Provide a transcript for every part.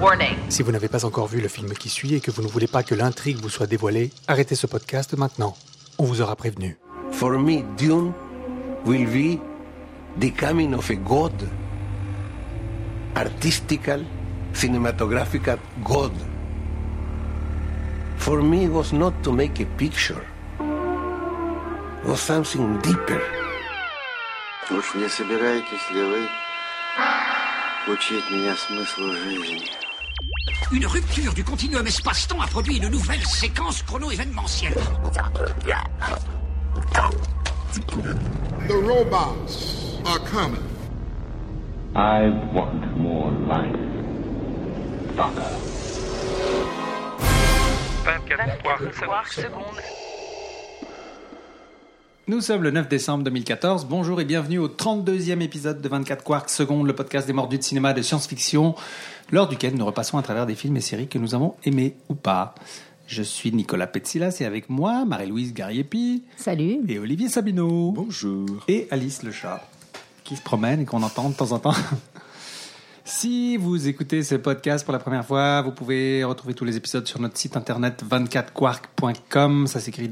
Warning. Si vous n'avez pas encore vu le film qui suit et que vous ne voulez pas que l'intrigue vous soit dévoilée, arrêtez ce podcast maintenant. On vous aura prévenu. For me, Dune will be the coming of a god, artistical, cinematographical god. For me, it was not to make a picture, it was something deeper. Уж не собираетесь ли вы учить меня смыслу жизни? Une rupture du continuum espace-temps a produit une nouvelle séquence chrono-événementielle. The robots are coming. I want more life. Fucker. 24 voire secondes. Nous sommes le 9 décembre 2014. Bonjour et bienvenue au 32e épisode de 24 Quarks Secondes, le podcast des mordus de cinéma et de science-fiction, lors duquel nous repassons à travers des films et séries que nous avons aimés ou pas. Je suis Nicolas Petsilas et avec moi, Marie-Louise Gariepi Salut. et Olivier Sabineau. Bonjour. Et Alice le chat, qui se promène et qu'on entend de temps en temps. Si vous écoutez ce podcast pour la première fois, vous pouvez retrouver tous les épisodes sur notre site internet 24quark.com, ça s'écrit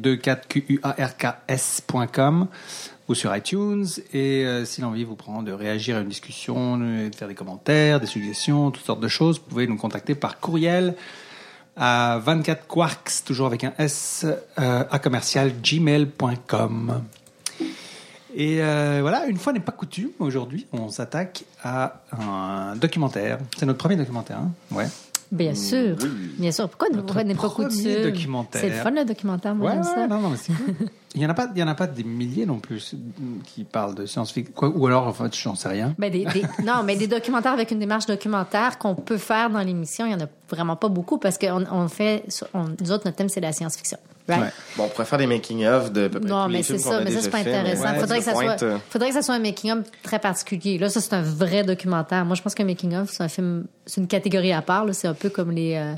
24quarks.com ou sur iTunes. Et euh, si l'envie vous prend de réagir à une discussion, euh, de faire des commentaires, des suggestions, toutes sortes de choses, vous pouvez nous contacter par courriel à 24quarks, toujours avec un S, euh, à commercial gmail.com. Et euh, voilà, une fois n'est pas coutume, aujourd'hui, on s'attaque à un documentaire. C'est notre premier documentaire, hein ouais. Bien sûr. Bien sûr. Pourquoi ne Notre prenez pas premier coutume? documentaire. C'est le fun, le documentaire. Moi, Ouais, j'aime ouais, ça. non, non, mais c'est cool. Il n'y en, a pas- il y en a pas des milliers non plus euh, qui parlent de science-fiction. Quoi, Ou alors, en fait, j'en sais rien. Ben, des- des- non, mais des documentaires avec une démarche documentaire qu'on peut faire dans l'émission, il n'y en a vraiment pas beaucoup parce que on, on fait, sur- on- nous autres, notre thème, c'est la science-fiction. Right? Ouais. Bon, on pourrait faire des making-of de à peu près Non, tous les mais c'est films qu'on ça, a mais ça, déjà c'est pas fait, intéressant. mais- faudrait, que ça Pointe, soit, euh, faudrait que ça soit un making-of très particulier. Là, ça, c'est un vrai documentaire. Moi, je pense qu'un making-of, c'est un film, c'est une catégorie à part. là. C'est un peu comme les. euh,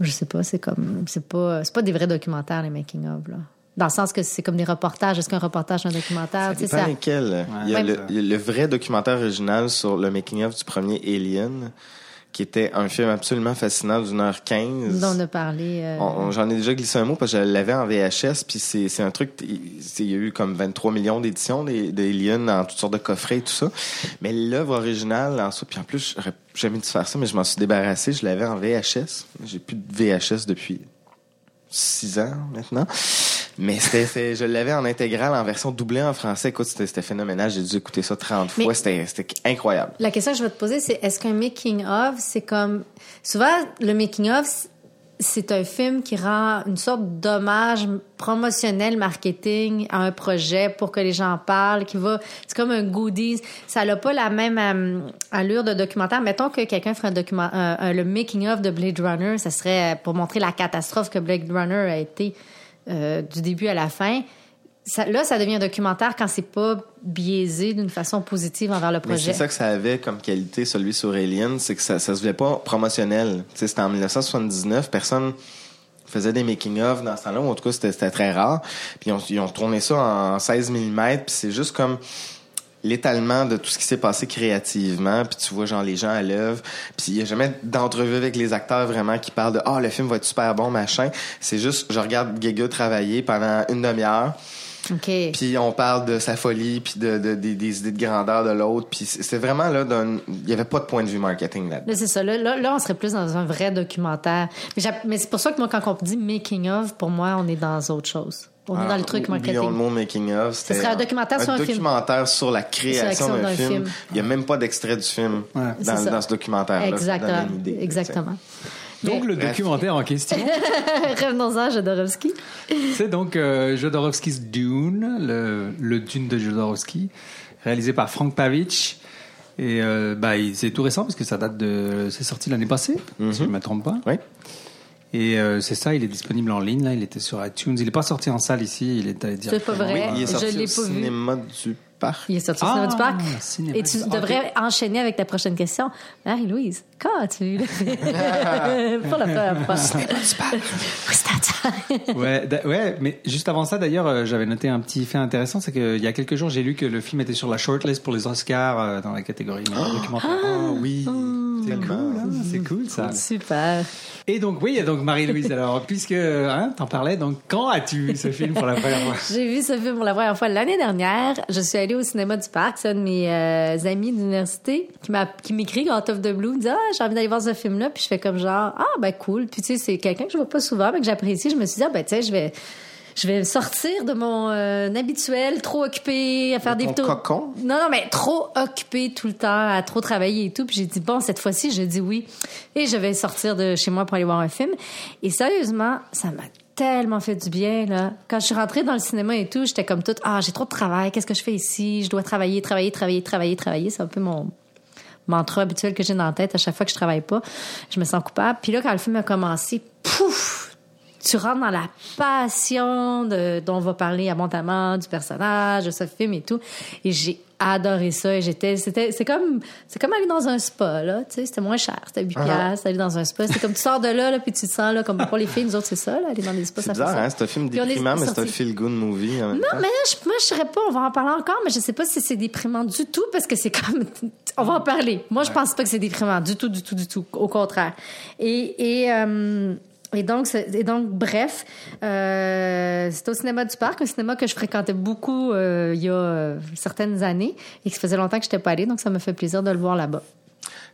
je sais pas, c'est comme. C'est pas, c'est pas des vrais documentaires, les making-of, là. Dans le sens que c'est comme des reportages. Est-ce qu'un reportage, est un documentaire? Ça Tu sais, dépend ça- lesquels. euh, Il y a Ouais. le, il y a le vrai documentaire original sur le making-of du premier Alien, qui était un film absolument fascinant d'une heure quinze. dont on a parlé. euh, On- on- J'en ai déjà glissé un mot parce que je l'avais en VHS, puis c'est c'est un truc, t- il c'est- il y a eu comme 23 millions d'éditions des, des Aliens en toutes sortes de coffrets et tout ça. Mais l'œuvre originale, en soi, puis en plus, j'aurais jamais dû faire ça, mais je m'en suis débarrassé, je l'avais en VHS. J'ai plus de VHS depuis 6 ans maintenant. Mais c'était, c'est- je l'avais en intégrale, en version doublée en français. Écoute, c'était c'était phénoménal. J'ai dû écouter ça 30 Mais- fois. C'était c'était incroyable. La question que je vais te poser, c'est est-ce qu'un making of, c'est comme souvent le making of, c- c'est un film qui rend une sorte d'hommage promotionnel marketing à un projet pour que les gens en parlent, qui va, c'est comme un goodies. Ça n'a pas la même euh, allure de documentaire. Mettons que quelqu'un ferait un document, euh, un- un- le making of de Blade Runner, ça serait euh, pour montrer la catastrophe que Blade Runner a été euh, du début à la fin. Ça- là, ça devient un documentaire quand c'est pas biaisé d'une façon positive envers le Mais projet. c'est ça que ça avait comme qualité, celui sur Alien, c'est que ça, ça se voulait pas promotionnel. Tu sais, C'était en 1979, personne faisait des making-of dans ce temps-là, ou en tout cas, c'était- c'était très rare. Puis ils ont, ils ont tourné ça en 16 mm, puis c'est juste comme l'étalement de tout ce qui s'est passé créativement, puis tu vois genre les gens à l'œuvre, puis il y a jamais d'entrevue avec les acteurs vraiment qui parlent de « Ah, le film va être super bon, machin ». C'est juste, je regarde Giga travailler pendant une demi-heure, OK. puis on parle de sa folie, puis de, de- des, des idées de grandeur de l'autre. Puis c'est c'est vraiment là, d'un- il y avait pas de point de vue marketing là. Là, c'est ça. Là, là, là, on serait plus dans un vrai documentaire. Mais, j'app- mais c'est pour ça que moi, quand on dit making of, pour moi, on est dans autre chose. On est dans le truc Oublions le marketing. mot Ah, making of. c'était serait un documentaire sur un film. documentaire sur la création l'action d'un d'un film. film. Il y a même pas d'extrait du film C'est dans, ça. dans ce documentaire. là, pour Exactement. donner une idée, Exactement. Donc, le Bref. documentaire en question, Revenons-en à Jodorowsky. c'est donc euh, Jodorowsky's Dune, le, le Dune de Jodorowsky, réalisé par Frank Pavich. Et euh, bah, il- c'est tout récent parce que ça date de. C'est sorti l'année passée, si je ne me trompe pas. tu sais. Mhm. Oui. Et euh, c'est ça, il est disponible en ligne. Là, il était sur iTunes. Il n'est pas sorti en salle ici. Il est allé dire. pas vrai. Oui, il est Je sorti l'ai au pas vu. cinéma du parc. Il est sorti au Ah, cinéma du parc. cinéma Et tu du- devrais enchaîner avec ta prochaine question. Marie-Louise, quand as-tu eu le film? Pour la première fois. Où Ouais, d'a- ouais, mais juste avant ça, d'ailleurs, euh, j'avais noté un petit fait intéressant, c'est qu'il y a quelques Oh, jours, j'ai lu que le film était sur la shortlist pour les Oscars euh, dans la catégorie meilleur documentaire. Ah oui. C'est cool, Tellement. hein, c'est cool ça. Super. Et donc oui, il y a donc Marie-Louise alors, puisque hein, t'en parlais, donc quand as-tu vu ce film pour la première fois J'ai vu ce film pour la première fois l'année dernière. Je suis allée au cinéma du parc. C'est un de mes euh, amis d'université qui m'a qui m'écrit quand of the blue, il me dit ah j'ai envie d'aller voir ce film là. Puis je fais comme genre ah ben cool. Puis tu sais c'est quelqu'un que je vois pas souvent mais que j'apprécie. Je me suis dit ah ben tu sais je vais je vais sortir de mon euh, habituel trop occupé à faire des ton photos. cocon? Non non mais trop occupé tout le temps à trop travailler et tout. Puis j'ai dit bon cette fois-ci je dis oui et je vais sortir de chez moi pour aller voir un film. Et sérieusement ça m'a tellement fait du bien là. Quand je suis rentrée dans le cinéma et tout, j'étais comme toute ah j'ai trop de travail, qu'est-ce que je fais ici Je dois travailler, travailler, travailler, travailler, travailler. C'est un peu mon mantra habituel que j'ai dans la tête à chaque fois que je travaille pas. Je me sens coupable. Puis là quand le film a commencé, pouf, tu rentres dans la passion de, dont on va parler abondamment du personnage, de ce film et tout. Et j'ai adoré ça. Et j'étais, c'était, c'est comme, c'est comme aller dans un spa, là. Tu sais, c'était moins cher. C'était 8 Ah. piastres, aller dans un spa. C'est comme tu sors de là, là, puis tu te sens, là, comme pour les filles, nous autres, c'est ça, là, aller dans des spas, C'est ça fait bizarre, ça. hein? C'est un film Puis on est déprimant, mais c'est un sortis- feel-good movie. hein. en même non, temps. mais je, moi, je serais pas, on va en parler encore, mais je sais pas si c'est déprimant du tout, parce que c'est comme, on va en parler. Moi, je pense pas que c'est déprimant du tout, du tout, du tout. Au contraire. Et, et, euh, et donc, c'est- et donc, bref, euh, c'était au cinéma du parc, un cinéma que je fréquentais beaucoup euh, il y a euh, certaines années et que ça faisait longtemps que je n'étais pas allée, donc ça me fait plaisir de le voir là-bas.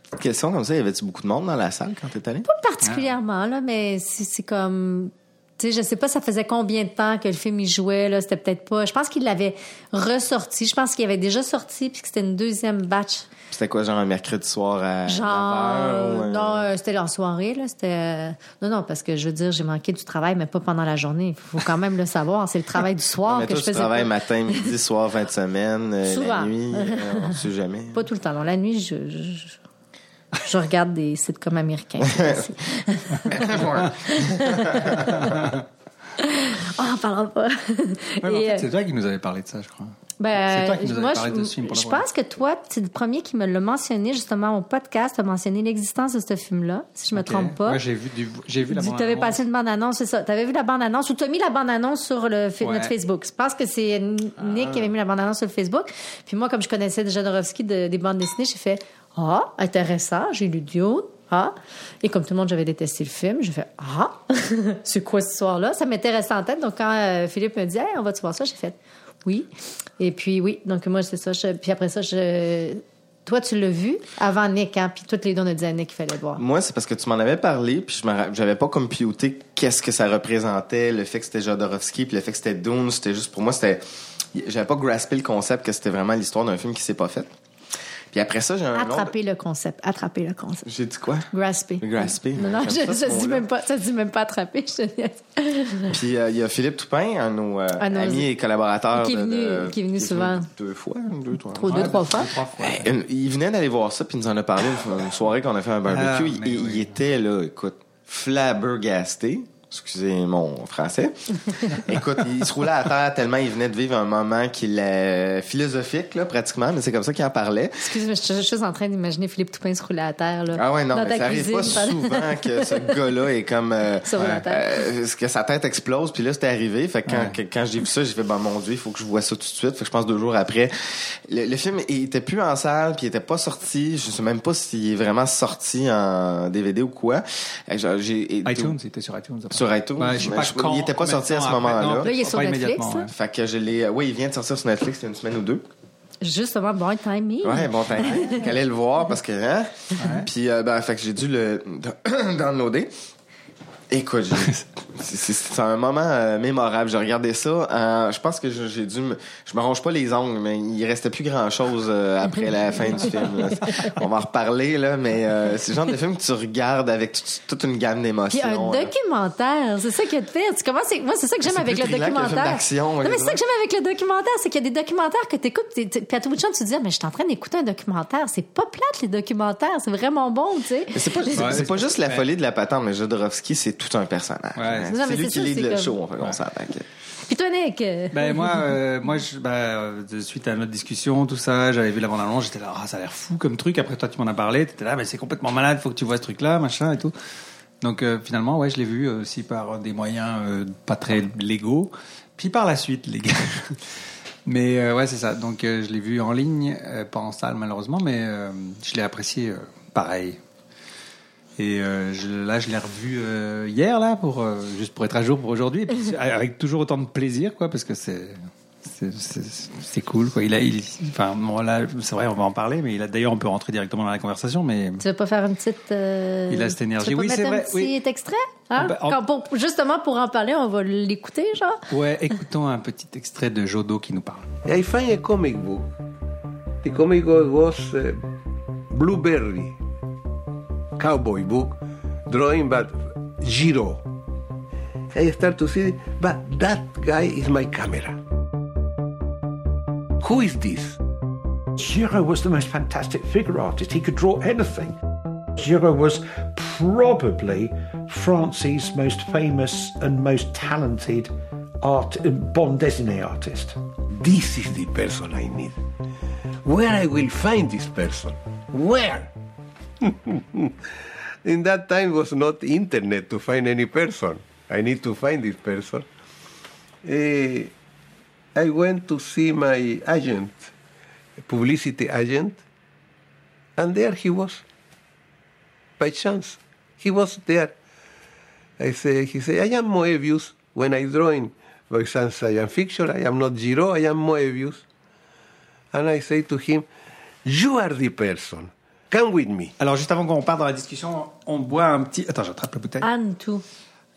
Petite question comme ça, y avait-tu beaucoup de monde dans la salle quand t'es allé? Pas particulièrement, là, mais c'est c'est comme. Tu sais, je sais pas, ça faisait combien de temps que le film y jouait, là. C'était peut-être pas. Je pense qu'il l'avait ressorti. Je pense qu'il avait déjà sorti, puis que c'était une deuxième batch. C'était quoi, genre un mercredi soir à Genre. 9h, ou un- Non, euh, c'était en soirée, là. C'était. euh, Non, non, parce que je veux dire, j'ai manqué du travail, mais pas pendant la journée. Il faut quand même le savoir. C'est le travail du soir mais que toi, je tu faisais. travailles pas- matin, midi, soir, fin de semaine, euh, Souvent. la nuit, euh, on sait jamais. Pas tout le temps. Non, la nuit, je. je... je regarde des sitcoms américains. c'est facile. Ah, en parlant pas. Ouais, mais en Et, fait, euh, c'est toi qui nous avais parlé de ça, je crois. Ben, C'est toi qui nous avais moi, parlé je, de ce film pour la je première pense que toi, c'est le premier qui me l'a mentionné justement au podcast, a mentionné l'existence de ce film-là, si je me Ok. trompe pas. Moi, j'ai vu, du- j'ai vu la Tu bande avais annonce. passé une bande-annonce, c'est ça. Tu avais vu la bande-annonce ou tu as mis la bande-annonce sur le fa- Ouais. notre Facebook. Je pense que c'est N- Nick qui avait mis la bande-annonce sur le Facebook. Puis moi, comme je connaissais déjà Dorowski de- des bandes dessinées, j'ai fait « Ah, intéressant, j'ai lu Dune. Ah. » Et comme tout le monde, j'avais détesté le film. J'ai fait « Ah, c'est quoi ce soir-là? » Ça m'intéressait en tête. Donc, quand euh, Philippe me dit Hey, on va-tu voir ça? » J'ai fait « Oui. » Et puis, oui. Donc, moi, c'est ça. Je- Puis après ça, je... Toi, tu l'as vu avant Nick, hein? Puis toutes les deux, on a dit à Nick qu'il fallait le voir. Moi, c'est parce que tu m'en avais parlé, puis je me ra- j'avais pas computé qu'est-ce que ça représentait, le fait que c'était Jodorowsky, puis le fait que c'était Dune, c'était juste pour moi, c'était j'avais pas graspé le concept que c'était vraiment l'histoire d'un film qui s'est pas fait. Puis après ça, j'ai un autre- Attraper le concept. Attraper le concept. J'ai dit quoi Grasper. Grasper. Non, non, J'aime je, ça, ce je dis mot-là. même pas, ça se dit même pas attraper, je te niaise. Puis euh, il y a Philippe Toupin, un de nos euh, Un de nos- amis et Ah, collaborateurs. Qui est de- venu- de- qui est venu souvent. deux fois, deux, trois. Trop deux, trois fois. Ben, une- il venait d'aller voir ça, puis il nous en a parlé une fois- une, soirée qu'on a fait un barbecue. Ah, il, mais il- oui. il était là, écoute, flabbergasté. Excusez mon français. Écoute, il se roulait à terre tellement il venait de vivre un moment qu'il est philosophique, là, pratiquement, mais c'est comme ça qu'il en parlait. Excuse-moi, je, je suis juste en train d'imaginer Philippe Toupin se rouler à terre, là. Ah ouais, non, dans mais ta ça arrive cuisine, pas pendant- souvent que ce gars-là est comme... euh, Sur la tête. euh, ce que sa tête explose, puis là, c'était arrivé. Fait que quand, que- quand j'ai vu ça, j'ai fait, ben mon Dieu, il faut que je vois ça tout de suite. Fait que je pense deux jours après. Le, le film, il était plus en salle, puis il était pas sorti. Je sais même pas s'il est vraiment sorti en DVD ou quoi. Euh, j'ai- J'ai... été- iTunes, il était sur iTunes. après. Sur iTunes, Ouais, je sais mais pas je- quand, il était pas combien de sorti à temps ce après. moment-là. Non, Là, il est pas sur Netflix, hein. immédiatement, là. ouais. Fait que je l'ai... Oui, il vient de sortir sur Netflix il y a une semaine ou deux. Justement, bon timing. Ouais, bon, t'inquiète. Qu'allais le voir parce que, hein? Puis, euh, ben, fait que j'ai dû le downloader. Écoute, j'ai- c'est- c'est c'est un moment euh, mémorable. J'ai regardé ça. euh, je pense que je- j'ai dû me. Je me ronge pas les ongles, mais il restait plus grand chose après la fin du film. là. On va en reparler, là, mais euh, c'est le genre de film que tu regardes avec tout- toute une gamme d'émotions. Puis un là. documentaire, c'est ça qu'il y a de pire. Tu commences, c'est- moi c'est ça que j'aime euh, Ah, C'est avec le plus thriller que le film documentaire. d'action, non mais c'est ça exactement. que j'aime avec le documentaire, c'est qu'il y a des documentaires que t'écoutes, t'es- t'es- puis à tout bout de champ tu te dis Ah, mais je suis en train d'écouter un documentaire, c'est pas plate les documentaires, c'est vraiment bon, tu sais. Mais C'est pas, c'est- Ouais, c'est pas juste la ouais. folie de la patente, mais Jodorowsky, c'est tout un personnage. Ouais. hein. Non, mais C'est lui c'est qui ça, lead c'est le comme- show, on s'entend que- Puis toi Nick, euh, Ben moi, euh, moi, je, ben, euh, de suite à notre discussion, tout ça, j'avais vu la bande annonce, j'étais là, ah, ça a l'air fou comme truc. Après toi, tu m'en as parlé, t'étais là, mais c'est complètement malade, faut que tu vois ce truc-là, machin et tout. Donc euh, finalement, ouais, je l'ai vu euh, aussi par euh, des moyens euh, pas très légaux, puis par la suite, les gars. mais euh, ouais, c'est ça. Donc euh, je l'ai vu en ligne, euh, pas en salle malheureusement, mais euh, je l'ai apprécié euh, pareil. Et euh, je- là, je l'ai revu euh, hier, là, pour, euh, juste pour être à jour pour aujourd'hui. Et puis, c'est- avec toujours autant de plaisir, quoi, parce que c'est. c'est- C'est c'est cool, quoi. Il a, il, enfin, bon, là, c'est vrai, on va en parler, mais il a, d'ailleurs, on peut rentrer directement dans la conversation, mais. Tu veux pas faire une petite. euh, Il a cette tu veux énergie. pas Oui, mettre c'est vrai, Un petit oui. extrait, hein? Ah ben, en- Quand pour- justement pour en parler, on va l'écouter, genre. Ouais, écoutons un petit extrait de Jodo qui nous parle. I find a comic book. The comic book was uh, Blueberry, cowboy book, drawing by Giro. I start to see, but that guy is my camera. Who is this? Giro was the most fantastic figure artist. He could draw anything. Giro was probably France's most famous and most talented art, bande dessinée artist. This is the person I need. Where I will find this person? Where? In that time was not internet to find any person. I need to find this person. Eh, I went to see my agent, publicity agent, and there he was. By chance, he was there. I say, he said, I am Moebius when I drawing. For example, I am fiction, I am not Giro, I am Moebius. And I say to him, you are the person. Come with me. Alors, juste avant qu'on parte dans la discussion, on boit un petit. Attends, j'attrape la bouteille. Anne, tout.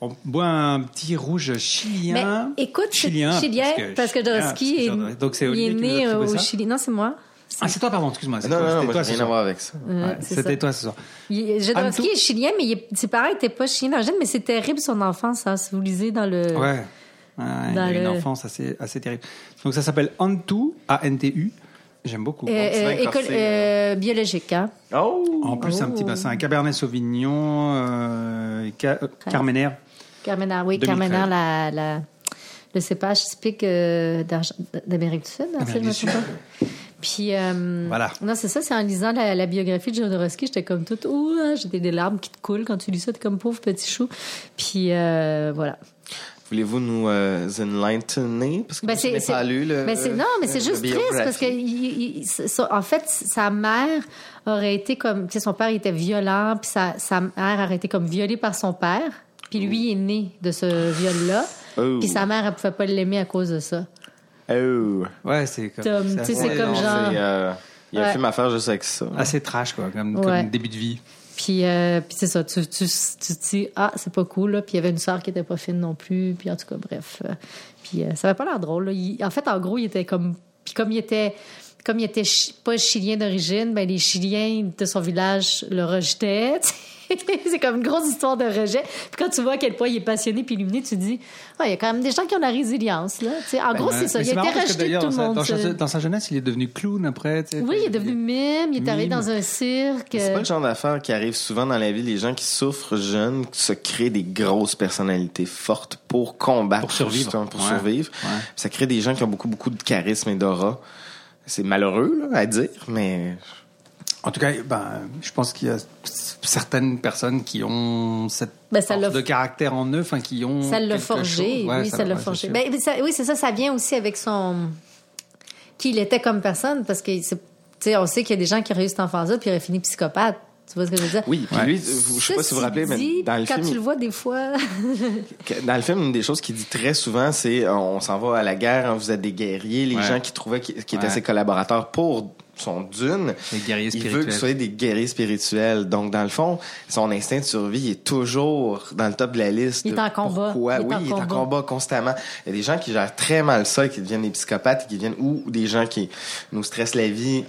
On boit un petit rouge chilien. Mais écoute, c'est Chilien, chilien, parce que- parce que Dorski chilien, parce que est, Donc, c'est il Olivier est qui nous a né trouvé au ça. Chili. Non, c'est moi. Ah, c'est toi, pardon, excuse-moi. c'est Non, toi, non, non, c'était moi, toi j'ai rien ce soir. à voir avec ça. Euh, Ouais, c'est C'était ça. toi ce soir. Il- Jodorowsky Anne, tout. est chilien, mais il est- c'est pareil, t'es pas chilien d'origine, mais c'est terrible son enfance, hein, si vous lisez dans le. Ouais. Ouais, il a Dans eu une le- enfance assez, assez terrible. Donc ça s'appelle Antu, A-N-T-U. J'aime beaucoup. Euh, euh, bassin école- corsé, euh, biologique, hein. Oh! En plus, un petit bassin, un Cabernet Sauvignon, euh, ca- euh, Carmenère. Carmenère, oui, 2013. Carmenère, la, la- le cépage typique euh, d'Arge- d'Amérique du Sud, hein, si je me D'Amérique du trompe pas. Puis, euh, Voilà. non, c'est ça, c'est en lisant la, la biographie de Jodorowsky, j'étais comme toute, ouh, hein, j'ai des- des larmes qui te coulent quand tu lis ça, t'es comme pauvre petit chou. Puis, euh, voilà. Voulez-vous nous euh, enlightener? Parce que Ben, moi, je c'est- n'ai c'est- pas lu le. ben, c'est- non, mais c'est le juste triste parce que, biographie. il- il- il- son- en fait, sa mère aurait été comme, tu sais, son père il était violent, puis sa, sa mère aurait été comme violée par son père, puis lui il est né de ce viol-là, Oh. puis sa mère elle pouvait pas l'aimer à cause de ça. Oh! Ouais, c'est comme. Tom, c'est tu sais, assez- c'est comme non, genre- c'est, euh, Il y a un Ouais. film à faire juste avec ça. Assez trash, quoi, comme, Ouais. comme début de vie. Puis, euh, puis c'est ça, tu, tu, tu te dis, ah, c'est pas cool, là. Puis il y avait une sœur qui était pas fine non plus, puis en tout cas, bref. Euh, Puis euh, ça avait pas l'air drôle, là. Il- en fait, en gros, il était comme. Puis comme il était. Comme il était chi- pas chilien d'origine, ben les Chiliens de son village le rejetaient. tu sais. c'est comme une grosse histoire de rejet. Puis quand tu vois à quel point il est passionné puis illuminé, tu te dis, Ouais, il y a quand même des gens qui ont la résilience, là. Tu sais, en Ah, gros, Ben, c'est ça. mais Il a marrant été parce que rejeté de d'ailleurs, tout le dans sa- monde. Dans, sa- tu sais. dans sa jeunesse, il est devenu clown après. tu sais. Oui, il est devenu mime, il est arrivé Mime. dans un cirque. C'est pas euh, le genre d'affaire qui arrive souvent dans la vie. Les gens qui souffrent jeunes se créent des grosses personnalités fortes pour combattre. Pour survivre. justement, pour Ouais. survivre. Ouais. Ça crée des gens qui ont beaucoup, beaucoup de charisme et d'aura. C'est malheureux là, à dire, mais En tout cas, ben, je pense qu'il y a c- certaines personnes qui ont cette Ben, ça force l'a- de caractère en eux, enfin, qui Mm. ont. Ça l'a quelque forgé, chose. Ouais, oui, ça l'a ouais, forgé. c'est sûr. Ben, mais ça- oui, c'est ça, ça vient aussi avec son. qui il était comme personne, parce que, c'est- tu sais, on sait qu'il y a des gens qui auraient eu cette enfance-là, puis ils auraient fini psychopathe. Tu vois ce que je veux dire? oui. Puis Ouais. lui, je sais pas si vous vous Ceci rappelez, mais dit, dans le quand film, tu le vois des fois. Que- Dans le film, une des choses qu'il dit très souvent, c'est euh, on s'en va à la guerre, hein, vous êtes des guerriers. Les Ouais. gens qui trouvaient qui, qui étaient Ouais. ses collaborateurs pour son dune, Les guerriers il veut que spirituels. vous soyez des guerriers spirituels. Donc, dans le fond, son instinct de survie est toujours dans le top de la liste. Il est de en combat. pourquoi. Il est oui, en il est en combat. combat constamment. Il y a des gens qui gèrent très mal ça, et qui deviennent des psychopathes, et qui deviennent ou des gens qui nous stressent la vie.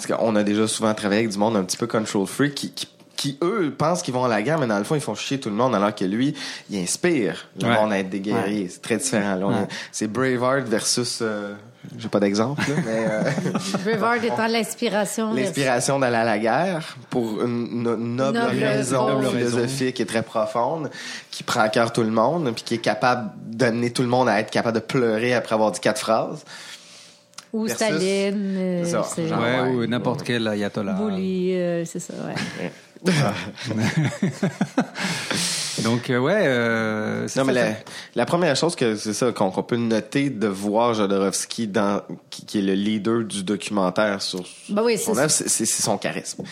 Parce qu'on a déjà souvent travaillé avec du monde un petit peu control freak qui, qui, qui, eux, pensent qu'ils vont à la guerre, mais dans le fond, ils font chier tout le monde, alors que lui, il inspire le Ouais. monde à être des guerriers. C'est très différent. là. On est- C'est Braveheart versus... euh, J'ai pas d'exemple, Ben, là, mais... euh, Brevard étant l'inspiration. L'inspiration d'aller à la guerre pour une, une Noble noble, raison, raison. Noble philosophique et très profonde qui prend à cœur tout le monde puis qui est capable d'amener tout le monde à être capable de pleurer après avoir dit quatre phrases. Ou versus- Staline. euh, Ça, c'est- genre, Ouais, Ouais. ou n'importe quel ayatollah. Bouli, euh, c'est ça, ouais. Donc, euh, ouais, euh, c'est Non, mais ça, la, ça- la première chose que c'est ça qu'on qu'on peut noter de voir Jodorowsky dans qui, qui est le leader du documentaire sur Ben oui, c'est son œuvre, c'est c'est- c'est son charisme.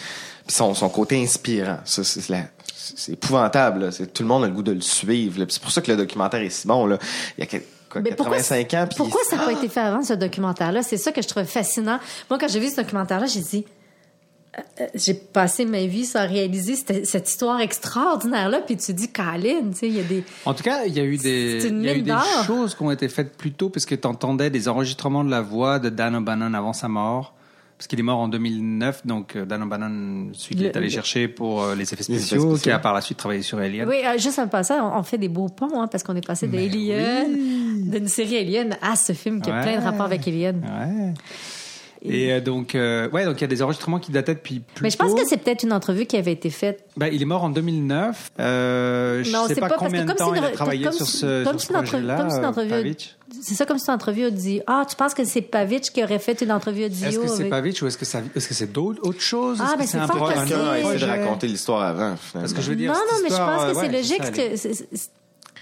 Puis son, son côté inspirant, ça, c'est la c'est épouvantable. là. C'est, tout le monde a le goût de le suivre. là. Puis C'est pour ça que le documentaire est si bon. Là. Il y a quel- quoi, Mais pourquoi, 85 ans. Puis Ah! pourquoi ça n'a pas été fait avant, ce documentaire-là? C'est ça que je trouvais fascinant. Moi, quand j'ai vu ce documentaire-là, j'ai dit... euh, euh, J'ai passé ma vie sans réaliser cette, cette histoire extraordinaire-là, puis tu dis, Colin, tu sais, il y a des... En tout cas, il y a eu des, C'est une il y a eu mine des d'or. choses qui ont été faites plus tôt, parce que tu entendais des enregistrements de la voix de Dan O'Bannon avant sa mort. Parce qu'il est mort en 2009, donc euh, Dan O'Bannon, celui qu'il Le- est allé le- chercher pour euh, les effets Les effets spéciaux, qui a spéciaux. par la suite travaillé sur Alien. Oui, euh, juste en passant, on, on fait des beaux ponts, hein, parce qu'on est passé d'Alien, d'une série Alien à ce film qui a Ouais. plein de rapports avec Alien. Ouais. Et euh, donc, euh, ouais, donc il y a des enregistrements qui dataient depuis plus Mais je pense tôt. que c'est peut-être une entrevue qui avait été faite Ben, il est mort en 2009. Euh, je Non, sais c'est pas, pas parce combien que de comme temps si il a une- travaillé comme sur si- ce, comme sur si une ce entrevue- projet-là. comme si une euh, entrevue- Pavitch. C'est ça comme si l'entrevue a dit Ah, tu penses que c'est Pavitch qui aurait fait une entrevue audio Est-ce que c'est avec- Pavitch ou est-ce que ça- est-ce que c'est d'autres autre chose Ah, Est-ce ben, que c'est fort pro- possible. Quelqu'un a essayé de projet raconter l'histoire avant, finalement. Parce que je veux Non, dire, non, cette mais je histoire, euh, pense que ouais, c'est logique. ça, elle est- c'est- c'est- c'est-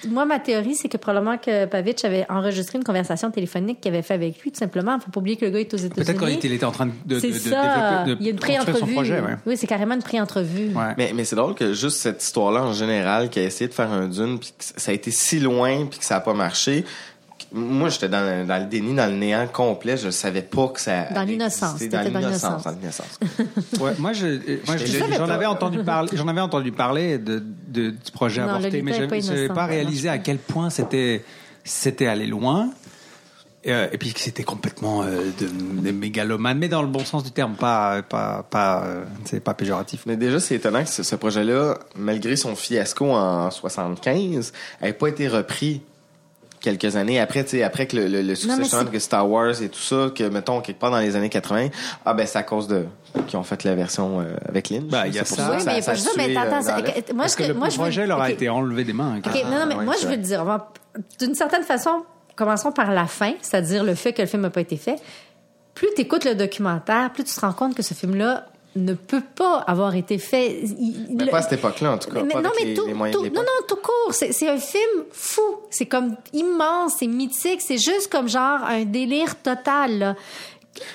Moi, ma théorie, c'est que probablement que Pavitch avait enregistré une conversation téléphonique qu'il avait fait avec lui, tout simplement. Faut pas oublier que le gars est aux États-Unis. Peut-être qu'il était en train de, de, de, C'est de ça. développer, de Il y a une construire son pré-entrevue. projet. Ouais. Oui, c'est carrément une pré-entrevue. Ouais. Mais, mais c'est drôle que juste cette histoire-là, en général, qui a essayé de faire un dune, puis que ça a été si loin, puis que ça a pas marché. Moi, j'étais dans, le- dans le déni, dans le néant complet. Je savais pas que ça. Dans allait l'innocence, exister. t'étais Dans dans l'innocence. l'innocence. Dans l'innocence. Ouais, moi, je, euh, moi, Je je- le j'en savais pas. avais entendu parler, j'en avais entendu parler de, de- du projet Non, le avorté, lutteur mais est j'avais pas j'avais innocent, pas ouais, réalisé à quel point c'était, c'était allé loin. Euh, et puis que c'était complètement euh, de, des mégalomanes, mais dans le bon sens du terme, pas, pas, pas, euh, c'est pas péjoratif. Mais déjà, c'est étonnant que ce, ce projet-là, malgré son fiasco en 75, ait pas été repris quelques années après, tu sais, après que le, le, le succès mais chante, c'est- que Star Wars et tout ça, que mettons quelque part dans les années 80, ah ben c'est à cause de qui ont fait la version euh, avec Lynch. Bah, il y a C'est pour ça. Oui, que mais il y a pas ça ça, a mais tué, attends, euh, dans c'est- la- moi, Parce ce que que- le moi, je veux- projet leur a ok. été enlevé des mains. hein, OK, carrément. non, non, mais ouais, moi, c'est je veux vrai. dire, on va- d'une certaine façon, commençons par la fin, c'est-à-dire le fait que le film n'a pas été fait. Plus tu écoutes le documentaire, plus tu te rends compte que ce film-là ne peut pas avoir été fait. Il- Mais le- pas à cette époque-là, en tout cas. mais, pas non, avec mais les- tout, les moyens tout- de non, l'époque. non, tout court. C'est c'est un film fou. C'est comme immense, c'est mythique, c'est juste comme genre un délire total. Là.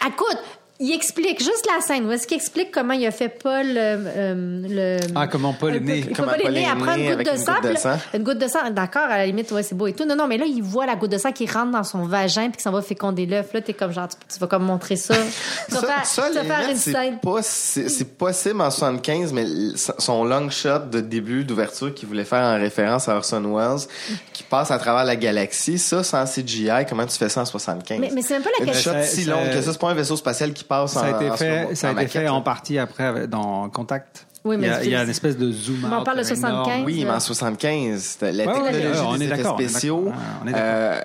Ah, Écoute, il explique juste la scène. Où est-ce qu'il explique comment il a fait Paul euh, euh, le Ah, comment Paul est né. Comment Paul est né après une goutte avec de une sang. goutte de puis là, sang. Une goutte de sang, d'accord, à la limite, ouais, c'est beau et tout. Non, non, mais là, il voit la goutte de sang qui rentre dans son vagin puis qui s'en va féconder l'œuf. Là, t'es comme genre, tu, tu vas comme montrer ça. tu vas Ça, faire, ça, tu vas les faire Nets, une c'est scène. pas- C'est c'est possible en 75, mais l- son long shot de début d'ouverture qu'il voulait faire en référence à Orson Welles, qui passe à travers la galaxie, ça, sans CGI, comment tu fais ça en 75? Mais, mais c'est même pas la Une question. shot Ça- si ça- longue que ça, c'est pas un vaisseau spatial qui passe Ça a en été en fait, slow-mo, ça en a été fait maquette, en là. partie après avec- dans Contact. Oui, mais il y a, c'est- il y a une espèce de zoom Mais out. on parle de énorme. 75. Oui, mais en 75, c'était la Ouais, ouais, technologie ouais, on des est effets d'accord, on est spéciaux. d'accord, on est d'accord. euh,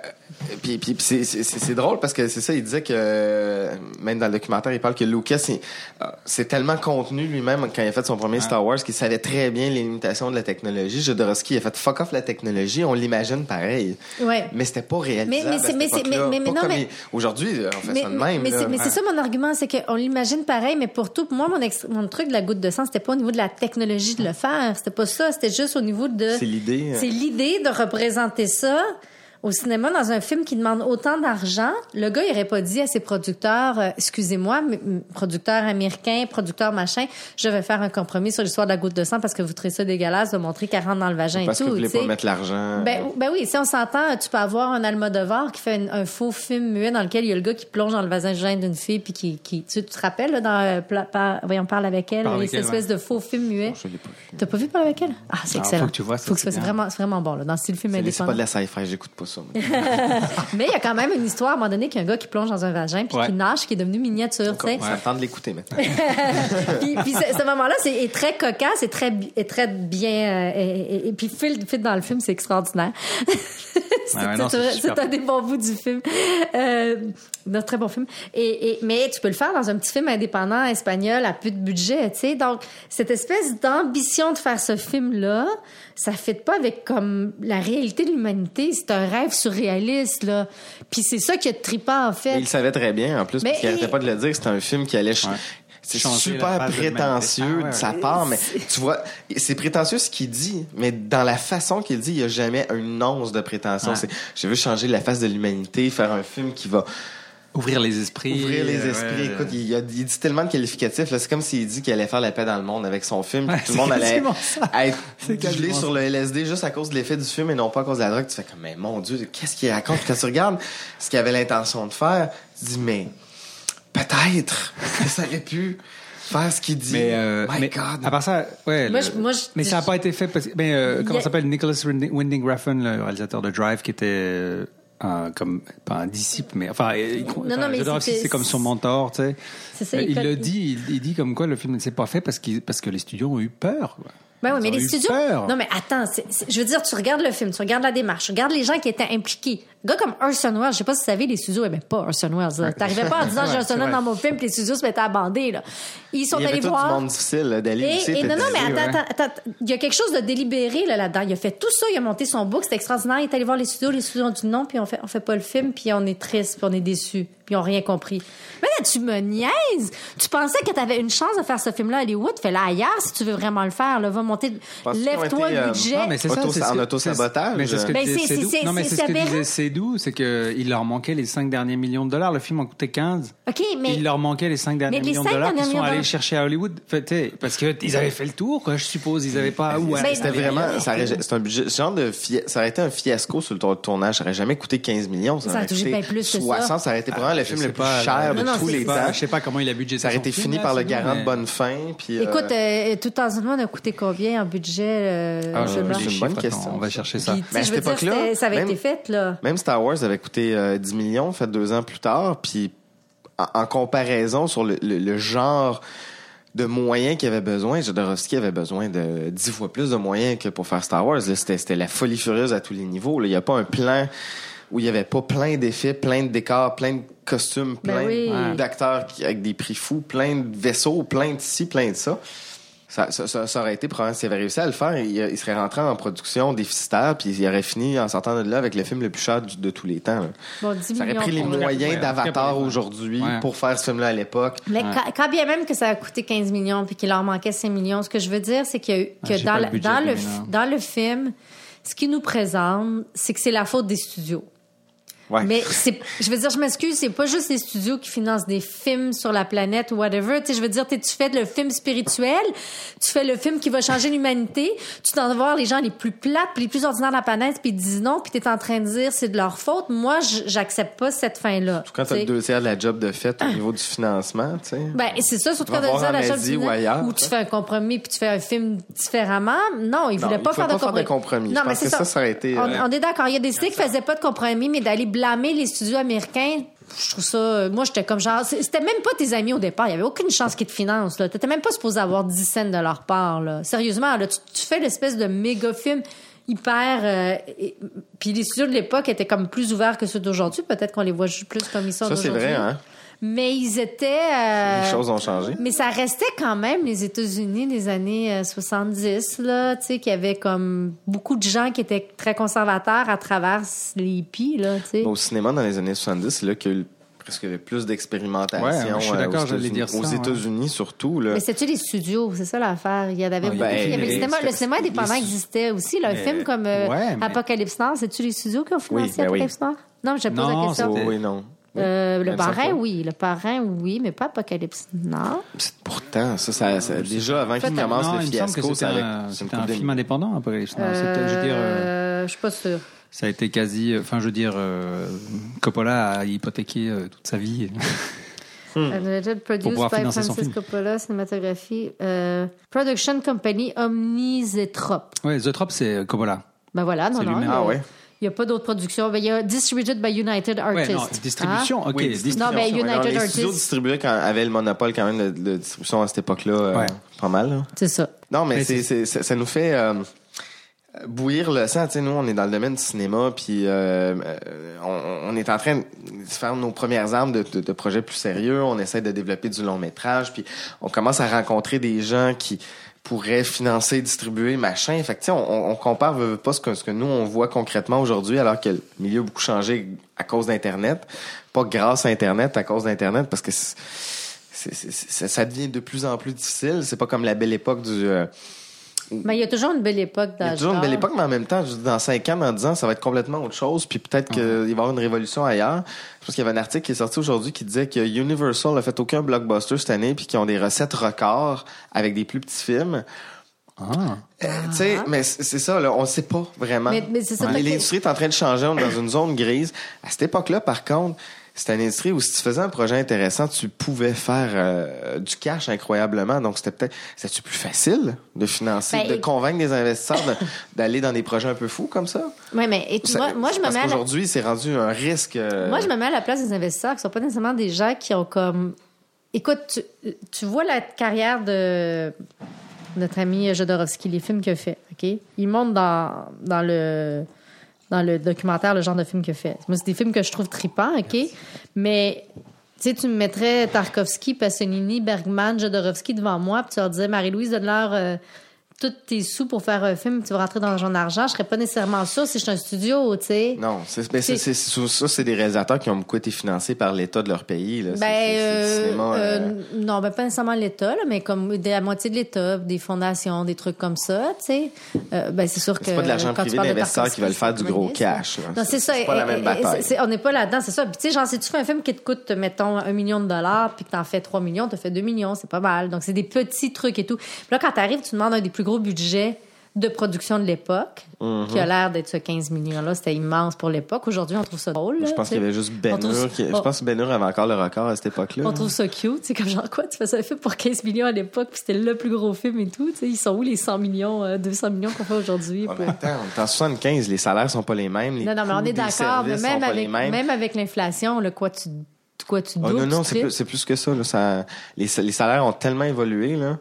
puis puis puis c'est- c'est c'est- c'est drôle parce que c'est ça, il disait que euh, même dans le documentaire, il parle que Lucas il- euh, c'est tellement contenu lui-même quand il a fait son premier Star Wars qu'il savait très bien les limitations de la technologie. Jodorowsky a fait fuck off la technologie, on l'imagine pareil. Ouais. Mais c'était pas réalisable. mais à c'est- cette mais c'est- époque-là. mais- mais- Pas non, comme mais- il- aujourd'hui on fait ça de même. mais là. c'est- mais c'est ça mon argument, c'est qu'on l'imagine pareil, mais pour tout, moi, mon, ex- mon truc de la goutte de sang, c'était pas au niveau de la technologie de le faire, c'était pas ça, c'était juste au niveau de... C'est l'idée, hein. C'est l'idée de représenter ça au cinéma dans un film qui demande autant d'argent. Le gars, il aurait pas dit à ses producteurs, euh, excusez-moi, mais, mm, producteur américain, producteur machin, je vais faire un compromis sur l'histoire de la goutte de sang parce que vous trouvez ça dégueulasse de montrer 40 dans le vagin Parce et que tout. vous voulez Ben, tu pas sais. mettre l'argent. Ben, ben oui, si on s'entend, tu peux avoir un Almodovar qui fait une- un faux film muet dans lequel il y a le gars qui plonge dans le vagin d'une fille puis qui, qui tu, tu te rappelles là, dans euh, Pla- Pa- voyons parle avec elle, Parle avec cette elle, espèce ouais. de faux film muet. Je l'ai pas vu. T'as pas vu parle avec elle Ah, c'est Ah, excellent. faut que tu vois ça, Faut que c'est c'est bien. vraiment c'est vraiment bon là, dans le style film C'est c'est indépendant. pas de la sci-fi, j'écoute pas ça. moi. Mais il y a quand même une histoire à un moment donné qu'il y a un gars qui plonge dans un vagin puis Ouais. qui nage qui est devenu miniature, tu sais. Ça me tente de l'écouter maintenant. puis, puis ce, ce moment-là, c'est est très cocasse, c'est très, bi- est très bien. euh, et, et- et puis, Phil, Phil dans le film, c'est extraordinaire. c'est Ouais, ouais, non, c'est- c'est c'est super. un des bons bouts du film. Euh, d'un très bon film. Et, et- mais tu peux le faire dans un petit film indépendant espagnol à plus de budget, tu sais. Donc, cette espèce d'ambition de faire ce film-là, ça ne fit pas avec comme la réalité de l'humanité. C'est un rêve surréaliste, là. Puis c'est ça qui a de trippant, en fait. Mais il savait très bien, en plus, Mais parce qu'il il- n'arrêtait pas de le dire. C'était un film qui allait... ch- Ouais. C'est Changer la super face de l'humanité. prétentieux Ah, ouais, de sa ouais. part, mais tu vois, c'est prétentieux ce qu'il dit, mais dans la façon qu'il dit, il n'y a jamais une once de prétention. Ouais. C'est, je veux changer la face de l'humanité, faire un film qui va Ouvrir les esprits. Ouvrir les esprits. Écoute, il, y a- il dit tellement de qualificatifs. là. C'est comme s'il dit qu'il allait faire la paix dans le monde avec son film. puis Ouais, tout le monde c'est allait quasiment ça. être C'est gelé quasiment sur le LSD juste à cause de l'effet du film et non pas à cause de la drogue. Tu fais comme, mais mon Dieu, qu'est-ce qu'il raconte? Quand tu regardes ce qu'il avait l'intention de faire, tu dis, mais peut-être que ça aurait pu faire ce qu'il dit. Mais, euh, My mais God. à part ça, ouais. Moi, le- je- moi, je- mais ça n'a pas été fait parce que, mais, euh, Il y comment a- ça s'appelle Nicholas Winding Winding Refn, le réalisateur de Drive, qui était euh, un, comme pas un disciple, mais enfin, euh, il- Non, non, enfin, mais Jodorowsky, c'était- c'est comme son mentor, tu sais. C'est ça, Euh, il il, colle- le il- dit, il, il dit comme quoi le film ne s'est pas fait parce qu'il parce que les studios ont eu peur. quoi. Ben oui, Ils mais ont les eu studios. peur. Non, mais attends, c'est- c'est- je veux dire, tu regardes le film, tu regardes la démarche, tu regardes les gens qui étaient impliqués. Un gars comme Orson Welles, je sais pas si vous savez, les studios aimaient pas Orson Welles. là. T'arrivais pas en disant Ouais, j'ai Orson c'est Welles vrai. dans mon film, puis les studios se mettaient à bander, là. Ils sont il y avait allés tout voir. du monde difficile, là, Dali aussi. Et, et était non, non, mais difficile. attends, attends, attends, attends. il y a quelque chose de délibéré là, là-dedans. il a fait tout ça, il a monté son book, c'était extraordinaire. Il est allé voir les studios, les studios ont dit non, puis on fait, on fait pas le film, puis on est triste, puis on est déçu, puis on rien compris. Mais là, tu me niaises! Tu pensais que t'avais une chance de faire ce film-là à Hollywood? Fais-le ailleurs si tu veux vraiment le faire. Là, va monter, Penses-tu qu'ils ont lève-toi été, le euh, budget. Non, mais c'est ça, Auto- c'est ce en que- auto-sabotage. c'est- Mais c'est ce que Ben, disait c'est- Sédou. c'est- Non, mais c'est c'est ce que aberrant. disait Sédou, c'est que il leur manquait les 5 derniers millions de dollars. Le film en coûtait 15. OK, mais. il leur manquait les 5 derniers mais les millions de cinq dollars derniers qu'ils sont millions de allés dollars. chercher à Hollywood. Fait, tu sais, parce qu'ils avaient fait le tour, quoi, je suppose. Ils n'avaient pas Ben, où aller. Ben, C'était vraiment, ça aurait- c'est un budget, ce genre de fia- ça aurait été un fiasco sur le tour- tournage. Ça aurait jamais coûté 15 millions. Ça, Ça aurait aurait touché coûté bien plus que ça. 60, ça. aurait été probablement le Je film sais le plus pas, cher Non, de non, tous c'est- les c'est- temps. Pas- Je sais pas comment il a budgété. Ça aurait été son fini film, par là, le Sédou, garant mais- de bonne fin. Puis, euh, Écoute, euh, tout en ce moment, on a coûté combien en budget? euh, Ah, je je sais veux pas. les une chiffres, bonne question. attends, On va chercher ça. Puis, tu sais, Mais à je cette veux dire, époque-là, c'était- ça avait même- été fait, là. Même Star Wars avait coûté euh, 10 millions, fait deux ans plus tard, puis en, en comparaison sur le, le- le genre de moyens qu'il avait besoin, Jodorowsky avait besoin de 10 fois plus de moyens que pour faire Star Wars. Là, C'était c'était la folie furieuse à tous les niveaux. là. Il n'y a pas un plan où il n'y avait pas plein d'effets, plein de décors, plein de costumes, Ben plein oui. Ouais. d'acteurs qui- avec des prix fous, plein de vaisseaux, plein de ci, plein de ça. Ça, ça- ça- ça aurait été probablement s'il avait réussi à le faire, il, il serait rentré en production déficitaire, puis il aurait fini en sortant de là avec le film le plus cher du- de tous les temps. là. Bon, 10 Ça aurait millions pris les pour- moyens Ouais, d'Avatar ouais. aujourd'hui Ouais. pour faire ce film-là à l'époque. Mais quand, quand bien même que ça a coûté 15 millions puis qu'il leur manquait 5 millions, ce que je veux dire, c'est qu'il y a eu- Ah, que j'ai dans, pas le le- budget, dans, le, mais non. f- dans le film, ce qu'ils nous présentent, c'est que c'est la faute des studios. Ouais. Mais c'est, je veux dire, je m'excuse, c'est pas juste les studios qui financent des films sur la planète ou whatever. Tu sais, je veux dire, t'es- tu fais le film spirituel, tu fais le film qui va changer l'humanité, tu t'en vas voir les gens les plus plates, puis les plus ordinaires de la planète, puis ils disent non, puis t'es en train de dire c'est de leur faute. Moi, j- j'accepte pas cette fin-là. Surtout quand t'as tu sais. le deux tiers de la job de fait au niveau du financement, tu sais. Ben, c'est ça, surtout Va quand on voir dit à en la Asie chef du ou Nord, ailleurs, où ça. tu fais un compromis puis tu fais un film différemment. Non, il Non, voulait il pas, pouvait faire, de pas faire de compromis. Je Non, mais pense c'est que ça. ça, ça aurait été, On, euh, on est d'accord. Il a décidé qu'il faisait pas de compromis, mais d'aller blâmer les studios américains. Je trouve ça. euh, Moi, j'étais comme genre. c'est- C'était même pas tes amis au départ. Il y avait aucune chance qu'ils te financent. Là, t'étais même pas supposé avoir 10 cents de leur part. Là. Sérieusement, là, tu, tu fais l'espèce de méga film hyper. euh, et- puis les studios de l'époque étaient comme plus ouverts que ceux d'aujourd'hui. Peut-être qu'on les voit juste plus comme ils sont Ça, c'est d'aujourd'hui. vrai, hein? Mais ils étaient. euh, Les choses ont changé. mais ça restait quand même les États-Unis des années euh, 70, là, tu sais, qu'il y avait comme beaucoup de gens qui étaient très conservateurs à travers les hippies, là, tu sais. Au cinéma, dans les années 70, c'est là qu'il y a eu presque le plus d'expérimentation Ouais, je suis euh, d'accord, aux j'allais États-Unis- dire ça, aux ouais. États-Unis surtout. Là. Mais c'était les studios, c'est ça l'affaire. Il y en avait beaucoup. Ben, Il y avait le les- cinéma, le les- cinéma indépendant les- existait aussi. Là, un Mais- film comme euh, ouais, mais- Apocalypse Now, c'est-tu les studios qui ont financé ben oui. Apocalypse Now? Non, je te pose Non, la question. Oui, c'était- oui, non. Euh, le Il me semble parrain, pas. oui. Le parrain, oui, mais pas Apocalypse Now. C'est- Pourtant, ça, ça, ça- déjà avant qu'il Fait, commence Ah, Non, le il me semble que fiasco, c'était c'est avec un, c'est une c'était un couple de- film indépendant, hein, Apocalypse Now. C'était, je veux dire, euh, Euh, Je suis pas sûre. ça a été quasi, enfin, je veux dire, euh, Coppola a hypothéqué euh, toute sa vie. Edited, produced pouvoir by financer son Francis film. Coppola, cinématographie. euh, production Company Omnisetrop. ouais, The Trop, c'est euh, Coppola. Ben voilà, non, C'est non. il lui-même. y a- Ah ouais? Il n'y a pas d'autres productions. Ben, il y a Distributed by United Artists. Ouais, non, distribution, Hein? ok. Oui, distribution. Non, ben, United Alors, les studios Artists. distribués quand, avaient le monopole quand même de, de distribution à cette époque-là, euh, Ouais. pas mal. là. C'est ça. Non, mais, Mais c'est, c'est- ça- ça nous fait euh, bouillir le sang. Tu sais, nous, on est dans le domaine du cinéma, puis euh, euh, on, on est en train de faire nos premières armes de, de- de projets plus sérieux. On essaie de développer du long métrage, puis on commence à rencontrer des gens qui pourraient financer, distribuer, machin. Fait que, tu sais, on, on- on compare veut, veut pas ce que, ce que nous, on voit concrètement aujourd'hui, alors que le milieu a beaucoup changé à cause d'Internet. Pas grâce à Internet, à cause d'Internet, parce que... c'est- c'est- c'est- ça, ça devient de plus en plus difficile. C'est pas comme la belle époque du, euh, Mais il y a toujours une belle époque dans Il y a toujours une belle époque, mais en même temps, je- dans 5 ans, dans 10 ans, ça va être complètement autre chose, puis peut-être qu'il va y avoir une révolution ailleurs. Je pense qu'il y avait un article qui est sorti aujourd'hui qui disait que Universal n'a fait aucun blockbuster cette année, puis qu'ils ont des recettes records avec des plus petits films. Euh, tu sais, Ben, mais c- c'est ça, là, on ne sait pas vraiment. Mais- mais c'est ça, Ouais. parce que- L'industrie est en train de changer, on est dans une zone grise. À cette époque-là, par contre, c'était une industrie où si tu faisais un projet intéressant, tu pouvais faire euh, du cash incroyablement. Donc, c'était peut-être... C'était-tu plus facile de financer, Ben, de et- convaincre des investisseurs de- d'aller dans des projets un peu fous comme ça? Oui, mais et tu Ça- vois, moi, je me parce mets à la- qu'aujourd'hui, c'est rendu un risque... euh, Moi, je me mets à la place des investisseurs qui sont pas nécessairement des gens qui ont comme. Écoute, tu, tu vois la carrière de notre ami Jodorowsky, les films qu'il a fait, OK? Il monte dans, dans le dans le documentaire le genre de film qu'il a fait. Moi, c'est des films que je trouve tripants, OK? Mais tu sais, tu me mettrais Tarkovsky, Pasolini, Bergman, Jodorowsky devant moi, puis tu leur disais, Marie-Louise, donne-leur euh, tous tes sous pour faire un film, puis tu vas rentrer dans le genre d'argent. Je serais pas nécessairement sûre si je suis un studio, tu sais. Non, c'est, mais c'est- c'est- c'est- ça, c'est des réalisateurs qui ont beaucoup été financés par l'État de leur pays. Là. C'est- Ben, c'est- c'est du euh, cinéma, euh, euh, non, ben pas nécessairement l'État, là, mais comme de la moitié de l'État, des fondations, des trucs comme ça, tu sais. Euh, ben, c'est sûr que. C'est pas de l'argent quand tu privé parles de d'investisseurs qui Tarkovsky, veulent faire du c'est gros communiste, cash. là. Non, c'est ça. C'est pas la Et- même et- bataille. c'est- c'est- on n'est pas là-dedans, c'est ça. Puis, tu sais, genre, si tu fais un film qui te coûte, mettons, un million de dollars, puis que t'en fais trois millions, t'as fait deux millions, c'est pas mal. Donc, c'est des petits trucs et tout. Puis là, quand t'arrives, tu demandes un des plus gros budgets de production de l'époque, Mhm. qui a l'air d'être ce 15 millions-là. C'était immense pour l'époque. Aujourd'hui, on trouve ça drôle. là, Je pense tu sais. qu'il y avait juste Ben On trouve- Hur qui- Je on- pense que Ben Hur avait encore le record à cette époque-là. on trouve ça cute, c'est comme genre quoi, tu faisais un film pour 15 millions à l'époque, puis c'était le plus gros film et tout, tu sais, ils sont où les 100 millions, euh, 200 millions qu'on fait aujourd'hui Ouais, pour- Ah, mais Attends, on est en 75, les salaires sont pas les mêmes. Les Non non, mais coûts on est des d'accord, services mais sont même pas les avec mêmes. même avec l'inflation, le quoi tu quoi tu Oh, doubles, non, non, tu c'est plus, triples. c'est plus que ça, là. Ça- les, les salaires ont tellement évolué. là.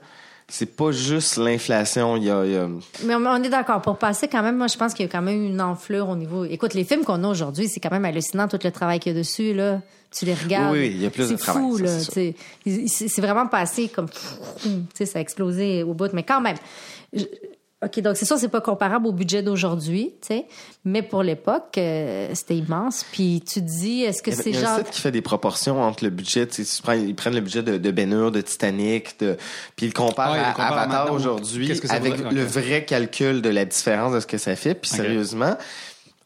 C'est pas juste l'inflation. Il y a- il y a... Mais on- on est d'accord. Pour passer quand même, moi, je pense qu'il y a quand même une enflure au niveau. Écoute, les films qu'on a aujourd'hui, c'est quand même hallucinant tout le travail qu'il y a dessus, là. Tu les regardes. Oui, oui, il y a plus de C'est travail, fou, ça, là. c'est sûr. tu sais. Il- il- C'est c'est vraiment passé comme, pfff, tu sais, ça a explosé au bout. Mais quand même. je- OK, donc c'est sûr, c'est pas comparable au budget d'aujourd'hui, tu sais. Mais pour l'époque, euh, c'était immense. Puis tu te dis, est-ce que Eh ben, Il y a- c'est il y a genre. un site qui fait des proportions entre le budget. tu sais, si tu prends- ils prennent le budget de, de Ben Hur, de Titanic, de, puis ils le comparent Ah, ils le à comparent Avatar maintenant. aujourd'hui Qu'est-ce que ça avec vaudrait? le Ok. vrai calcul de la différence de ce que ça fait. Puis Ok. sérieusement,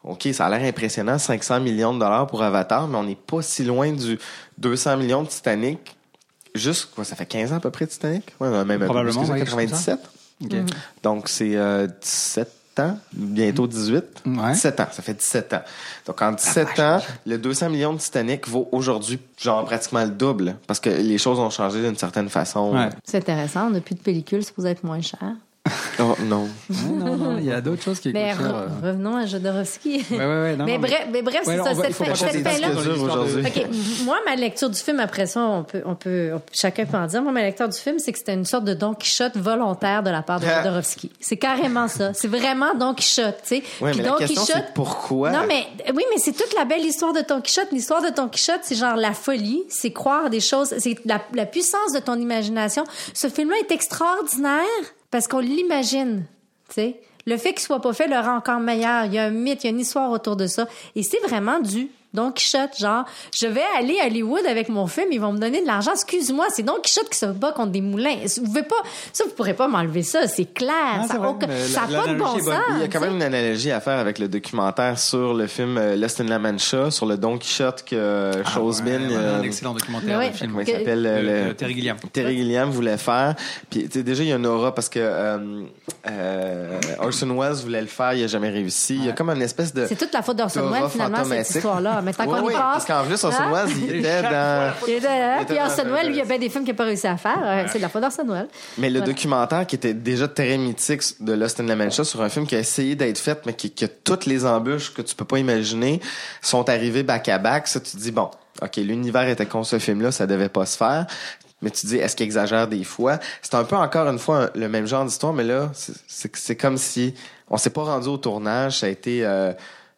OK, ça a l'air impressionnant, 500 millions de dollars pour Avatar, mais on n'est pas si loin du 200 millions de Titanic. Juste, quoi, ça fait 15 ans à peu près Titanic? Ouais, non, même un peu plus Probablement, que ça, ouais, quelque chose comme 97. Mhm. Donc, c'est euh, 17 ans, bientôt 18. Mm, Mm. 17 ans, ça fait 17 ans. Donc, en 17 ans, le 200 millions de Titanic vaut aujourd'hui, genre, pratiquement le double. Parce que les choses ont changé d'une certaine façon. C'est intéressant, on n'a plus de pellicule, c'est supposé être moins cher. Oh, non. non, non, il y a d'autres choses qui Mais coûtent cher, Ben, re- euh. revenons à Jodorowsky. Ouais, ouais, ouais, non, mais, non, mais- bref, mais bref, Ouais, c'est non, ça. on va- il Cette, faut pas cette changer fin-là. d'histoire de- aujourd'hui. OK, m- moi, ma lecture du film, après ça, on peut, on peut, on peut- chacun peut en dire. Moi, ma lecture du film, c'est que c'était une sorte de Don Quichotte volontaire de la part de Ah. Jodorowsky. C'est carrément ça. C'est vraiment Don Quichotte, tu sais. Ouais, Puis mais Don la question, Quichotte- c'est pourquoi? non, mais oui, mais c'est toute la belle histoire de Don Quichotte. L'histoire de Don Quichotte, c'est genre la folie, c'est croire à des choses, c'est la, la puissance de ton imagination. Ce film-là est extraordinaire parce qu'on l'imagine, tu sais. Le fait qu'il soit pas fait le rend encore meilleur. Il y a un mythe, il y a une histoire autour de ça. Et c'est vraiment du Don Quichotte, genre, je vais aller à Hollywood avec mon film, ils vont me donner de l'argent. Excuse-moi, c'est Don Quichotte qui se bat contre des moulins. Vous pouvez pas, ça, vous pourrez pas m'enlever ça, c'est clair. Non, ça c'est n'a vrai, mais la- pas de bon l'analogie est sens. bonne. Il y a tu sais. quand même une analogie à faire avec le documentaire sur le film euh, Lost in La Mancha, sur le Don Quichotte que euh, Chosbin. Ah Ouais, euh, un excellent documentaire Ouais. de film. Comment il s'appelle Le- le- le Terry Gilliam. Terry Gilliam voulait faire. Puis, tu sais, déjà, il y a une aura parce que euh, euh, Orson Welles voulait le faire, il n'a jamais réussi. Il y a comme une espèce de. C'est toute la faute d'Orson d'aura Welles, finalement, cette fantomatique. histoire-là. Maintenant Ouais, qu'on ouais, y passe. Parce qu'en plus, Orson Hein? Welles, il était dans. Il était là, Il hein, puis était dans- Orson Welles, lui, il y a bien des films qu'il n'a pas réussi à faire. Euh, C'est de la faute d'Orson Welles. Mais le Voilà. documentaire qui était déjà très mythique de Lost in La Mancha sur un film qui a essayé d'être fait, mais qui, que toutes les embûches que tu peux pas imaginer sont arrivées back à back. Ça, tu te dis, bon, OK, l'univers était con ce film-là, ça devait pas se faire. Mais tu te dis, est-ce qu'il exagère des fois? C'est un peu encore une fois un- le même genre d'histoire, mais là, c'est- c'est c'est comme si on s'est pas rendu au tournage, ça a été euh,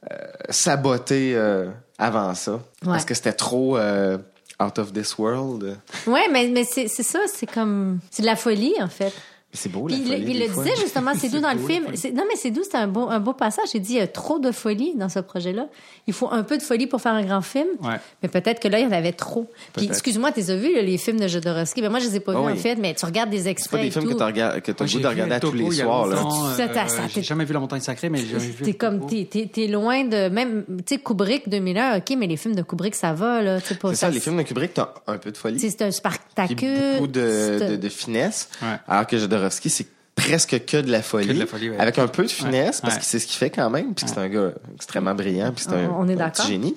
euh, saboté euh, avant ça. Parce que c'était trop euh, out of this world. Ouais, mais, mais c'est c'est ça, c'est comme. C'est de la folie, en fait. C'est beau, Puis la il, folie, il des le fois. disait justement, c'est doux dans le beau, la film. folie. C'est- Non, mais c'est doux, c'était un beau, un beau passage. Il dit, il y a trop de folie dans ce projet-là. Il faut un peu de folie pour faire un grand film. Ouais. Mais peut-être que là, il y en avait trop. Puis, Peut-être. excuse-moi, t'es as vu là, les films de Jodorowsky? Ben, moi, je les ai pas Ah vus, en oui. fait, mais tu regardes des C'est pas extraits des films et que tout. tu regardes, que t'as le goût de regarder à tous les soirs, là. Ça, t'as- ça, euh, J'ai jamais vu La Montagne Sacrée, mais j'ai vu. T'es comme, t'es, t'es, t'es loin de, même, tu sais, Kubrick 2001, OK, mais les films de Kubrick, ça va, là. C'est C'est ça, les films de Kubrick, t'as un peu de folie. C'est un Puis spectacule. beaucoup de, c'est un- de, de finesse. Alors que Jodorowsky, c'est presque que de la folie. Que de la folie, ouais. Avec un peu de finesse, Ouais. parce Ouais. que c'est ce qu'il fait quand même, puis que c'est un gars extrêmement brillant, puis c'est un, On est un d'accord. petit génie.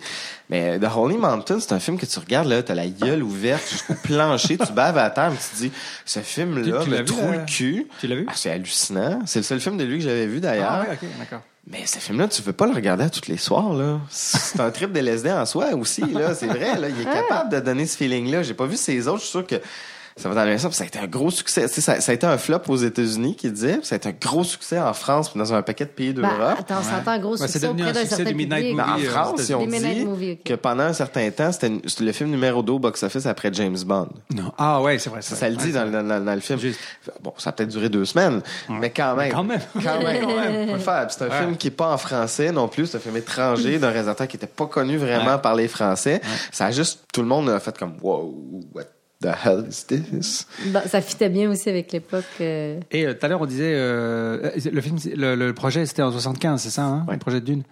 Mais The Holy Mountain, c'est un film que tu regardes, là, t'as la gueule ouverte jusqu'au plancher, tu baves à terre, puis tu te dis, ce film-là Tu- tu me l'as vu, trouve la- le cul. Tu l'as vu? Ah, c'est hallucinant. C'est le seul film de lui que j'avais vu, d'ailleurs. Ah, ouais, ok, d'accord. Mais ce film-là, tu veux pas le regarder à tous les soirs, là. C'est un trip de LSD en soi aussi, là. C'est vrai, là. Il est Ah. capable de donner ce feeling-là. J'ai pas vu ses autres. Je suis sûr que ça va dans le sens. Puis ça a été un gros succès. Tu sais, ça, ça a été un flop aux États-Unis, qui disait. Puis ça a été un gros succès en France, puis dans un paquet de pays Ben, d'Europe. attends, on s'entend un gros Ben, c'est succès devenu auprès un d'un succès certain des Midnight public. Mais Bah, en Oui, euh, France, si on Des Midnight dit Movie, ok. que pendant un certain temps, c'était une- c'était le film numéro 2 au box-office après James Bond. Non. Ah, ouais, c'est vrai. Ça, ça le dit dans, dans- dans- dans le film. Bon, ça a peut-être duré deux semaines, mais quand même. Quand même. Quand même, faut le faire. Puis C'est un Ouais. film qui n'est pas en français non plus. C'est un film étranger d'un réalisateur qui n'était pas connu vraiment par les Français. Ça a juste, tout le monde a fait comme, wow, what the hell is this? Bon, Bah, ça fitait bien aussi avec l'époque. euh, Et euh, tout à l'heure, on disait. euh, le, film, le, le projet, c'était en 75, c'est ça, hein? Le projet de Dune.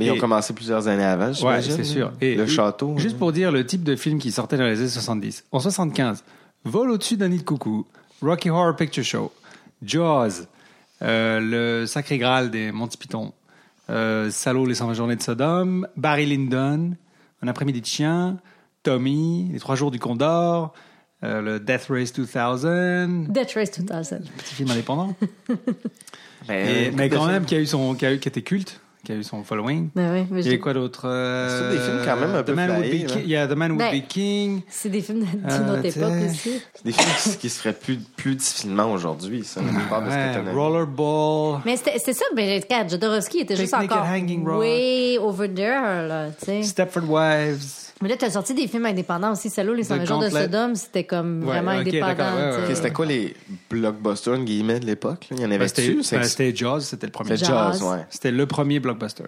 Mais ils ont Et- commencé plusieurs années avant, Ouais, j'imagine. c'est sûr. le château. euh. Juste pour dire le type de film qui sortait dans les années 70. En 75, Vol au-dessus d'un nid de coucou, Rocky Horror Picture Show, Jaws, euh, Le Sacré Graal des Monty Python, euh, Salaud, les 120 journées de Sodome, Barry Lyndon, Un après-midi de chien, Tommy, Les trois jours du Condor, euh, le Death Race 2000, Death Race Ah 2000. petit film indépendant. Ben, Et- euh, mais quand de- même, qui a eu son, qui a eu, qui était culte, qui a eu son following. Ben ouais, mais Il y avait j'ai- quoi d'autre euh, C'est des films quand même un The peu Man Who Would flyés, Be là. Ki- Il y a The Man Who Would Ben, Be King. C'est des films de- Euh, d'une autre époque t'sais- aussi. Des films qui- qui se feraient plus, plus difficilement aujourd'hui, ça. la plupart de ce que Ouais, t'en as vu. Rollerball. Mais c'était c'était ça, ben, regarde, Jodorowsky était juste Picnic at encore Hanging Rock. way over there, là, tu sais. Stepford Wives. Mais là, t'as sorti des films indépendants aussi. Salaud, Les 100 The jours de Gauntlet. Sodome, c'était comme Ouais, vraiment ok, indépendant. d'accord, ouais, tu sais. ouais, Ok, C'était quoi les blockbusters, entre guillemets, de l'époque? là? Il y en Ben, C'était avait-tu? C'est- ben, c'était Jaws, c'était le premier. C'était Jaws. Jaws, ouais. C'était le premier blockbuster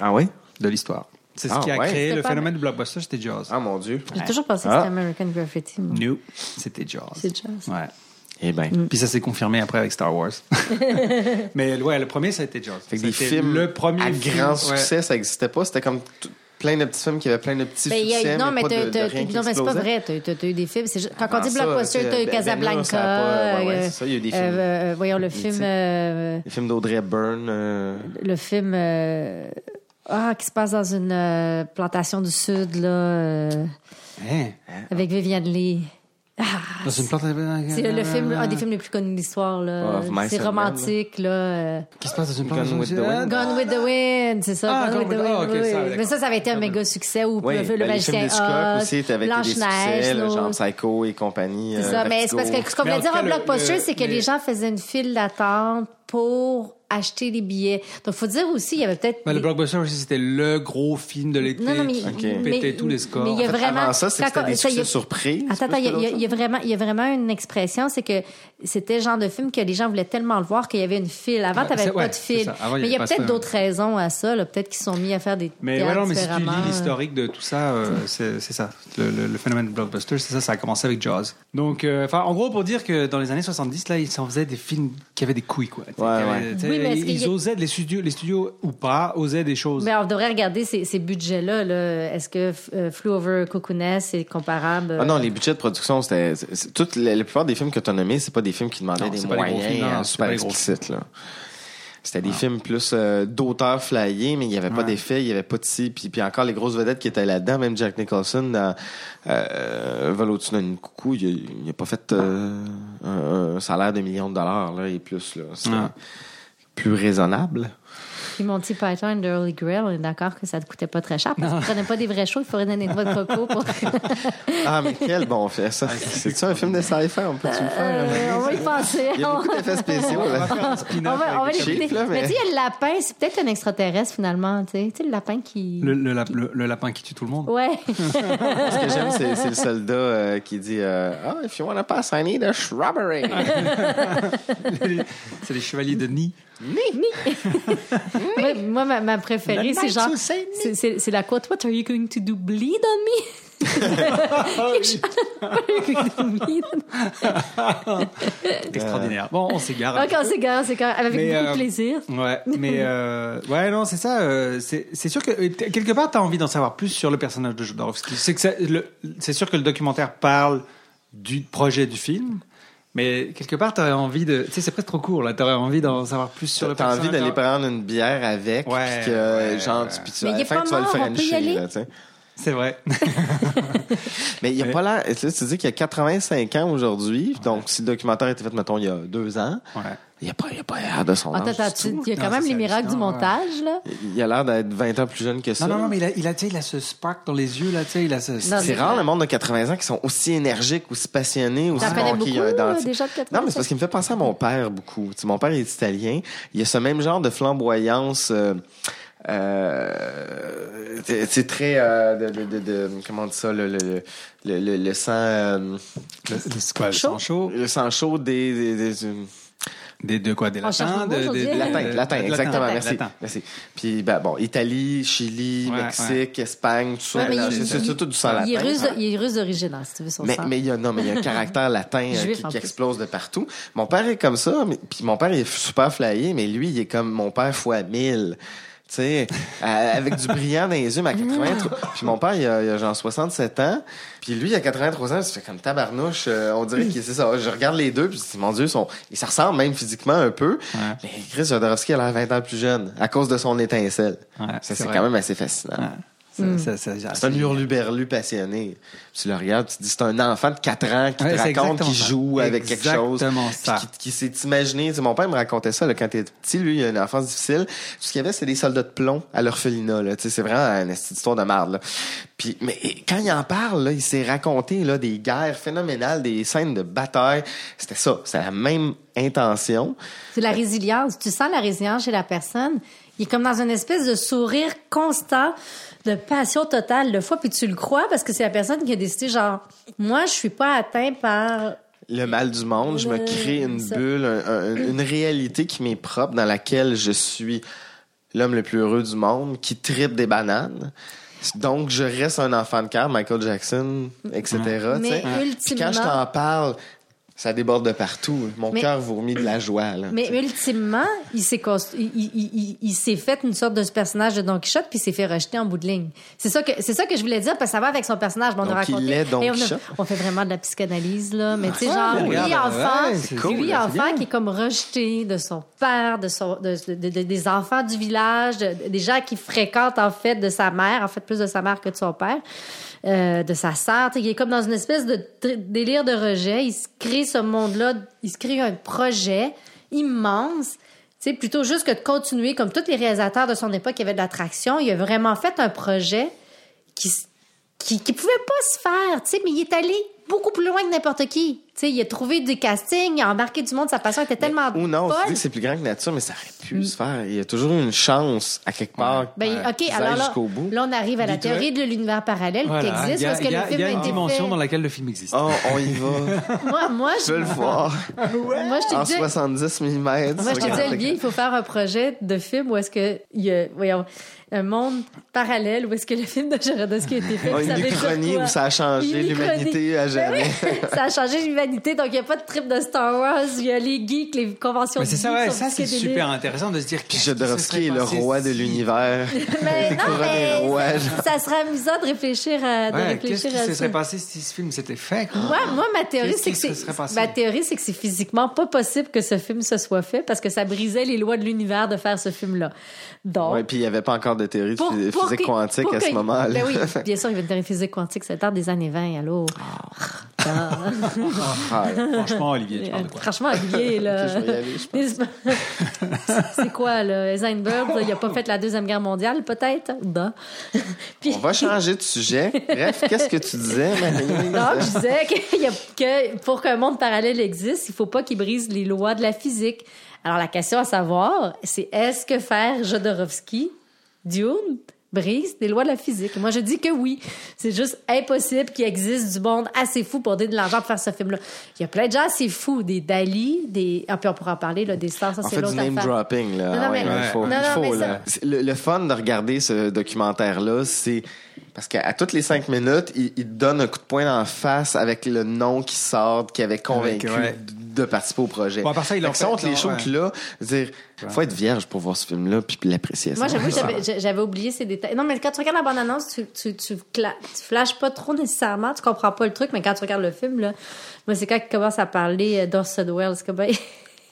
Ah ouais? de l'histoire. C'est ce Ah, qui a ouais. créé C'était le pas phénomène du blockbuster, c'était Jaws. Ah mon Dieu. J'ai toujours pensé que Ah. c'était American Graffiti. moi. New, c'était Jaws. C'est Jaws. Ouais. Eh ben. Mm. Puis ça s'est confirmé après avec Star Wars. Mais ouais, le premier, ça a été Jaws. Fait que des C'était films le premier à film, grand ouais. succès, ça n'existait pas. C'était comme t- plein de petits films qui avaient plein de petits Ben, il y a eu- succès. non, mais, pas de, t'as- de t'as- rien qui non, mais c'est pas explosait. vrai. T'as eu- t'as t'as eu des films. c'est juste- Quand on Avant dit ça, blockbuster, c'est- t'as eu ben, ben non, Casablanca. ça a pas- ouais, ouais, euh, c'est ça, il y a eu euh, des films. euh, voyons le Tu sais. film. euh, Les films d'Audrey Byrne. euh, le film euh, ah qui se passe dans une euh, plantation du sud là euh, Hein? avec Viviane Lee. Dans une plante. Ah, C'est le film un des films les plus connus de l'histoire là. Of Mice c'est and Men, romantique là. euh. Qui se passe dans une Gone plante. with the Wind. Gone with the Wind, c'est ça. Ah, Gone with the Wind. ah, ok, oui, ça, oui. d'accord. Mais ça, ça avait été un méga succès ou le, ouais, ben, les films magicien ah, des Hitchcock Oz, aussi, t'avais des succès, Blanche-Neige. le nos- genre Psycho et compagnie. C'est euh, ça, mais c'est Vertigo. parce que ce qu'on Mais en voulait dire tout en cas, le- blockbuster, le- c'est que mais- les gens faisaient une file d'attente pour acheter les billets. Donc, faut dire aussi, il y avait peut-être. Ben, le des- blockbuster aussi, c'était le gros film de l'été Non, non, mais- qui Ok. pétait mais- tous les scores. mais il y a En fait, vraiment- Avant ça, c'est que quand- c'était des ça, il y a- succès surprises. Attends, attends, il plus y, a- que il y a- d'autres il y a vraiment, il y a vraiment une expression, c'est que c'était le genre de film que les gens voulaient tellement le voir qu'il y avait une file. Avant, Ouais, t'avais Ah, c'est- pas ouais, de c'est file. ça. Avant, il y mais il y avait a pas peut-être ça. d'autres raisons à ça, là. Peut-être qu'ils sont mis à faire des. Mais ouais, théâtres non, mais si tu différemment. lis l'historique de tout ça, euh, c'est c'est ça. Le, le- le phénomène de blockbuster, c'est ça, ça a commencé avec Jaws. Donc, euh, enfin, en gros, pour dire que dans les années 70, là, ils s'en faisaient des films qui avaient des couilles, quoi. T'sais, Ouais, qui avaient- ouais. t'sais, Oui, mais est-ce qu'il ils y a- osaient, les studios, les studios ou pas, osaient des choses. Mais on devrait regarder ces, ces budgets-là. là. Est-ce que euh, Flew Over Cocooness c'est comparable? euh, Ah non, les budgets de production, c'était. c'est- c'est- Toute la, la plupart des films que tu as nommés, c'est pas des films qui demandaient Non, des c'est pas des gros moyens films, Ah. non, euh, c'est pas super des gros explicites. là. C'était des films plus euh, d'auteurs flyés, mais il n'y avait pas d'effet, il n'y avait pas de ci. Puis, puis encore les grosses vedettes qui étaient là-dedans, même Jack Nicholson dans euh, Vol au-dessus d'un coucou, il a- il n'a pas fait euh, Ah. un, un salaire de millions de dollars là, et plus. là. C'est Ouais. plus raisonnable. Puis Monty Python et Early Grail, on est d'accord que ça ne coûtait pas très cher parce qu'on ne prenait pas des vrais shows, il faudrait donner une voix de coco pour. Ah, mais quel bon fait, Ah, ça. C'est-tu un film de sci-fi? On peut-tu le faire? Euh, on va y penser. Il y a beaucoup d'effets spéciaux, là. On va, on va Cheap, l'écouter. là, Mais mais- tu sais, il y a le lapin, c'est peut-être un extraterrestre finalement, tu sais. Tu sais, le lapin qui. Le, le lap- le- le lapin qui tue tout le monde. Ouais. Ce que j'aime, c'est c'est le soldat euh, qui dit euh, Ah, if you want to pass, I need a shrubbery. C'est les chevaliers de Nid. Ouais, moi, ma, ma préférée, Le c'est genre. Night Society. C'est c'est- c'est la quote What are you going to do? Bleed on me? Extraordinaire. Bon, on s'égare. Ok, on s'égare, c'est quand Avec Mais, beaucoup euh, de plaisir. Ouais, mais euh, ouais, non, c'est ça. euh, c'est c'est sûr que euh, t- quelque part, t'as envie d'en savoir plus sur le personnage de Jodorowsky. C'est que ça- le- c'est sûr que le documentaire parle du projet du film, mais quelque part, t'aurais envie de. Tu sais, c'est presque trop court là. T'aurais envie d'en savoir plus sur le T'as personnage. envie d'aller prendre une bière avec, Ouais, puis que, ouais, genre, ouais. tu, puis tu, Mais à il la est fin, pas tu vas le mort, on peut y frencher, aller. là, tu sais. C'est vrai. Mais il n'y a pas l'air. Tu sais, tu dis qu'il y a 85 ans aujourd'hui, donc si le documentaire a été fait, mettons, il y a deux ans, Ouais. il n'y a, pas- il y a pas l'air de son Attends, âge. attends, tu- il y a quand Non, même ça, les c'est miracles du hallucinant, ouais. montage, là. Il a l'air d'être 20 ans plus jeune que ça. Non, non, non, mais il a, il a, tu sais, il a ce spark dans les yeux là. Tu sais, il a ce. Non, C'est rare le monde de 80 ans qui sont aussi énergiques, aussi passionnés, aussi T'en connais conquis, beaucoup, euh, dans- euh, des gens de 80 Non, mais c'est parce qu'il me fait penser à mon père beaucoup. Tu sais, mon père est italien. Il a ce même genre de flamboyance. Euh, euh, c'est- c'est très euh, de, de, de, de- comment on dit ça le le le le, le- le sang euh, Le, le- quoi, le sang chaud. le sang chaud des, des- des- euh, Des de quoi, des On cherche latins, le mot de, aujourd'hui. des- latin de- latin de- exactement latin, merci latin. merci puis ben, bon Italie Chili Ouais, Mexique Espagne tout ça Ouais, mais là, il- c'est- c'est il- c'est tout du sang latin Il est russe, ça. il est russe d'origine, hein, si tu veux son Mais, sang. mais il y a non, mais il y a un caractère latin euh, Juif, qui, en qui plus. explose de partout. Mon père est comme ça, mais, puis mon père il est super flyé, mais lui il est comme mon père fois mille. Tu sais, à- avec du brillant dans les yeux, mais à 83. Puis mon père, il a, il a genre 67 ans. Puis lui, il a 83 ans. Ça fait comme tabarnouche. euh, on dirait que c'est ça. Je regarde les deux, puis je dis, mon Dieu, ils sont, ils se ressemblent même physiquement un peu. Mais Chris Jodorowsky a l'air 20 ans plus jeune à cause de son étincelle. Ouais, ça, c'est c'est vrai. quand même assez fascinant. Ouais. Ça- Hmm. ça- ça- C'est un hurluberlu passionné. Tu le regardes, tu te dis, c'est un enfant de 4 ans qui Ouais, te c'est raconte, qui exactement ça. joue avec quelque chose. Exactement ça. puis Qui, qui s'est imaginé. Tu sais, mon père me racontait ça, là, quand il était petit, lui, il a une enfance difficile. Tout ce qu'il y avait, c'est des soldats de plomb à l'orphelinat, là. Tu sais, c'est vraiment une petite histoire de marde, là. Puis, mais quand il en parle, là, il s'est raconté, là, des guerres phénoménales, des scènes de bataille. C'était ça. C'est la même intention. C'est la résilience. Tu sens la résilience chez la personne. Il est comme dans une espèce de sourire constant, de passion totale, de foi, puis tu le crois parce que c'est la personne qui a décidé, genre, moi, je suis pas atteint par le mal du monde, je me Le- crée une ça. bulle, un- un- une réalité qui m'est propre, dans laquelle je suis l'homme le plus heureux du monde, qui tripe des bananes. Donc, je reste un enfant de cœur, Michael Jackson, etc. tu Mais sais. ultimement- Puis quand je t'en parle, ça déborde de partout. Mon Mais- cœur vourmit de la joie. là, Mais tu sais. ultimement, il s'est constru- il, il- il- il s'est fait une sorte de ce personnage de Don Quichotte puis il s'est fait rejeter en bout de ligne. C'est ça que c'est ça que je voulais dire parce que ça va avec son personnage. Bon, on a Donc, il raconté- est Don Et on, a- Quichotte. on fait vraiment de la psychanalyse là, mais tu sais genre mais lui regarde, enfant, ouais, c'est lui, cool, là, c'est enfant qui est comme rejeté de son père, de son de- de- de- des enfants du village, de- des gens qui fréquentent en fait de sa mère, en fait plus de sa mère que de son père. euh, de sa sœur, Tu sais, il est comme dans une espèce de tr- délire de rejet. Il se crée ce monde-là, il se crée un projet immense. Tu sais, plutôt juste que de continuer, comme tous les réalisateurs de son époque qui avaient de l'attraction, il a vraiment fait un projet qui, s- qui, qui pouvait pas se faire, tu sais, mais il est allé beaucoup plus loin que n'importe qui. Tu sais, il a trouvé des castings, il a embarqué du monde, sa passion était tellement Ou non, tu dis folle. que c'est plus grand que nature, mais ça aurait pu se faire. Il y a toujours une chance, à quelque part. Ben, OK, qu'ils alors aillent là, jusqu'au bout. là, on arrive à la Dis-toi- théorie de l'univers parallèle Voilà. qui existe Il y a- parce que il y a- le film il y a a une été dimension fait. dans laquelle le film existe. Oh, on y va. Moi, moi, Je veux le voir. Moi, je En te dis... 70 mm. Moi, je te dis, Regarde. Olivier, il faut faire un projet de film où est-ce que il y a, voyons, un monde parallèle où est-ce que le film de Jodorowsky a été fait. Ah, puis ça une veut dire uchronie quoi? où ça a changé Une Ben l'humanité à jamais. ça a changé l'humanité, donc il n'y a pas de trip de Star Wars, il y a les geeks, les conventions Mais c'est ça, geeks ouais, sur ça c'est psychédéliques. super intéressant de se dire. Puis qu'est-ce qui se Jodorowsky serait est le passé roi de si- l'univers. Mais non, couronné mais rouage. ça serait amusant de réfléchir à, Ah, de Ouais, qu'est-ce réfléchir qui à se ça. serait passé si ce film s'était fait quoi? Moi, moi, ma théorie, Qu'est-ce c'est que qui se serait c'est, passé? ma théorie, c'est que c'est physiquement pas possible que ce film se soit fait parce que ça brisait les lois de l'univers de faire ce film-là. Donc, Ouais, puis il n'y avait pas encore de théorie de pour- phys- pour physique que- quantique pour à ce que- moment-là. Ben oui, bien sûr, il y avait une théorie physique quantique, ça date des années 20, allô? Franchement, Olivier, tu parles de quoi euh, Franchement, Olivier, là. Ok, je vais y aller, C'est quoi, là? Heisenberg, là, il a pas fait la Deuxième Guerre mondiale, peut-être? Ben. Puis- On va changer de sujet. Bref, qu'est-ce que tu disais, Marie? Non, je disais qu'il y a- que pour qu'un monde parallèle existe, il faut pas qu'il brise les lois de la physique. Alors, la question à savoir, c'est est-ce que faire Jodorowsky, Dune, brise les lois de la physique? Moi, je dis que oui. C'est juste impossible qu'il existe du monde assez fou pour donner de l'argent pour faire ce film-là. Il y a plein de gens assez fous, des Dali, des... Ah, puis on pourra en parler, là, des stars, ça, On c'est fait l'autre du name affaire. dropping, là. Non, non, Ah ouais, mais- il faut, non, il non, faut, mais ça- là. C'est- Le, le fun de regarder ce documentaire-là, c'est parce qu'à toutes les cinq minutes, il, il te donne un coup de poing en face avec le nom qui sort, qui avait convaincu Avec, ouais. de de participer au projet. Bon, à part ça, ils Fait l'ont que entre fait, les non, shows ouais. que là, je veux dire, faut être vierge pour voir ce film-là puis l'apprécier. à Moi, ça. j'avoue, j'avais- j'a- j'avais oublié ces détails. Non, mais quand tu regardes la bande-annonce, tu, tu, tu, cla- tu flashes pas trop nécessairement, tu comprends pas le truc, mais quand tu regardes le film, là, moi, c'est quand il commence à parler euh, d'Orson Welles, que ben,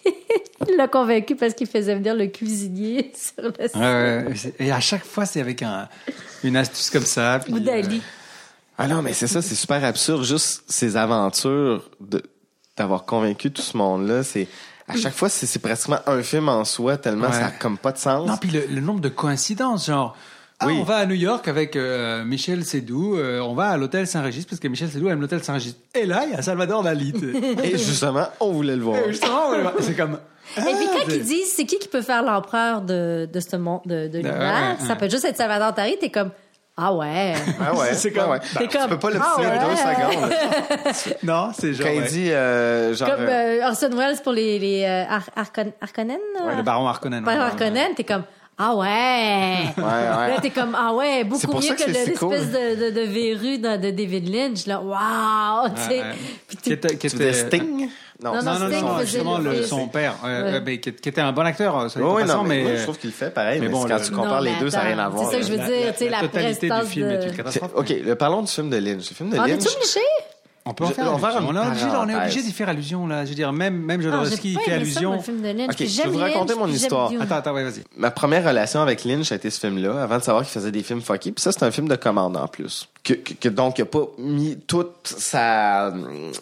il l'a convaincu parce qu'il faisait venir le cuisinier sur le site. Ouais, ouais, c'est- et à chaque fois, c'est avec un- une astuce comme ça. puis, Ou euh, d'Ali. Ah non, mais c'est ça, c'est super absurde. Juste ces aventures de d'avoir convaincu tout ce monde-là, c'est à chaque fois c'est c'est pratiquement un film en soi tellement Ouais. ça a comme pas de sens. Non, puis le, le nombre de coïncidences, genre. ah, Oui. on va à New York avec euh, Michel Sédou. euh, on va à l'hôtel Saint-Régis parce que Michel Sédou aime l'hôtel Saint-Régis. Et là, il y a Salvador Dali. tu sais. Et justement, on voulait le voir. Et justement, ouais, c'est comme. Et puis Ah, quand ils disent c'est qui qui peut faire l'empereur de, de ce monde, de, de l'univers, Ah, ouais, ouais. ça peut juste être Salvador Tari, t'es comme, ah ouais. Ah ouais, C'est ah comme- bah, ouais. T'es Tu comme, peux pas le ah tirer ouais. deux secondes. Non, c'est genre. Quand il ouais. dit euh, genre Comme euh, euh, Orson Welles pour les, les euh, Ar- Arcon- euh? Harkonnen, Ouais, le baron Harkonnen. hein. Par ouais. Harkonnen, t'es comme ah ouais. Là t'es comme ah ouais C'est beaucoup pour mieux ça que, que c'est- le- c'est l'espèce cool. de, de, de verrue dans- de David Lynch là. Waouh. tu sais. ouais. Puis t'es- Qui était, qui tu faisais était- Sting Non, Non, Non, non, Sting non, faisait justement, le- le- son père, euh, Ouais. euh, ben, qui, qui était un bon acteur, euh, soit dit en Oui, passant, non, mais, mais, moi, je trouve qu'il le fait pareil, mais mais, bon, quand le- tu Non, compares les mais deux, ça n'a attends, rien à voir. C'est ça que je veux La- dire, la- tu sais, la la, totalité du prestance film est de- une C'est- catastrophe. OK, le parlons du film de Lynch. Le film de Ah, Lynch. es-tu obligé? On peut en Je- faire, on va faire allusion. on, une est obligé, on est parenthèse. obligé d'y faire allusion, là. Je veux dire, même, même Ah, Jodorowsky j'ai pas fait aimé ça, moi, allusion. le film de Lynch. Ok, puis je j'aime vais vous raconter Lynch, mon puis j'aime histoire. Dune. Attends, attends, ouais, vas-y. Ma première relation avec Lynch a été ce film-là, avant de savoir qu'il faisait des films fucky. Puis ça, c'est un film de commande en plus. Que, que- que donc, il a pas mis toute sa,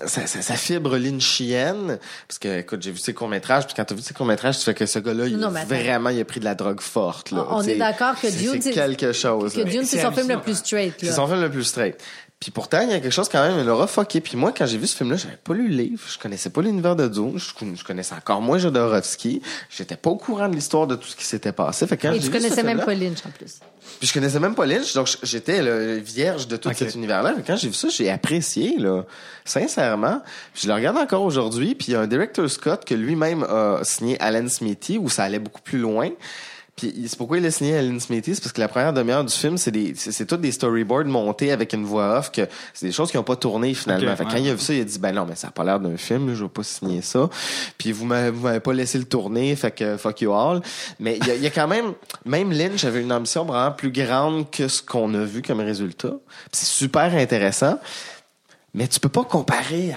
sa, sa- sa fibre lynchienne. Parce que, écoute, j'ai vu ses courts-métrages. Puis quand t'as vu ses courts-métrages, tu fais que ce gars-là, il, Non, mais attends. vraiment, il a pris de la drogue forte. Là, On- on Tu sais, est d'accord que c'est- Dune, c'est- C'est quelque chose. que là. Dune c'est c'est son film le hallucinant. plus straight C'est là. son film le plus straight. Puis pourtant, il y a quelque chose quand même, une aura fucké. Puis moi, quand j'ai vu ce film-là, j'avais pas lu le livre, je connaissais pas l'univers de Dune, je, con- je connaissais encore moins Jodorowsky, j'étais pas au courant de l'histoire de tout ce qui s'était passé. Fait que quand Et j'ai tu vu connaissais ce même film-là- pas Lynch en plus. Puis je connaissais même pas Lynch, donc j'étais là, vierge de tout Ok. cet univers-là. Mais Quand j'ai vu ça, j'ai apprécié, là, sincèrement. Puis je le regarde encore aujourd'hui, puis il y a un director Scott que lui-même a signé Alan Smithy, où ça allait beaucoup plus loin. Puis il- c'est pourquoi il a signé Alan Smithy, c'est parce que la première demi-heure du film, c'est des, c'est, c'est toutes des storyboards montés avec une voix off que c'est des choses qui n'ont pas tourné finalement. Ok, fait que ouais. quand il a vu ça, il a dit ben non, mais ça a pas l'air d'un film, là, je vais pas signer ça. Puis vous m'avez, vous m'avez pas laissé le tourner, fait que fuck you all. Mais il y a, il y a quand même, même Lynch avait une ambition vraiment plus grande que ce qu'on a vu comme résultat. Puis c'est super intéressant, mais tu peux pas comparer à,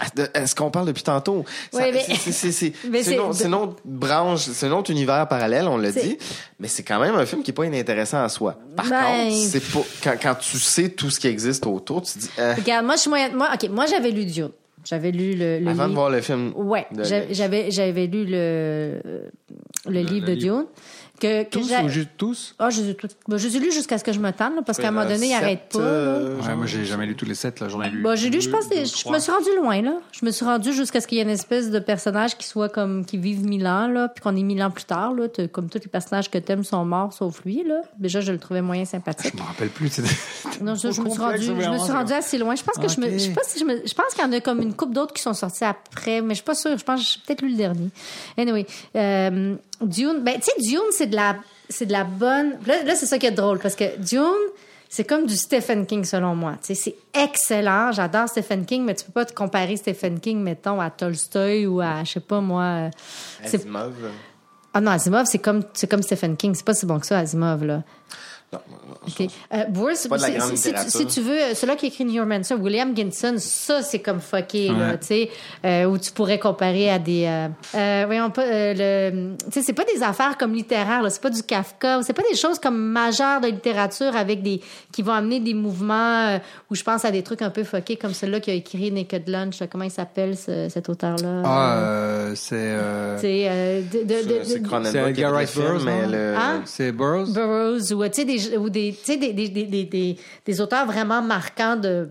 à, de- à ce qu'on parle depuis tantôt. Ça- Ouais, mais- c'est- c'est- c'est- c'est- Mais c'est c'est- une autre- c'est une autre branche, c'est un autre univers parallèle, on l'a C'est- dit, mais c'est quand même un film qui est pas inintéressant à soi. Par Ben- contre, c'est pas quand, quand tu sais tout ce qui existe autour, tu dis euh, Regarde, moi je suis moyenne- moi OK, moi j'avais lu Dune. J'avais lu le, le avant de livre. voir le film. Ouais, de j'a- Lynch. j'avais j'avais lu le le, livre le de livre. Dune que, que Tous j'a- ou juste tous? Ah, je les ai tout- ben, je les ai lus jusqu'à ce que je me tente, là, parce qu'à un moment donné, il arrête pas. Sept, là. euh, Ouais, moi, j'ai jamais lu tous les sept, là. J'en ai lu. Bon, j'ai lu, je deux, pense, deux, que je trois. me suis rendu loin, là. Je me suis rendu jusqu'à ce qu'il y ait une espèce de personnage qui soit comme, qui vive mille ans, là, puis qu'on est mille ans plus tard, là. T'as- Comme tous les personnages que t'aimes sont morts, sauf lui, là. Déjà, je le trouvais moyen sympathique. Je me rappelle plus. c'est- Non, ça, je, me suis complexe, rendu, je me vraiment, suis c'est rendu assez loin. Je pense que je me, Ok. je sais pas si je me- je pense qu'il y en a comme une coupe d'autres qui sont sortis après, mais je suis pas sûre. Je pense que j'ai peut-être lu le dernier. Anyway, euh, Dune, ben, tu sais, Dune, c'est de la, c'est de la bonne. Là, là, c'est ça qui est drôle parce que Dune, c'est comme du Stephen King selon moi. Tu sais, c'est excellent. J'adore Stephen King, mais tu peux pas te comparer Stephen King, mettons, à Tolstoy ou à, je sais pas moi. euh, c'est- Asimov. Ah non, Asimov, c'est comme, c'est comme Stephen King. C'est pas si bon que ça, Asimov, là. Non, non, non, OK. Euh, Bourse, C'est pas de la si- grande si, si- littérature. si tu veux, euh, celui qui écrit New York Manson, William Gibson, ça, c'est comme fucké, là, Ouais. tu sais, euh, où tu pourrais comparer à des... euh, euh, voyons pas, euh, le... Tu sais, c'est pas des affaires comme littéraires, là, c'est pas du Kafka, c'est pas des choses comme majeures de littérature avec des... qui vont amener des mouvements euh, où je pense à des trucs un peu fuckés, comme celui-là qui a écrit Naked Lunch, là. comment il s'appelle, ce- cet auteur-là? Ah, euh, c'est. euh, Tu sais, euh, de- de- de- de- C'est Edgar Rice Burroughs, mais non? le- Hein? C'est Burroughs. Burroughs ou, euh, tu sais, des, ou des, tu sais, des, des, des, des, des- des auteurs vraiment marquants de,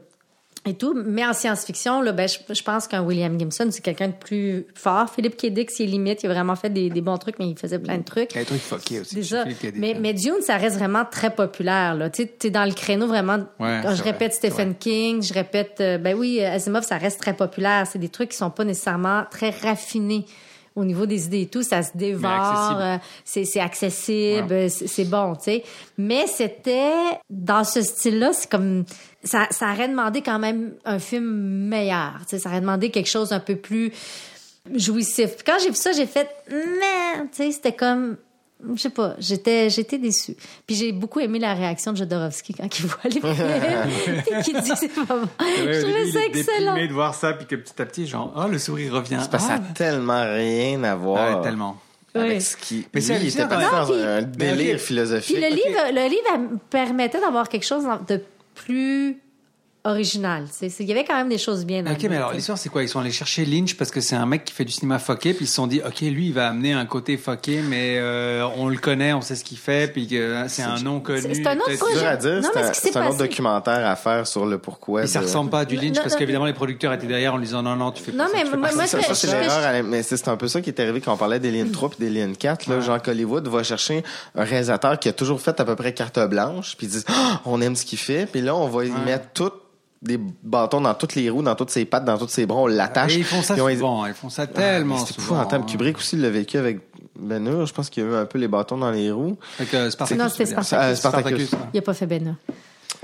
et tout. Mais en science-fiction, là, ben, je, je pense qu'un William Gibson, c'est quelqu'un de plus fort. Philippe Kédic, c'est limite. Il a vraiment fait des, des bons trucs, mais il faisait plein de trucs. Un truc fucké aussi. Déjà. Philippe K. Dick. hein. Mais, mais Dune, ça reste vraiment très populaire. Là. Tu sais, t'es dans le créneau vraiment. Ouais, quand c'est je vrai, répète Stephen King, je répète. euh, ben oui, euh, Asimov, ça reste très populaire. C'est des trucs qui sont pas nécessairement très raffinés au niveau des idées et tout. Ça se dévore. accessible. euh, C'est c'est accessible. euh, C'est c'est bon, tu sais. Mais c'était dans ce style-là, c'est comme. Ça, ça aurait demandé quand même un film meilleur. tu sais. Ça aurait demandé quelque chose un peu plus jouissif. Puis quand j'ai vu ça, j'ai fait mais tu sais, c'était comme je sais pas, j'étais j'étais déçue. Puis j'ai beaucoup aimé la réaction de Jodorowsky quand il voit les films et qu'il dit que c'est pas bon. Ouais, au je début, trouvais il ça est excellent. déprimé de voir ça, puis que petit à petit, genre, ah, le sourire revient. C'est parce que Ah, ça n'a tellement rien à voir. Ouais, tellement. Oui. Avec ce qui. Mais c'est lui, il était hallucinant, parti quand même. dans Non, un puis- mais délire ok. philosophique. Puis le livre le livre elle me permettait d'avoir quelque chose de plus original, tu sais. C'est- il y avait quand même des choses bien dans Ok, le mais livre, alors tu sais. l'histoire, c'est quoi Ils sont allés chercher Lynch parce que c'est un mec qui fait du cinéma fucké, puis ils se sont dit, ok, lui, il va amener un côté fucké, mais euh, on le connaît, on sait ce qu'il fait, puis que euh, c'est un nom connu. c'est un autre peut-être- projet. dur à dire, Non, c'est mais un, ce qui s'est c'est un autre passé- documentaire à faire sur le pourquoi. Et ça de- ressemble pas à du Lynch Non, parce non, qu'évidemment les producteurs étaient derrière en lui disant non non tu fais Non, pas ça, mais tu fais moi- pas moi, Ça, ça. je- ça, c'est je- l'erreur. à la- Mais c'est c'est un peu ça qui est arrivé quand on parlait d'Alien 3 et d'Alien 4. Là, Jean Hollywood va chercher un réalisateur qui a toujours fait à peu près carte blanche, puis il dit Ah, on aime ce qu'il fait, puis là, on va y mettre tout des bâtons dans toutes les roues, dans toutes ses pattes, dans tous ses bras, on l'attache. Et ils font ça Puis on- souvent, ils font ça tellement Ah, mais C'est fou souvent. en temps. Kubrick aussi l'a vécu avec Ben Hur. Je pense qu'il y a eu un peu les bâtons dans les roues. Avec, euh, Spartacus, Non, c'était tu veux dire. Spartacus. Euh, Spartacus. hein. Il a pas fait Ben.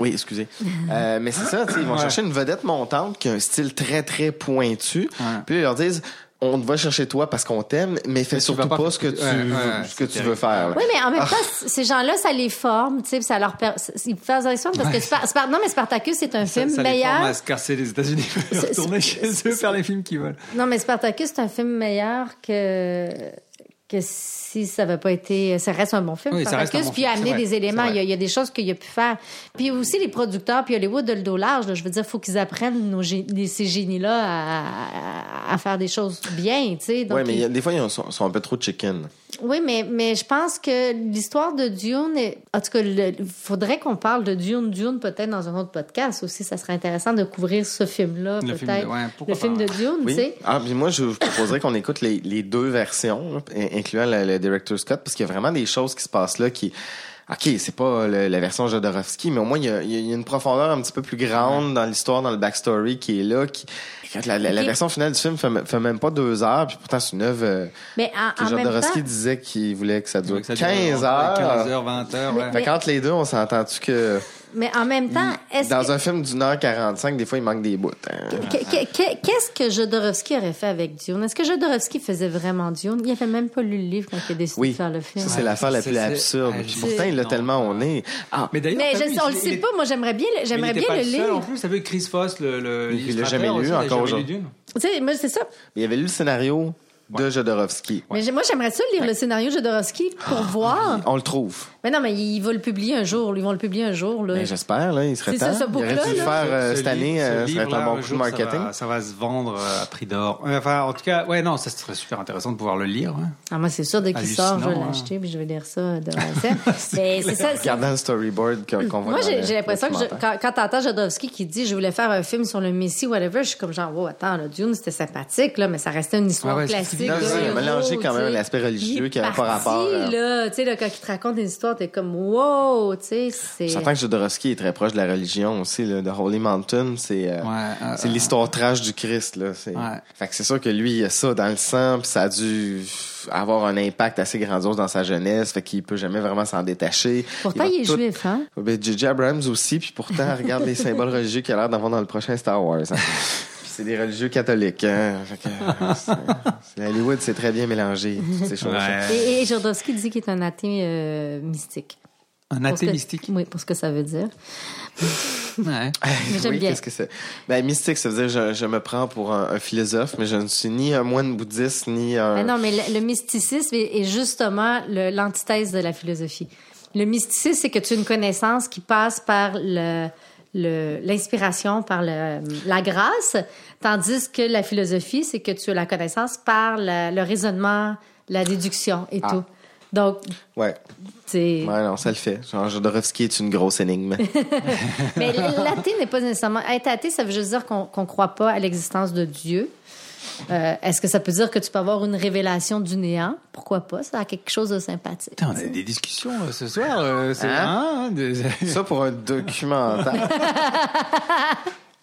Oui, excusez. Euh, mais c'est ça, tu sais, ils vont Ouais. chercher une vedette montante qui a un style très, très pointu. Puis ils leur disent, on va chercher toi parce qu'on t'aime, mais fais surtout vas pas, pas- ce que tu, Ouais, ouais, ce que tu veux faire. là. Oui, mais en même Ah, temps, c- ces gens-là, ça les forme, tu sais, puis ça leur per... c- ils font attention parce que Spar- Spar- non, mais Spartacus, c'est un Ça, film ça les meilleur. forme à se casser les États-Unis, retourner chez eux, faire les films qu'ils veulent. Non, mais Spartacus, c'est un film meilleur que que si ça n'avait pas été... Ça reste un bon film, Oui, ça reste un Spartacus, bon puis film, amener c'est vrai, des éléments. c'est vrai. Il y, a, il y a des choses qu'il a pu faire. Puis aussi, les producteurs, puis Hollywood de le dos large, là, je veux dire, faut qu'ils apprennent nos gé- les- ces génies-là à, à- à faire des choses bien, tu sais. Donc, ouais, mais ils- il y a- des fois, ils sont, sont un peu trop chicken. Oui, mais, mais je pense que l'histoire de Dune, est- en tout cas, il faudrait qu'on parle de Dune, Dune peut-être dans un autre podcast aussi. Ça serait intéressant de couvrir ce film-là, Le peut-être. film de- ouais, pourquoi le film pas, hein. de Dune, tu sais. Ah, puis moi, je vous proposerais qu'on écoute les, les deux versions, là, in- incluant le, le Director's Cut, parce qu'il y a vraiment des choses qui se passent là qui. OK, c'est pas le- la version Jodorowsky, mais au moins, il y, a, il y a une profondeur un petit peu plus grande dans l'histoire, dans le backstory qui est là. Qui... Écoute, La, la- la Ok. version finale du film fait, m- fait même pas deux heures, puis pourtant, c'est une œuvre euh, Mais que en, en même Jodorowsky temps, disait qu'il voulait que ça dure ça dure 15 heures. 15 heures, 20 heures, ouais. Fait qu'entre les deux, on s'est entendu que mais en même temps, est-ce Mm. dans que- un film d'une heure 45, des fois, il manque des bouts. hein. que- que- que- qu'est-ce que Jodorowsky aurait fait avec Dune? Est-ce que Jodorowsky faisait vraiment Dune? Il avait même pas lu le livre quand il a décidé Oui. de faire le film. Ça, c'est l'affaire la c'est- plus c'est- absurde. ah, Puis je- pourtant, il l'a tellement on est. Ah. Mais d'ailleurs, Mais t'as je- vu, on il- le il sait est- pas. Moi, j'aimerais bien, le- Mais j'aimerais il était bien pas le le seul, livre. en plus, t'as vu Chris Foss, le, le Il l'a l'illustrateur jamais lu aussi, il a encore jamais lu aujourd'hui. Dune. Tu sais, moi, c'est ça. Il avait lu le scénario de Jodorowsky. Mais j'ai- moi, j'aimerais ça lire le scénario de Jodorowsky Ah. pour voir. On le trouve. Mais non, mais il va le publier un jour. Ils vont le publier un jour. Là. Mais J'espère, là, il serait C'est temps. ça, ce il aurait bouquin-là, dû le là. faire euh, cette Ce année. livre- ce euh, Ça serait livre-là, un bon un coup de jour, ça marketing. va- Ça va se vendre euh, à prix d'or. Enfin, en tout cas, ouais, non, ça serait super intéressant de pouvoir le lire. hein. Ah, moi, c'est sûr, dès qu'il sort, je vais Hallucinant, hein. l'acheter puis je vais lire ça devant la scène. Mais c'est ça. c'est- Regardant le storyboard qu'on qu'on voit. Moi, dans j'ai le j'ai l'impression que je- documentaire. quand, quand t'entends Jodorowsky qui dit « Je voulais faire un film sur le Messie, whatever », je suis comme genre « Wow, attends, là, Dune, c'était sympathique, là, mais ça restait une histoire Ah ouais, c'est classique. évident, de ça, il a héros, mélangé quand même tu sais. l'aspect religieux Il est qui avait pas rapport, parti, euh, là, tu sais, là, quand il te raconte une histoire, t'es comme « Wow », tu sais, c'est... J'entends que Jodorowsky est très proche de la religion aussi, là, de Holy Mountain, c'est euh, c'est l'histoire trash du Christ. Là, c'est Fait que c'est sûr que lui, il a ça dans le sang, puis ça a dû avoir un impact assez grandiose dans sa jeunesse, fait qu'il peut jamais vraiment s'en détacher. Pourtant, va il est tout- juif, hein? Ben, J.J. Abrams aussi, puis pourtant, regarde les symboles religieux qu'il a l'air d'avoir dans le prochain Star Wars. hein. Puis c'est des religieux catholiques. hein. Fait que, euh, c'est- c'est- Hollywood, c'est très bien mélangé, toutes ces choses Et, et Jodorowsky dit qu'il est un athée euh, mystique. Un Pour ce athée que- mystique. Oui, pour ce que ça veut dire. Ouais. Mais j'aime oui, bien. qu'est-ce que c'est? Ben, mystique, ça veut dire je, je me prends pour un, un philosophe, mais je ne suis ni un moine bouddhiste, ni un. Mais Ben non, mais le, le mysticisme est, est justement le- l'antithèse de la philosophie. Le mysticisme, c'est que tu as une connaissance qui passe par le le- l'inspiration par le- la grâce, tandis que la philosophie, c'est que tu as la connaissance par la- le raisonnement, la déduction et Ah. tout. Donc, Ouais. c'est... Ouais, non, ça le fait. Genre, Jodorowsky est une grosse énigme. Mais l'athée n'est pas nécessairement. Être athée, ça veut juste dire qu'on qu'on croit pas à l'existence de Dieu. Euh, Est-ce que ça peut dire que tu peux avoir une révélation du néant? Pourquoi pas? Ça a quelque chose de sympathique. Putain, on a des discussions euh, ce soir. euh, c'est- Hein? hein, des- ça pour un documentaire.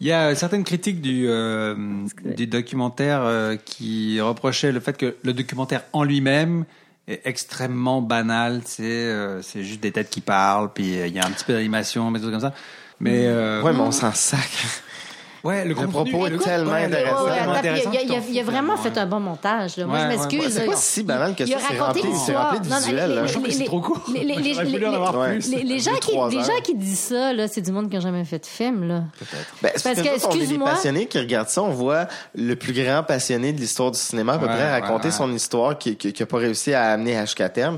Il y a euh, certaines critiques du, euh, du documentaire euh, qui reprochaient le fait que le documentaire en lui-même est extrêmement banal. C'est euh, c'est juste des têtes qui parlent, puis euh, il y a un petit peu d'animation, mais tout comme ça. Mais euh, Ouais, mais on s'en sac. Ouais, Le le, contenu- propos est tellement ouais, le- intéressant. Oh, tellement attends, intéressant hein. il, y a, il y a- que t'en il y a fous, vraiment finalement, fait un bon montage. là. Moi, Ouais, je m'excuse. ouais, ouais. C'est pas si banal que Il ça. a C'est raconté rempli, c'est l'histoire. rempli de Non, non, visuel. les- hein. les- que les- c'est trop court. les- les- J'aurais les- voulu en avoir les- plus. les- les gens Deux, qui- trois les heures. gens qui disent ça, là, c'est du monde qui n'a jamais fait de film. Là. Ben, c'est Parce parce que, que, on est des excuse-moi- passionnés qui regardent ça, on voit le plus grand passionné de l'histoire du cinéma à peu Ouais, près ouais, raconter ouais. son histoire qui n'a pas réussi à amener jusqu'à terme.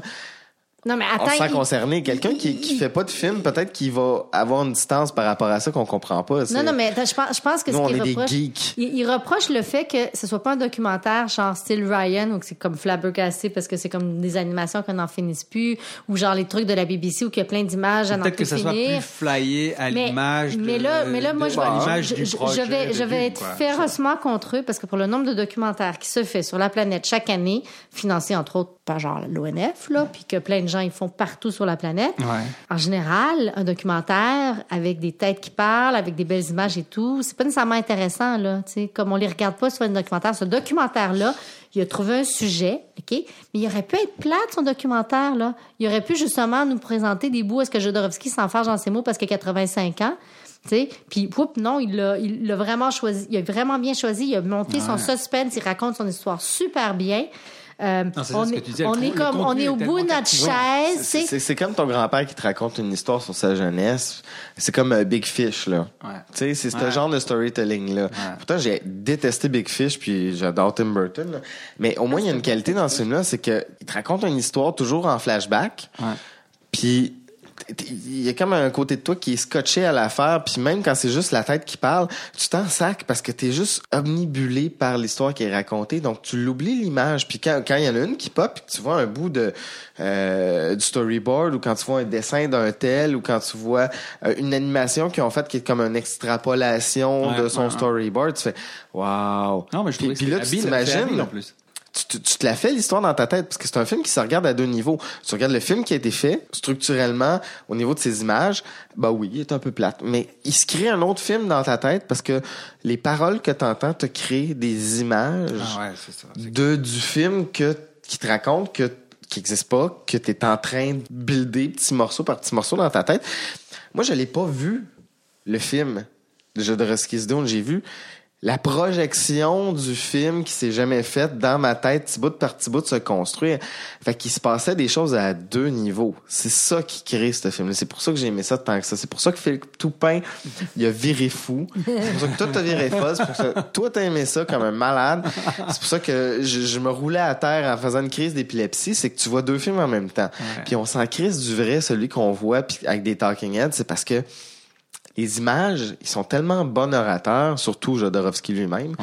Non, mais attends. on se sent il- concerné. Quelqu'un qui, qui fait pas de film, peut-être qu'il va avoir une distance par rapport à ça qu'on comprend pas. C'est- Non, non, mais attends, je pense, je pense que Nous, ce on qu'ils est des reprochent. geeks. Ils ils reprochent le fait que ce soit pas un documentaire genre style Ryan ou que c'est comme flabbergasté parce que c'est comme des animations qu'on n'en finisse plus ou genre les trucs de la BBC où qu'il y a plein d'images à n'en Peut-être que plus ça soit finir. plus flyé à Mais- l'image. de- mais là, mais là, moi, de- je, à vais- l'image je- du je- je projet vais, de je vais Dune, être quoi. férocement contre eux parce que pour le nombre de documentaires qui se fait sur la planète chaque année, financés entre autres par genre l'ONF, là, puis que plein de gens ils font partout sur la planète. Ouais. En général, un documentaire avec des têtes qui parlent, avec des belles images et tout, c'est pas nécessairement intéressant là. tu sais, comme on les regarde pas sur un documentaire, ce documentaire-là, il a trouvé un sujet, ok, mais il aurait pu être plate son documentaire là. Il aurait pu justement nous présenter des bouts. Est-ce que Jodorowsky s'en fâche dans ses mots parce qu'il a 85 ans? tu sais, Puis, whoop, non, il l'a il l'a vraiment choisi. Il a vraiment bien choisi. Il a monté son suspense. Il raconte son histoire super bien. Euh, Non, c'est ça on ce que est, tu disais, le on con- est le comme, on contenu est au est bout de tellement notre captivant. chaise. tu sais. C'est c'est- c'est comme ton grand-père qui te raconte une histoire sur sa jeunesse. C'est comme euh, Big Fish, là. Ouais. Tu sais, c'est Ouais. ce genre de storytelling-là. Pourtant, j'ai détesté Big Fish, puis j'adore Tim Burton. là. Mais au moins, il y a une qualité dans ce film-là, c'est qu'il te raconte une histoire toujours en flashback. Ouais. Puis t- t- il y a comme un côté de toi qui est scotché à l'affaire, puis même quand c'est juste la tête qui parle, tu t'en sacs parce que t'es juste omnibulé par l'histoire qui est racontée, donc tu l'oublies l'image. Puis quand quand il y en a une qui pop, puis que tu vois un bout de euh, du storyboard ou quand tu vois un dessin d'un tel ou quand tu vois euh, une animation qu'ils ont faite qui est comme une extrapolation Ouais, de son ouais, ouais. storyboard, tu fais waouh. Non, mais je Puis- trouvais que puis c'était là, tu habile, ça fait t'imagines- habile, en plus. tu, tu- tu te la fais l'histoire dans ta tête parce que c'est un film qui se regarde à deux niveaux. Tu regardes le film qui a été fait structurellement au niveau de ses images, bah oui, il est un peu plate, mais il se crée un autre film dans ta tête parce que les paroles que tu entends te créent des images Ah ouais, c'est ça. C'est- de du film que qui te raconte que qui existe pas, que tu es en train de builder petit morceau par petit morceau dans ta tête. Moi, je l'ai pas vu le film de Jodorowsky's Dune, j'ai vu la projection du film qui s'est jamais faite dans ma tête, petit bout par petit bout, se construire. Fait qu'il se passait des choses à deux niveaux. C'est ça qui crée ce film-là. C'est pour ça que j'ai aimé ça tant que ça. C'est pour ça que Philippe Toupin, il a viré fou. C'est pour ça que toi, t'as viré folle. C'est pour ça que toi, t'as aimé ça comme un malade. C'est pour ça que je, je me roulais à terre en faisant une crise d'épilepsie. C'est que tu vois deux films en même temps. Puis on s'en crise du vrai, celui qu'on voit puis avec des talking heads. C'est parce que les images, ils sont tellement bon orateurs, surtout Jodorowsky lui-même,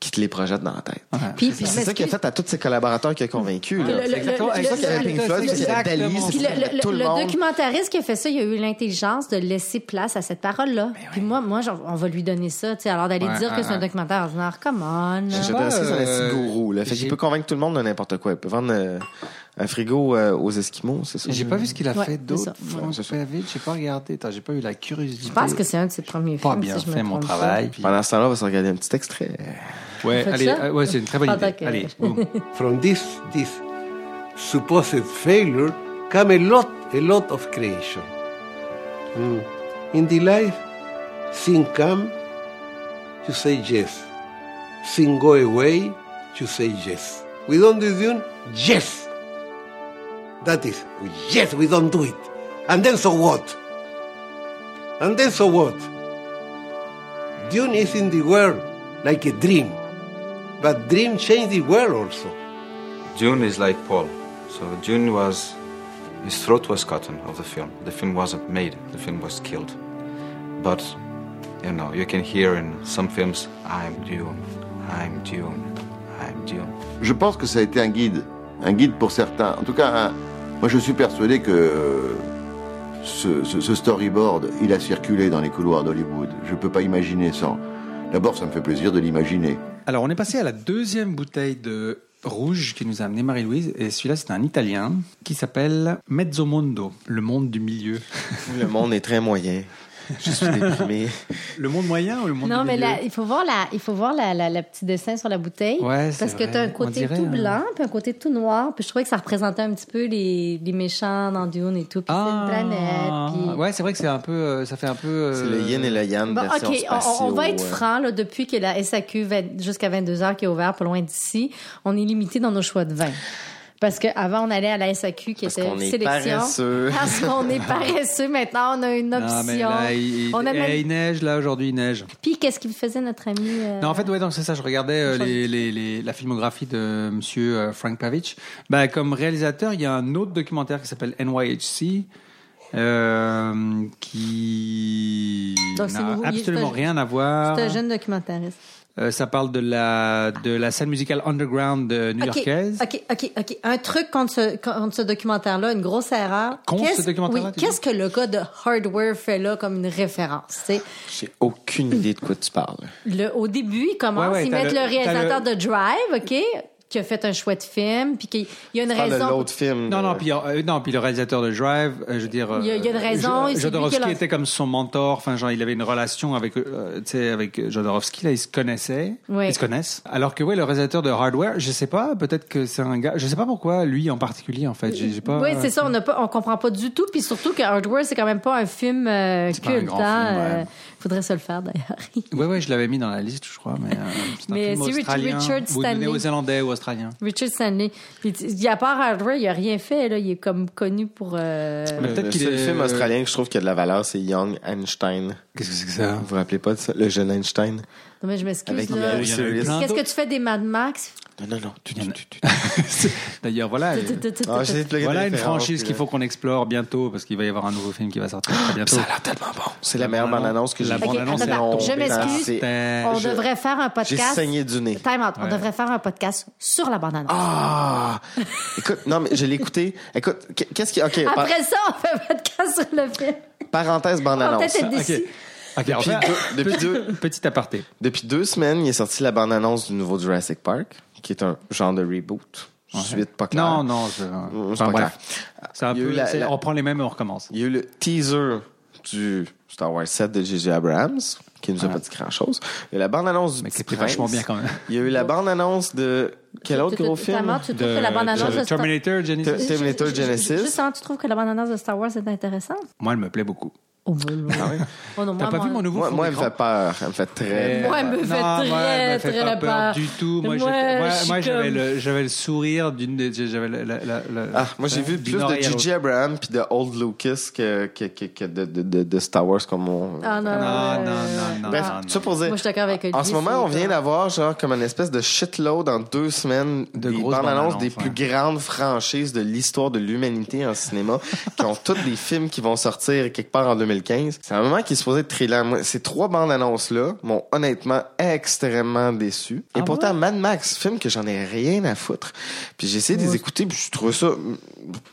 qu'il te les projette dans la tête. Puis, Puis C'est ça qu'il a fait à tous ses collaborateurs qu'il a convaincus. là. Le- le- exactement- le- C'est ça qu'il y avait le- Pink Floyd, c'est qu'il y avait exactement. Dali, c'est Puis qu'il le, y avait le- tout le le monde. documentariste qui a fait ça, il a eu l'intelligence de laisser place à cette parole-là. Puis moi, moi, j'en- on va lui donner ça, tu sais. Alors d'aller Ben Ouais, dire ouais, que c'est un ouais. documentaire ordinaire, come on. Je sais pas, Jodorowsky, c'est un euh, petit gourou. Là. Fait qu'il j'ai- peut convaincre tout le monde de n'importe quoi. Il peut vendre euh, un frigo euh, aux Esquimaux, c'est ça? J'ai pas vu ce qu'il a Ouais, fait c'est d'autre. ça. Franck David, j'ai pas regardé. Attends, j'ai pas eu la curiosité. Je pense que c'est un de ses premiers pas films. bien si je me fait mon trompe pas. travail. puis- Pendant ce temps-là, on va se regarder un petit extrait. Ouais, Faites allez, ça? euh, ouais, c'est une très bonne Pendant idée. que- Allez, boum. From this, this supposed failure come a lot, a lot of creation. Mm. In the life, thing come, you say yes. Thing go away, you say yes. We don't do it, yes. That is, yes, we don't do it. And then so what? And then so what? Dune is in the world like a dream. But dream changed the world also. June is like Paul. So June was, his throat was cut of the film. The film wasn't made. The film was killed. But you know, you can hear in some films, I'm Dune, I'm Dune, I'm Dune. Je pense que ça a été un guide, un guide pour certains. En tout cas, un- moi je suis persuadé que euh, ce, ce- ce storyboard, il a circulé dans les couloirs d'Hollywood. Je peux pas imaginer sans. D'abord, ça me fait plaisir de l'imaginer. Alors, on est passé à la deuxième bouteille de rouge qui nous a amené Marie-Louise. Et celui-là, c'est un Italien qui s'appelle Mezzomondo, le monde du milieu. Le monde est très moyen. Je suis déprimé. Le monde moyen ou le monde Non, du mais milieu là, il faut voir la, il faut voir la, la- la petit dessin sur la bouteille. Ouais, c'est parce que vrai. tu as un On côté dirait, tout hein. blanc, puis un côté tout noir. Puis je trouvais que ça représentait un petit peu les, les méchants dans Dune et tout. Puis c'est une planète. puis- Ah, Ouais, c'est vrai que c'est un peu, euh, ça fait un peu. C'est le yin et le yang Bon, version Bah, OK, on- on, spatio, va être euh, franc. là, depuis que la SAQ va- jusqu'à 22h qui est ouvert pas loin d'ici, on est limité dans nos choix de vin. Parce qu'avant, on allait à la SAQ qui était qu'on est sélection. paresseux. Parce qu'on est paresseux. Maintenant, on a une option. Non, Ah, mais là, il, on a eh, même- Euh, il neige, là, aujourd'hui, il neige. Puis, qu'est-ce qu'il faisait notre ami? euh, Non, en fait, ouais, donc c'est ça. Je regardais euh, Une chose. les, les- les- la filmographie de Monsieur euh, Frank Pavich. Ben, comme réalisateur, il y a un autre documentaire qui s'appelle NYHC. euh, qui Donc, c'est n'a nouveau. Il- absolument c'est un- rien à voir. C'est un jeune documentariste. Euh, ça parle de la de la scène musicale underground euh, new-yorkaise. OK, OK, OK. Un truc contre ce, contre ce documentaire-là, une grosse erreur. Contre ce Qu'est-ce- documentaire-là, oui, tu dis? Qu'est-ce que le gars de Hardware fait là comme une référence? tu sais? J'ai aucune idée de quoi tu parles. Le, au début, ils commencent, Ouais, ouais, ils t'as mettent le- le, t'as réalisateur le- de Drive, OK, qui a fait un chouette film, puis qu'il il y a une Ah, raison. film. Non, non, puis, euh, non, puis le réalisateur de Drive, euh, je veux dire. Il y a- il y a une euh, raison, et Jo- c'est lui Jodorowsky qui l'a- était comme son mentor. Enfin, genre, il avait une relation avec, euh, tu sais, avec Jodorowsky. Là, ils se connaissaient. Ouais. Ils se connaissent. Alors que, ouais, le réalisateur de Hardware, je sais pas, peut-être que c'est un gars. Je sais pas pourquoi, lui en particulier, en fait. J'ai j'ai pas. oui, c'est ça, on n'a pas, on comprend pas du tout, puis surtout que Hardware, c'est quand même pas un film euh, pas un culte. grand hein, film, ouais. euh, faudrait se le faire d'ailleurs. Ouais, ouais, je l'avais mis dans la liste, je crois, mais. euh, c'est un Mais film si Richard- australien, Richard ou Stanley- néo-zélandais ou australien. Richard Stanley. Puis, il- à part Hardware, il a rien fait, là. Il est comme connu pour. euh, Le- le seul film australien que je trouve qui a de la valeur, c'est Young Einstein. euh, Qu'est-ce que c'est que Euh, ça Vous vous rappelez pas de ça Le jeune Einstein Non, mais je m'excuse, Avec là. Mary Il y en a eu Cyrus. plein Qu'est-ce que d'autres. tu fais des Mad Max? Non, non, non. Tu- tu- tu- tu- D'ailleurs, voilà. Tu- tu- tu- tu- Ah, j'essaie de plugger Voilà des une références, franchise puis, qu'il euh, faut qu'on explore bientôt parce qu'il va y avoir un nouveau film qui va sortir très bientôt. Ça a l'air tellement bon. C'est la meilleure bande bande-annonce que j'ai La vue. bande annonce Ok, attends, Je m'excuse. On devrait faire un J'ai podcast. saigné du nez. Time out. On Ouais. devrait faire un podcast sur la bande-annonce. Ah Écoute, non, mais je l'ai écouté. Écoute, qu- qu'est-ce qui. Ok, par- Après ça, on fait un podcast sur le film. parenthèse On va bande-annonce. peut-être être déçus. Ok, Depuis, enfin, deux, depuis deux- Petit aparté. depuis deux semaines, il est sorti la bande-annonce du nouveau Jurassic Park, qui est un genre de reboot. Ouais. Suite pas claire. Non, non, c'est- c'est pas enfin, clair. bref. C'est un Il y a peu- eu la- c'est- la- On prend les mêmes et on recommence. Il y a eu le teaser du Star Wars 7 de J.J. Abrams, qui nous a pas dit grand-chose. Il y a la bande-annonce du Mais C'est vachement bien quand même. Il y a eu la bande-annonce de... Quel autre tu- gros tu- film? Tamar, tu trouves De- que la bande-annonce de- de Terminator Ter- Terminator Genesis. Justement, tu trouves que la bande-annonce de Star Wars est intéressante? Moi, elle me plaît beaucoup. Ah ouais? Oh non, moi, moi- Moi, moi, elle me fait peur. Elle me fait Euh, très... Moi, elle me fait très, Eh, moi, elle me fait très pas la peur peur. du tout. Moi, Moi, j'étais- moi- je suis moi, j'avais comme- le, j'avais le sourire d'une. des- J'avais la, la, la- la- Ah, moi, j'ai Ouais. vu Du plus nord de et à l'autre. J.J. Abrams puis de Old Lucas que, que, que, que de, de- de- de Star Wars comme on... Ah non, Non, non, euh, non, Bref, non, ça pour dire... Moi, je suis d'accord avec Olivier. En ce moment, on c'est- vient d'avoir genre comme une espèce de shitload en deux semaines de des grosses bandes annonces bandes des annonces, plus grandes franchises de l'histoire de l'humanité en cinéma qui ont tous des films qui vont sortir quelque part en 2015. C'est un moment qui est supposé être très lent. Moi, Ces trois bandes annonces là m'ont honnêtement extrêmement déçu. Ah Et pourtant, Mad Max, film que j'en ai rien à foutre. Puis j'ai essayé de les écouter, puis je trouve ça mm,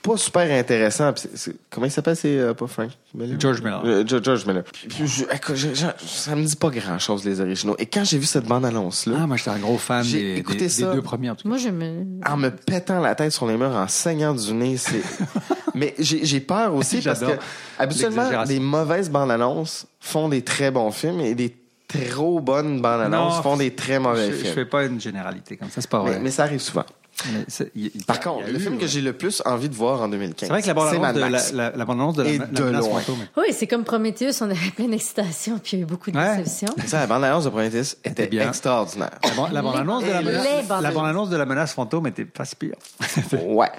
pas super intéressant. Puis c'est- c'est- comment il s'appelle C'est euh, pas Frank Miller? George Miller. Euh, Jo- George Miller. Puis- puis je- écoute, je- je- ça me dit pas grand chose, les originaux. Et quand j'ai vu cette bande-annonce-là. Ah, moi, j'étais un gros fan J'ai des, écouté des- des ça. deux premiers, en tout Moi, je me. Ah, En me pétant la tête sur les murs, en saignant du nez, c'est. Mais j'ai j'ai peur aussi parce que J'adore habituellement, l'exagération. des mauvaises bandes-annonces font des très bons films et des trop bonnes bandes-annonces Non, font des très cas. mauvais Je, je films. fais pas une généralité comme ça, c'est pas vrai. mais, mais ça arrive souvent. Par contre, le film que j'ai le plus envie de voir en 2015, C'est vrai que la bande-annonce Mad de la, Max. la, la bande-annonce de la, Et la de menace loin. fantôme. Oui, c'est comme Prometheus, on avait plein d'excitation, puis il y a eu beaucoup de déceptions. Ça, la bande-annonce de Prometheus était bien. Ah extraordinaire. La, ban- la bande-annonce de la Les menace, bandes- la bande-annonce de la menace fantôme était pas si pire. ouais,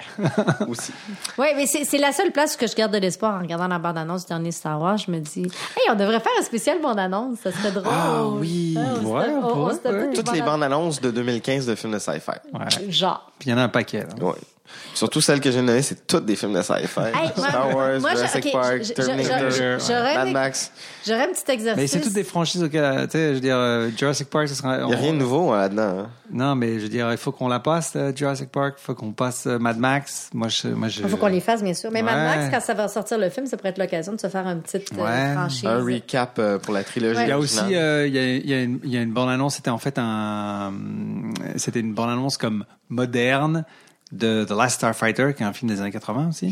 aussi. Oui, mais c'est c'est la seule place que je garde de l'espoir en regardant la bande-annonce du dernier Star Wars. Je me dis, hey, on devrait faire un spécial bande-annonce, ça serait drôle. Ah oui, Ouais, on ouais, se tape- on- on se tape toutes Toutes les bandes- bandes annonces de 2015 de films de sci-fi. Genre. Puis il y en a un paquet. là. Ouais. Surtout celles que j'ai nommées, c'est toutes des films de sci-fi. Hey, moi- Star Wars, moi, je- Jurassic ok, Park, je- je- je- Terminator, je- j'aurais Mad des- Max. J'aurais un petit exercice. Mais c'est toutes des franchises auxquelles, tu sais, je veux dire, euh, Jurassic Park, ce sera. Il n'y a rien de nouveau hein, là-dedans. hein. Non, mais je veux dire, il faut qu'on la passe, euh, Jurassic Park, il faut qu'on passe euh, Mad Max. Moi, je. Moi, je... Il faut qu'on les fasse, bien sûr. Mais Mad Ouais. Max, quand ça va sortir le film, ça pourrait être l'occasion de se faire une petite euh, Ouais. franchise. Un recap euh, pour la trilogie. Il y a originale. aussi, euh, il y, a, il y a une, il y a une bande-annonce, c'était en fait un, c'était une bande-annonce comme moderne de The Last Starfighter, qui est un film des années 80 aussi.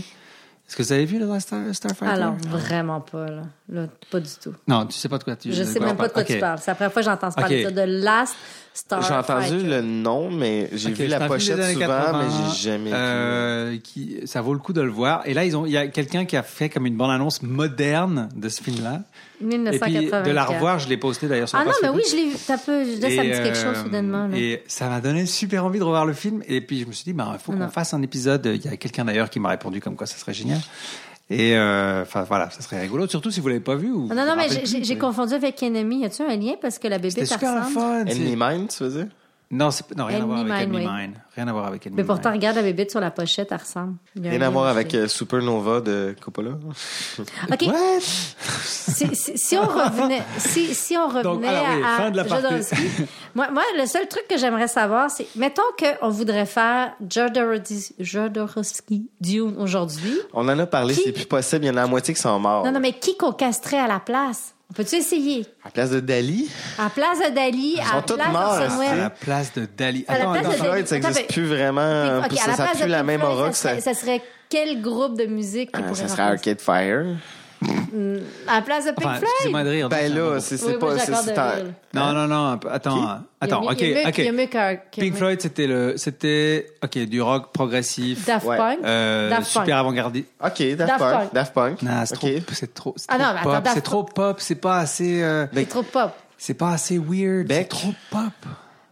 Est-ce que vous avez vu The Last Star- Starfighter? Alors, vraiment pas, là. Là, Pas du tout. Non, tu sais pas de quoi tu Je sais même pas de quoi tu Ok. parles. C'est la première fois que j'entends Ok. parler de ça, de Last Star. J'ai entendu le nom, mais j'ai Ok, vu c'est la un film pochette des années souvent, 80, mais j'ai jamais euh, qui, ça vaut le coup de le voir. Et là, ils ont, il y a quelqu'un qui a fait comme une bande-annonce moderne de ce film-là. Et puis, de la revoir, je l'ai postée d'ailleurs sur Ah la non, page mais oui, Facebook. je l'ai vu. T'as peu, là, ça me dit quelque chose euh, soudainement. là. Et ça m'a donné super envie de revoir le film. Et puis je me suis dit, bah, il faut qu'on fasse un épisode. Il y a quelqu'un d'ailleurs qui m'a répondu comme quoi ça serait génial. Et euh, enfin voilà, ça serait rigolo. Surtout si vous l'avez pas vu. Ou Ah non, non, mais vous j'ai- vous j'ai rappelez j'ai plus. confondu avec Enemy. Y a-tu un lien parce que la bébé C'était ça super le ressemble? fun. vu. c'est- Enemy Mine, tu veux dire? Non, c'est- non, rien à voir Enemy avec Mine, Enemy oui. Mine. Rien à voir avec Enemy Mais pourtant, Mine. regarde la bébé sur la pochette, elle ressemble. Il y a un Rien lien à voir avec aussi. euh, Supernova de Coppola. OK. si, si- si on revenait, si, si on revenait Donc, alors oui, à, à fin de la partie. Jodorowsky, moi, moi, le seul truc que j'aimerais savoir, c'est, mettons qu'on voudrait faire Jodorowsky, Jodorowsky Dune aujourd'hui. On en a parlé, c'est plus possible. Il y en a la moitié qui sont morts. Non, non, mais qui qu'on casterait à la place? On peut-tu essayer? À la place de Dali, À la place de Dali, ils à sont la tous place morts. hein. de esti. Samuel. place de Dali. À la Attends, place attends. de Dali. Floyd, ça Attends, n'existe mais- plus vraiment. Ok, Plus à la ça n'a place de plus la Pink même Floyd, aura que ça. ça. serait- Ça serait quel groupe de musique qui Ah, pourrait Ça serait remplacer? Arcade Fire. À la place de Pink Enfin, Floyd? excusez-moi de rire. Ben non, là, bon. c'est Oui, c'est oui, pas. c'est- j'accorde c'est le- un- le- Non, non, non, attends, hein. attends, Hein? Il y a mieux- ok, ok. Il y a mieux qu'un- qu'un- Pink Floyd, c'était le, c'était, ok, du rock progressif, Daft Ouais. Punk? Euh, Daft Punk. super avant-gardiste. Ok, Daft Daft Punk. Punk. Daft Punk. Non, c'est trop, Ok. c'est trop, c'est Ah non, trop mais attends, pop, Daft c'est trop pop, c'est pas assez, euh, C'est trop pop. c'est pas assez weird, c'est trop pop.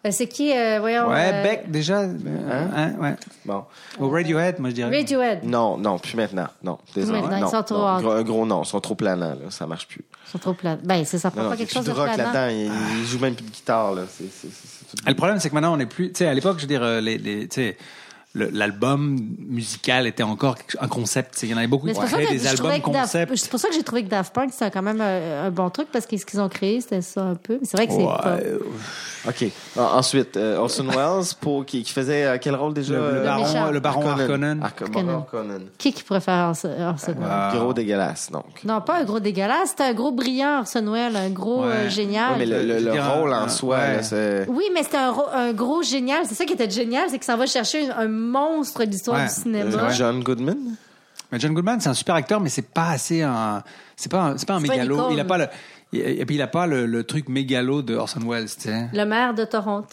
Euh, C'est qui, euh, voyons. Ouais, euh, Beck déjà, euh, hein, ouais. Bon. Au Radiohead, moi je dirais. Radiohead. Non, non, plus maintenant. Non, désolé. maintenant, ils non, sont trop non. hard. Gros- Un gros non, ils sont trop planants, là. Ça marche plus. Ils sont trop plats. Ben, c'est ça prend Non, non, pas il y a quelque chose plus de de rock planant. là-dedans. Ils ils jouent même plus de guitare, là. C'est- c'est- c'est- c'est tout Ah, Le problème, c'est que maintenant, on est plus. Tu sais, à l'époque, je veux dire, euh, les, les, tu sais, le- l'album musical était encore quelque- un concept. Tu sais, Il y en avait beaucoup Mais qui c'est pour ça créaient que des je trouvais albums que Daft- concept. c'est pour ça que j'ai trouvé que Daft Punk, c'était quand même euh, un bon truc parce que ce qu'ils ont créé, c'était ça un peu. Mais c'est vrai que c'est Ouais, pas. euh, OK. En- ensuite, euh, Orson Welles, pour, qui, qui faisait euh, quel rôle déjà? Le- le euh, baron- méchant. le baron Harkonnen. Ah. Harko- Harkonnen. Harkonnen. Qui qui pourrait faire Orson Orson Welles? Gros dégueulasse, donc. Non, pas un gros dégueulasse, c'était un gros brillant Orson Welles, un gros euh, Ouais. génial. Ouais, mais le, le- Je le veux dire, rôle un- en soi, ouais. là, c'est... Oui, mais c'était un, ro- un gros génial. C'est ça qui était génial, c'est qu'il s'en va chercher un, un monstre de l'histoire Ouais. du cinéma. Euh, John Goodman? Mais John Goodman, c'est un super acteur, mais c'est pas assez un. C'est pas un, c'est pas un C'est pas une mégalo. icône. Il a pas le. Et et puis il a pas le, le truc mégalo de Orson Welles, tu sais. Le maire de Toronto.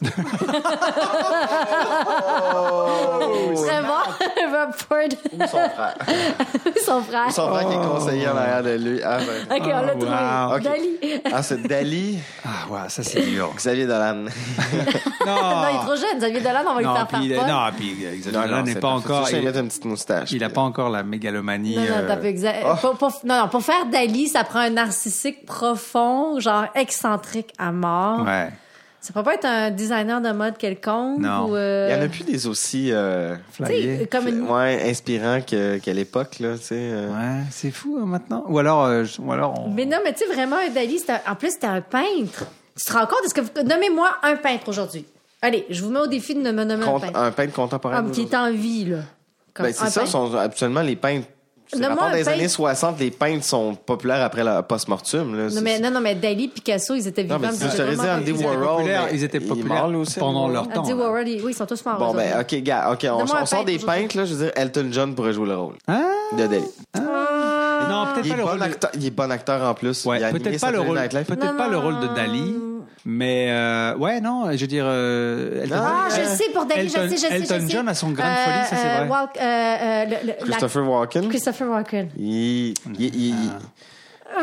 Oh! Vraiment, Rob Ford. Ou son frère. son frère. Son frère qui est conseiller en arrière de lui. Ah, ben. OK, on l'a Oh, trouvé. wow. OK. Dali. Ah, c'est Dali, Ah ouais, ça c'est dur. Xavier Dolan. Non, il est Non. trop jeune. Xavier Dolan, on va Ah. Non, lui faire puis, faire pas. non, puis euh, Xavier Dolan n'est c'est pas parfait. encore. Juste, il Il, met une petite moustache. il a pas encore la mégalomanie. Non, non, euh, t'as pas exa- Ah. pour, pour- non, non, pour faire Dali, ça prend un narcissique profond, genre excentrique à mort. ouais. Ça peut pas être un designer de mode quelconque. Non. Ou, euh, Il y en a plus des aussi... euh, tu sais, Flyé. comme une... Ouais, inspirants que- qu'à l'époque, là, tu sais. euh. Ouais, c'est fou hein, maintenant. Ou alors, euh, je- ou alors on- Mais non, mais tu sais, vraiment, un Dali, c'est un- en plus, c'était un peintre. Tu te rends compte? Est-ce que vous... Nommez-moi un peintre aujourd'hui. Allez, je vous mets au défi de me nommer Cont- un peintre. un peintre contemporain. Homme qui est en vie, là. Comme Ben, un c'est ça, peintre. sont, habituellement, les peintres. C'est Non, à moi, partir un des peintre- années 60, les peintres sont populaires après la post-mortem. Là. Non C'est- mais, non, non, mais Dali, Picasso, ils étaient vivants. Non, mais mais c'est- je te c'était disais, vraiment Andy pas- Ils étaient Warhol, populaires, mais ils étaient il est populaires mort, lui aussi, pendant Andy leur temps. Andy là. Warhol, ils- oui, ils sont tous morts. Bon, ben, aujourd'hui. OK, gars, OK, on, Donne-moi un on sort des peintre aujourd'hui. peintres, là, je veux dire, Elton John pourrait jouer le rôle Ah, de Deli. non, Il peut-être est, pas le bon rôle. de- acteur, il est bon acteur en plus. Ouais, Il a animé peut-être pas le Saturday rôle. Night Live. Peut-être Non, pas le non, rôle de Dali, Mais euh, ouais, non, je veux dire. euh, Elton, Ah, je sais, pour Dany, je Elton- sais, je sais, je sais. Elton John a son grain de Euh, folie, ça c'est euh, vrai. Walk- euh, euh, le- le- la- Christopher Walken. Christopher Walken. Il, il- il- il-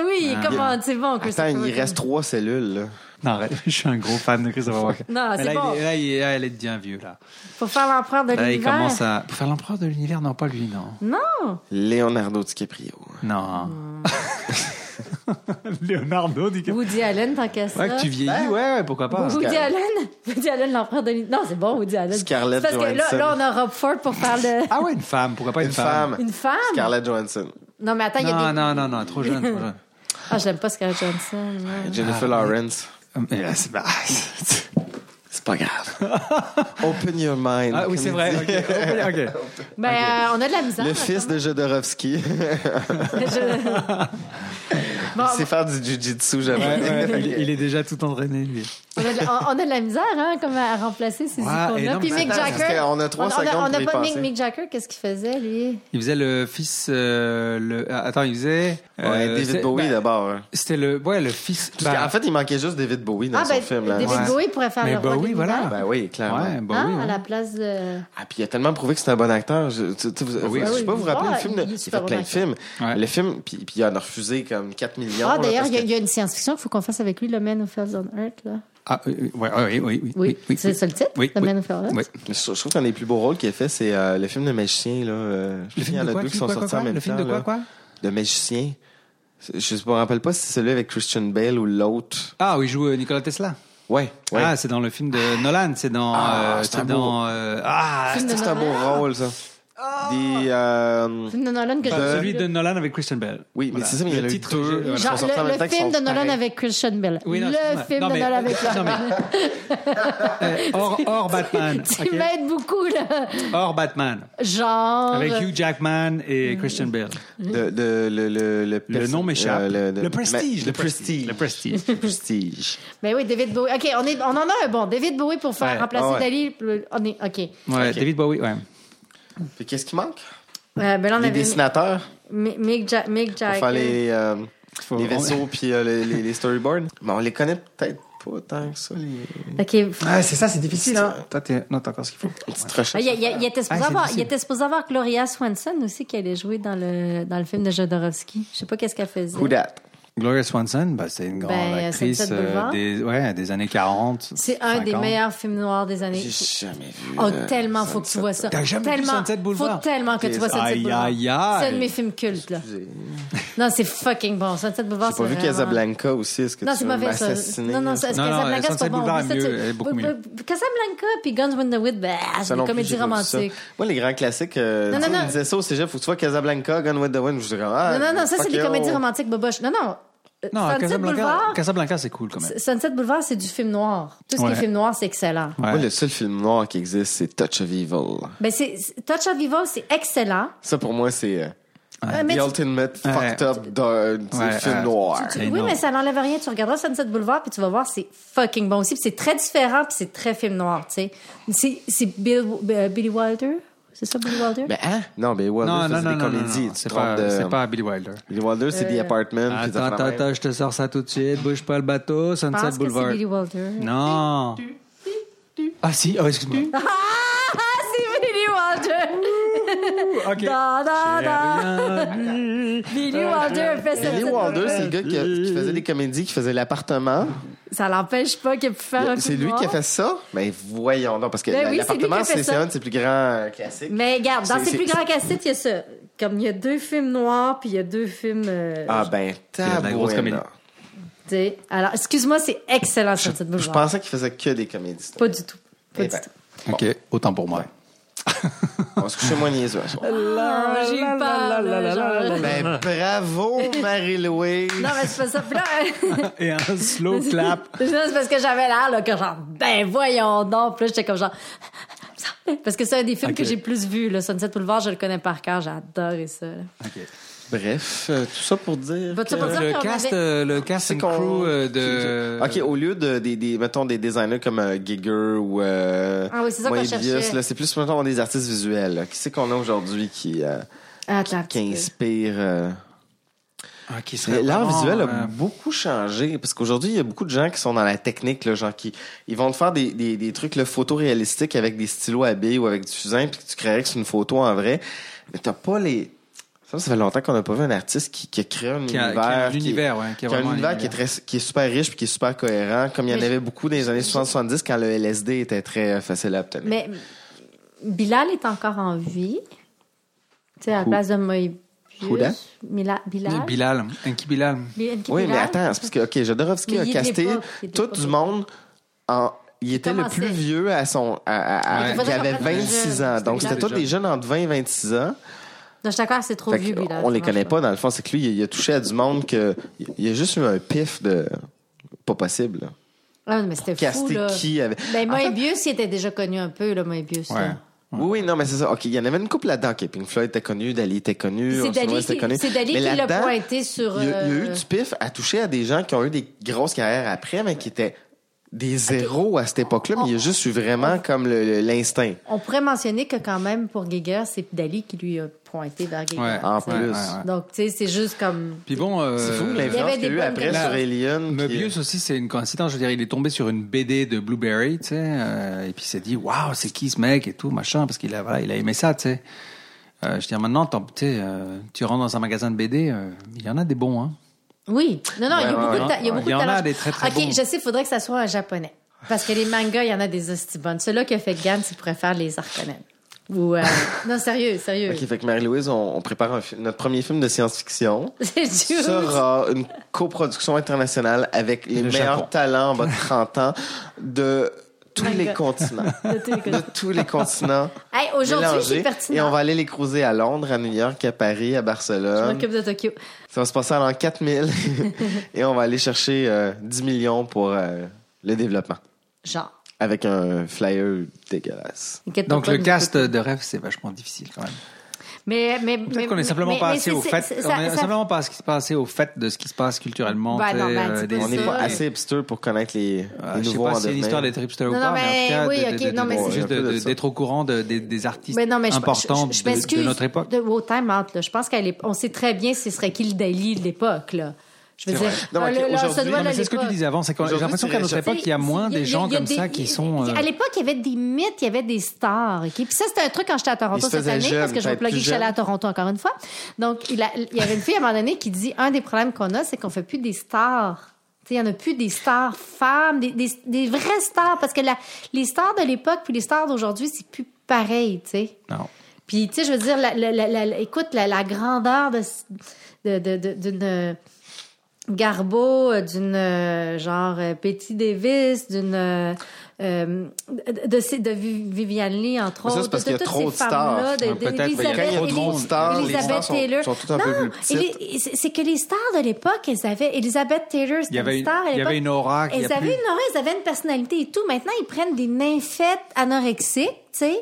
Oui, Ah. comment, c'est hein. bon, attends, Christopher il Walken. reste trois cellules. Là. Non, arrête, je suis un gros fan de Christopher Walken. Non, Mais c'est là, bon. il est- là, il est- là, elle est bien vieux, là. Faut faire l'empreinte de Là, il l'univers. commence à. Pour faire l'empereur de l'univers, non, pas lui, non. Non! Leonardo DiCaprio. Non. Hmm. Leonardo DiCaprio. Woody Allen, tant qu'à ça. Ouais, que tu vieillis, ouais, ouais, Ah pourquoi pas. Woody Allen, Woody Allen, l'empereur de l'univers. Non, c'est bon, Woody Allen. Scarlett Parce que là, Johansson. là, on a Rob Ford pour faire le. Ah ouais, une femme, pourquoi pas une, Une femme. Une femme? Scarlett Johansson. Non, mais attends, il y a Non, des. non, non, non, trop jeune, trop jeune. Ah, je l'aime pas Scarlett Johansson. non. Jennifer Ah, Lawrence. Mais là, c'est pas. C'est pas grave. Open your mind. Ah oui, c'est comme vrai. il dit. ok, ok. Ben, euh, on a de la misère. Le là. fils de Jodorowsky. Je- Bon, Il sait faire du jujitsu japonais. Ouais, ouais, il, il est déjà tout entraîné, lui. on, a de la, on- on a de la misère, hein, comme à remplacer ces Ouais, et icônes-là. non, Puis mais Mick attends, parce Jagger. qu'on a trois on- on secondes On pour n'a y pas Mick, penser. Mick Jagger, qu'est-ce qu'il faisait, lui? Il faisait le fils. euh, le... ah, Attends, il faisait. euh, Ouais, c'est- ben. David Bowie bah, d'abord. hein. C'était le. Ouais, le fils. bah, Parce qu'en fait, il manquait juste David Bowie dans Ah, son ben, film. Là. David Ouais. Bowie pourrait faire Mais le roi Bowie, de voilà. l'univers. Ben oui, clairement. Ouais, Bowie. Hein, ouais. à la place de... Ah, puis il a tellement prouvé que c'est un bon acteur. Je, tu- tu- vous- oui. je sais pas, vous vous rappelez Ah, le film? il de- est Il, a super fait plein bon de films. Ouais. Le film, puis, puis il en a refusé comme 4 millions. Ah, là, d'ailleurs, parce il y, a- que- il y a une science-fiction qu'il faut qu'on fasse avec lui, Le Man Who Fell on Earth. Là. Ah, oui, oui, oui, oui, oui, Oui, oui, oui, c'est oui. ça le titre? Oui, Le oui. Man Who Fell on Earth? Oui. Mais Je, je trouve qu'un des plus beaux rôles qu'il a fait, c'est euh, le film de magicien. Là, euh, je Le sais film pas, il y en de a quoi, deux qui film sont quoi, sortis quoi, en quoi? même Le film temps, de quoi, là. quoi? De magicien. Je je me rappelle pas si c'est celui avec Christian Bale ou l'autre. Ah, oui, il joue euh, Nikola Tesla. Ouais, ouais. Ah, c'est dans le film de Nolan, c'est dans. Ah, euh, c'est un c'est beau- dans. euh, ah, Film de c'est un beau Nolan. rôle, ça. Ah! Des, euh, Le film de Nolan que c'est j'ai Ben, celui vu. de Nolan avec Christian Bale. Oui, mais Voilà. c'est ça, mais il y en a eu titre. deux. je- Genre, voilà. Ils sont sortis en le, même temps le qu'ils film sont de Nolan pareils. avec Christian Bell. Oui, non, le excuse-moi. film Non, de mais- Nolan avec non, Christian Bell. Euh, hors, hors Batman. Tu ok? m'aides beaucoup, là. Hors Batman. Genre... Avec Hugh Jackman Mm. et Christian Bale. De, de- le, le, le, Le perso- nom m'échappe. euh, le, de- prestige. ma- Le prestige. Le prestige. Le prestige. Mais oui, David Bowie. OK, on, est, on en a un bon. David Bowie pour faire Ouais. remplacer Ah ouais. Dali. le- On est... OK. Ouais, David Bowie, ouais. Puis qu'est-ce qui manque? Euh, ben là, on Les avait dessinateurs Mi- Mick, Ja- Mick pour Jagger. faire les, euh, Faut- les vaisseaux puis euh, les, les- les storyboards. Mais on les connaît peut-être pas tant que ça, les OK. Ah, c'est ça, c'est difficile, hein. Toi, t'es, non, t'as encore ce qu'il faut. petites Ah, Il, recherches. y a- il y a- il était supposé Ah, c'est avoir, il difficile. était supposé avoir Gloria Swanson aussi qui allait jouer dans le, dans le film de Jodorowsky. Je sais pas qu'est-ce qu'elle faisait. Who that? Gloria Swanson, bah, c'est une grande Ben, actrice euh, Sunset Boulevard. des, ouais, des années 40. C'est un des 50. meilleurs films noirs des années. J'ai jamais vu. Oh, euh, tellement ça faut me que tu sort- vois ça. T'as jamais vu tellement, Sunset Boulevard? Faut tellement que tu vois Sunset Aïe, Boulevard. aïe, aïe. C'est un de mes films cultes, là. J'ai Non, c'est fucking bon. Sunset Boulevard, j'ai c'est pas vu vraiment... Casablanca aussi. Est-ce que Non, tu c'est veux mauvais, ça. m'assassiner, Non, non, là? ça- Non, non, Casablanca, c'est Sunset pas bon. Boulevard est Ça, tu- mieux, est beaucoup b- mieux. b- Casablanca puis Guns with the Wind, bah, c'est Ça non des plus, comédies j'ai pas vu ça. romantiques. Moi, les grands classiques, euh, Non, tu non, sais, non. on me disait ça au cégep, faut que tu vois Casablanca, Gun with the Wind, je dirais, ah, Non, non, non, ça, c'est fuck des yo. comédies romantiques, boboche. Non, non. euh, Non, Sunset Casablanca, Boulevard, Casablanca, c'est cool quand même. Sunset Boulevard, c'est du film noir. Tout ce qui Ouais. est film noir, c'est excellent. Ouais. Moi, le seul film noir qui existe, c'est Touch of Evil. Ben, c'est c'est- Touch of Evil, c'est excellent. Ça, pour moi, c'est euh, Euh, mais The tu- Ultimate Ouais. Fucked Up de, du Ouais, film ouais. noir. tu- Et oui, non. mais ça n'enlève rien. Tu regarderas Sunset Boulevard, puis tu vas voir, c'est fucking bon aussi. Puis c'est très différent, puis c'est très film noir, tu sais. C'est c'est Bill- euh, Billy Wilder? C'est ça, Billy Wilder? Ben, hein? Non, mais Wilder, Non, non, c'est non, des non, non, comédies. non, Tu c'est te pas, trompes de- c'est pas Billy Wilder. Les Wilder, c'est Euh. The Apartment. puis des affaires Attends, attends, de même. attends, je te sors ça tout de suite. Bouge pas le bateau, Je Sunset pense que c'est Boulevard. Billy Wilder. Non. Ah si, oh, excuse-moi. Ah, c'est Billy Wilder! Ok. Da, da, J'ai da. rien vu. Billy Wilder fait ça. Billy Wilder, c'est le gars qui, a- qui faisait des comédies, qui faisait l'appartement. Ça l'empêche pas qu'il puisse faire un C'est film lui noir. qui a fait ça? Mais voyons donc, parce que Ah, Ben la- oui, c'est lui qui l'appartement, a fait c'est ça. c'est un de ses plus grands euh, classiques. Mais regarde, dans C'est- ses c'est- plus grands cassettes, il y a ça. Comme il y a deux films noirs, puis il y a deux films. euh, Ah ben, a de la grosse comédie. tabouin. tu sais. Alors, excuse-moi, c'est excellent, Je, Sunset je Boulevard. pensais qu'il faisait que des comédies. Pas du tout. Pas Eh du ben, tout. Ok, autant pour moi. On se couche moins niaiseux. à soir. Ah, j'ai eu peur, là, genre. Ben, bravo, Marie-Louise. Non, mais c'est pas ça. Puis là, euh, Et un slow clap. Non, c'est parce que j'avais l'air, là, que genre, ben voyons donc. Puis là, j'étais comme genre. Parce que c'est un des films Ok. que j'ai plus vu, là. Sunset Boulevard, je le connais par cœur, j'ai adoré ça. là. Bref, euh, tout ça pour dire. Bah, tout ça pour dire Le qu'on cast, avait- euh, le cast and qu'on- crew euh, de. OK, au lieu de, des, des, mettons, des designers comme euh, Giger ou euh, Ah oui, c'est ça qu'on Moebius, cherchait. là, c'est plus, mettons, des artistes visuels. là. Qui c'est qu'on a aujourd'hui qui, euh, Attends. un qui petit peu. inspire... euh, Ah, qui serait L'art vraiment, visuel a euh, beaucoup changé parce qu'aujourd'hui, il y a beaucoup de gens qui sont dans la technique, là, genre qui ils vont te faire des, des, des trucs là, photoréalistiques avec des stylos à billes ou avec du fusain, puis que tu créerais que c'est une photo en vrai. Mais t'as pas les. Ça, ça fait longtemps qu'on n'a pas vu un artiste qui, qui a créé un Qui a- qui univers. a un univers, ouais, qui a un vraiment un univers qui est, très, qui est super riche puis qui est super cohérent, comme il y en Mais je- avait beaucoup dans les années 70 quand le LSD était très euh, facile à obtenir. Mais Bilal est encore en vie. Tu sais, à la Who? place de Moïbius. Who that? Mila- Bilal. Bilal, Enki Bilal. Bi- Enki Oui, mais Bilal. attends, c'est parce que OK, Jodorowsky Mais a il est de casté l'époque, il est de tout l'époque. du monde en il était le Commencez. plus vieux à son à- à- à- Mais il qui faisait avait partie des 26 jeunes. ans. Donc C'était c'était tous déjà. des jeunes entre 20 et 26 ans. Non, je suis d'accord, c'est trop Fait vieux, que Bilal. on les Non, connaît pas dans le fond, c'est que lui il a touché à du monde que il a juste eu un pif de pas possible. là. Ah, mais c'était fou, Casté là. qui avait Ben, Moebius, il était déjà connu un peu, là, Moebius. là. Oui, oui, non, mais c'est ça. OK, il y en avait une couple là-dedans. OK, Pink Floyd était connu, Dali était connu, C'est Orson Dali Welles était qui- connu. c'est Dali Mais qui l'a là-dedans, pointé sur, Il y, a, il y a euh, eu du pif à toucher à des gens qui ont eu des grosses carrières après, mais qui étaient des zéros à cette époque-là. Mais il y a juste eu vraiment comme le- le- l'instinct. On pourrait mentionner que, quand même, pour Giger, c'est Dali qui lui a pointé vers Giger. Ouais, en plus. Donc, tu sais, c'est juste comme. Puis bon, euh, C'est fou Il y l'influence avait qu'il y a des eu bonnes après raisons. sur Alien. qui- Mobius aussi, c'est une coïncidence. Je veux dire, il est tombé sur une BD de Blueberry, tu sais, euh, et puis il s'est dit, waouh, c'est qui ce mec et tout, machin, parce qu'il a, voilà, il a aimé ça, tu sais. Euh, je veux dire, maintenant, t'en- tu sais, euh, tu rentres dans un magasin de BD, euh, il y en a des bons, hein. Oui. Non, non, il y a Ouais, beaucoup ouais, de ta- Il y a ouais. beaucoup Il y de en a talents. des très, très OK, bons. je sais, il faudrait que ça soit un japonais. Parce que les mangas, il y en a des hosties bonnes. Celui-là qui a fait Gantz, il pourrait faire les Arcanes. Ou. euh, Non, sérieux, sérieux. OK, fait que Marie-Louise, on, on prépare un fi- notre premier film de science-fiction. C'est dur. sera une coproduction internationale avec les Le meilleurs Japon. talents en bas de 30 ans de tous My les God. continents. De tous les De tous les continents. Hey, aujourd'hui, mélangés. c'est pertinent. Et on va aller les cruiser à Londres, à New York, à Paris, à Je Barcelone. m'occupe de Tokyo. Ça va se passer à l'an 4000. et on va aller chercher euh, 10 millions pour euh, le développement. Genre. Avec un flyer dégueulasse. Inquiète Donc pas, le nous cast de rêve, c'est vachement difficile quand même. Mais, mais, mais- Peut-être qu'on est simplement mais- pas mais c'est- assez au c'est- fait. c'est- on ça- est ça- simplement pas, assez- pas assez au fait de ce qui se passe culturellement. Bah tu non, sais, ben, euh, dis des- On n'est pas assez hipster pour connaître les, Ah, les je sais nouveaux pas en si c'est une devenir. histoire des tripsters ou Non, pas, non, mais en tout cas, mais oui, de- de- ok, de- non, de- mais de- c'est- juste de- de- d'être au courant de- des- des artistes Mais non, mais je- importants je, je, je de- m'excuse de notre époque. de- au time out, là. Je pense qu'on sait très bien ce serait qui le Daily de l'époque, là. Je veux C'est dire, vrai. Non, euh, ok, le- le aujourd'hui- Orson Welles Non, à mais C'est ce que tu l'époque. disais avant, c'est qu'on- j'ai Aujourd'hui, l'impression c'est qu'à notre réchauffé. époque, il y a Il moins y a- des il y gens a comme des- ça qui sont. euh, À l'époque, il y avait des mythes, il y avait des stars. ok? Puis ça, c'était un truc quand j'étais à Ils Toronto se cette faisaient année, jeunes, parce que je me peut-être pluguais plus chez jeunes. à Toronto encore une fois. Donc, il, a- il y avait une fille à un moment donné qui dit un des problèmes qu'on a, c'est qu'on fait plus des stars. Tu sais, Il n'y en a plus des stars femmes, des, des, des vraies stars, parce que la- les stars de l'époque puis les stars d'aujourd'hui, c'est plus pareil. tu sais. Non. Puis, tu sais, je veux dire, la, la- la- la- la- écoute, la, la grandeur de, de, de- de- d'une euh, Garbo, euh, d'une euh, genre euh, Betty Davis, d'une euh, euh, de, de, ces- de Vi- Vivian Lee, entre Mais ça, autres. c'est parce de qu'il y a toutes trop ces de stars. femmes-là, de- Ouais, de- peut-être, mais d'Elisabeth- quand il y a trop trop de stars, les Elisabeth stars sont- Taylor. sont toutes un peu Non, plus petites. Eli- c'est- C'est que les stars de l'époque, elles avaient... Elisabeth Taylor, Il y c'était avait une une, star à il y l'époque. avait une aura qui Elles avaient une aura, elles avaient une personnalité et tout. Maintenant, ils prennent des nymphètes anorexiques, tu sais,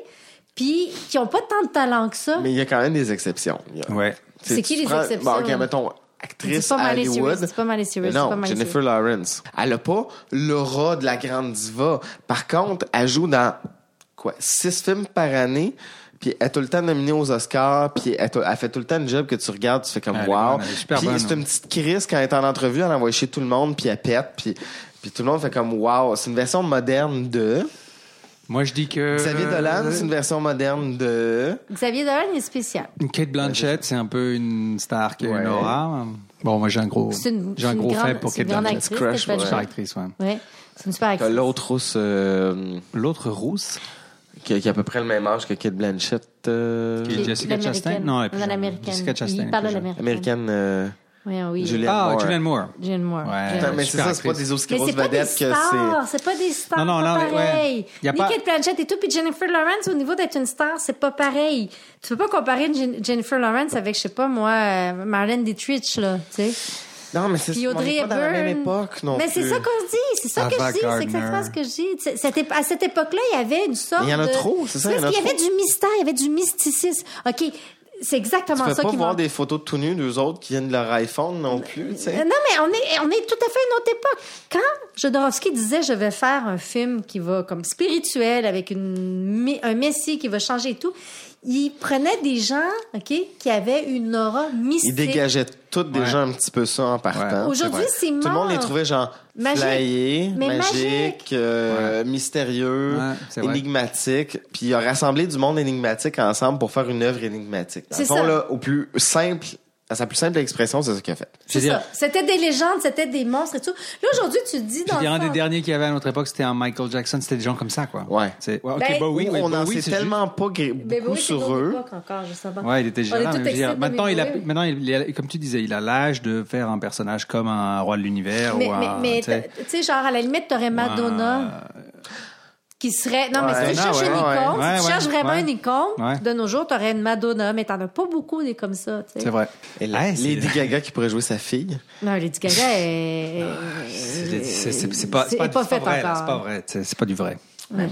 puis qui ont pas tant de talent que ça. Mais il y a quand même des exceptions. Il y a- Ouais. Tu sais, C'est qui tu les exceptions? Bon, ok, mettons, actrice Dis pas à Miley Cyrus, Hollywood. dis pas Miley Cyrus, Mais dis pas non, Miley Jennifer Cyrus. Lawrence. Elle a pas l'aura de la grande diva. Par contre, elle joue dans quoi six films par année. Puis elle est tout le temps nominée aux Oscars, puis elle, t- elle fait tout le temps une job que tu regardes, tu fais comme Elle est wow. bonne, elle est super Puis bonne, c'est ouais. une petite crise quand elle est en entrevue, elle envoie chez tout le monde, puis elle pète, puis, puis tout le monde fait comme wow. C'est une version moderne de. Moi, je dis que. Xavier Dolan, c'est une version moderne de. Xavier Dolan il est spécial. Kate Blanchett, c'est un peu une star qui a une aura. Bon, moi, j'ai un gros, C'est une- j'ai un c'est une gros grande- faible pour c'est une Kate grande Blanchett. actrice, Crush, Kate ouais. Super Blanchett. actrice, ouais. Ouais, c'est une super T'as actrice. l'autre rousse. euh, L'autre rousse. qui, qui a à peu près le même âge que Kate Blanchett. euh, Qui est Jessica Chastain? Non, elle est plus Non, jeune. l'américaine. Jessica Chastain Il est parle plus de jeune. l'américaine. Américaine. euh, Ouais, oui. Julianne Ah, Moore. Julianne Moore. Julianne Moore. Ouais. Julianne Putain, Euh, mais c'est super ça, c'est pas actrice. des aussi Mais c'est grosses pas des vedettes que stars, c'est. c'est pas des stars, Non, non, c'est non, pas mais ouais. pareil. Y a Ni pas- Kate Blanchett et tout, puis Jennifer Lawrence, au niveau d'être une star, c'est pas pareil. Tu peux pas comparer une Jen- Jennifer Lawrence avec, je sais pas moi, euh, Marlene Dietrich, là, tu sais. Non, mais c'est Puis on Audrey est pas dans la même Hepburn. époque non Mais c'est plus. ça qu'on dit, c'est ça que Ava je dis, c'est exactement Gardner. ce que je dis. C'est- c'était- à cette époque-là, il y avait une sorte Mais il y en a de- trop, c'est ça, il y en a parce qu'il y avait trop. du mystère, il y avait du mysticisme. OK, c'est Tu exactement peux ça pas qui voir manque. des photos de tout nus d'eux autres qui viennent de leur iPhone non plus, tu Euh, sais. Non, mais on est, on est tout à fait à une autre époque. Quand Jodorowsky disait je vais faire un film qui va comme spirituel avec une, mé- un messie qui va changer et tout, il prenait des gens, OK, qui avaient une aura mystique. Ils dégageaient tous déjà un petit peu ça en partant. Aujourd'hui, c'est Tout le mort. monde les trouvait genre Magique. flyés, Mais magiques, euh, mystérieux, vrai. énigmatiques. Puis ils ont rassemblé du monde énigmatique ensemble pour faire une œuvre énigmatique. Dans le C'est fond, ça. là, au plus simple, à sa plus simple expression, c'est ce qu'il a fait. C'est ça. C'était des légendes, c'était des monstres et tout. Là, aujourd'hui, tu te dis Je dans dirais, le un des fond- derniers qu'il y avait à notre époque, c'était un Michael Jackson. C'était des gens comme ça, quoi. Ouais. C'est- ouais, ok, Ben, bah oui, on oui, bah en oui, sait c'est juste- tellement pas gr- Ben beaucoup oui, c'est sur notre eux. époque encore, je sais pas. Ouais, il était On est gérant. tout mais je veux dire, excités de maintenant, il a, Bobby Bowie. maintenant, il- il a- comme tu disais, il a l'âge de faire un personnage comme un roi de l'univers Mais, ou un. mais, mais tu sais. euh, tu sais, genre, à la limite, t'aurais Madonna qui serait. Non, mais si tu Ouais, cherches ouais, une ouais. icône, Ouais, si tu ouais, cherches vraiment ouais. une icône, Ouais. de nos jours, t'aurais une Madonna, mais t'en as pas beaucoup des comme ça, tu sais. C'est vrai. Et la- Hey, c'est- Lady Gaga qui pourrait jouer sa fille. Non, Lady Gaga est. Ah, C'est- c'est- C'est c'est pas, c'est pas, pas c'est pas fait vrai, là, encore. c'est pas vrai, tu sais, c'est pas du vrai. Ouais.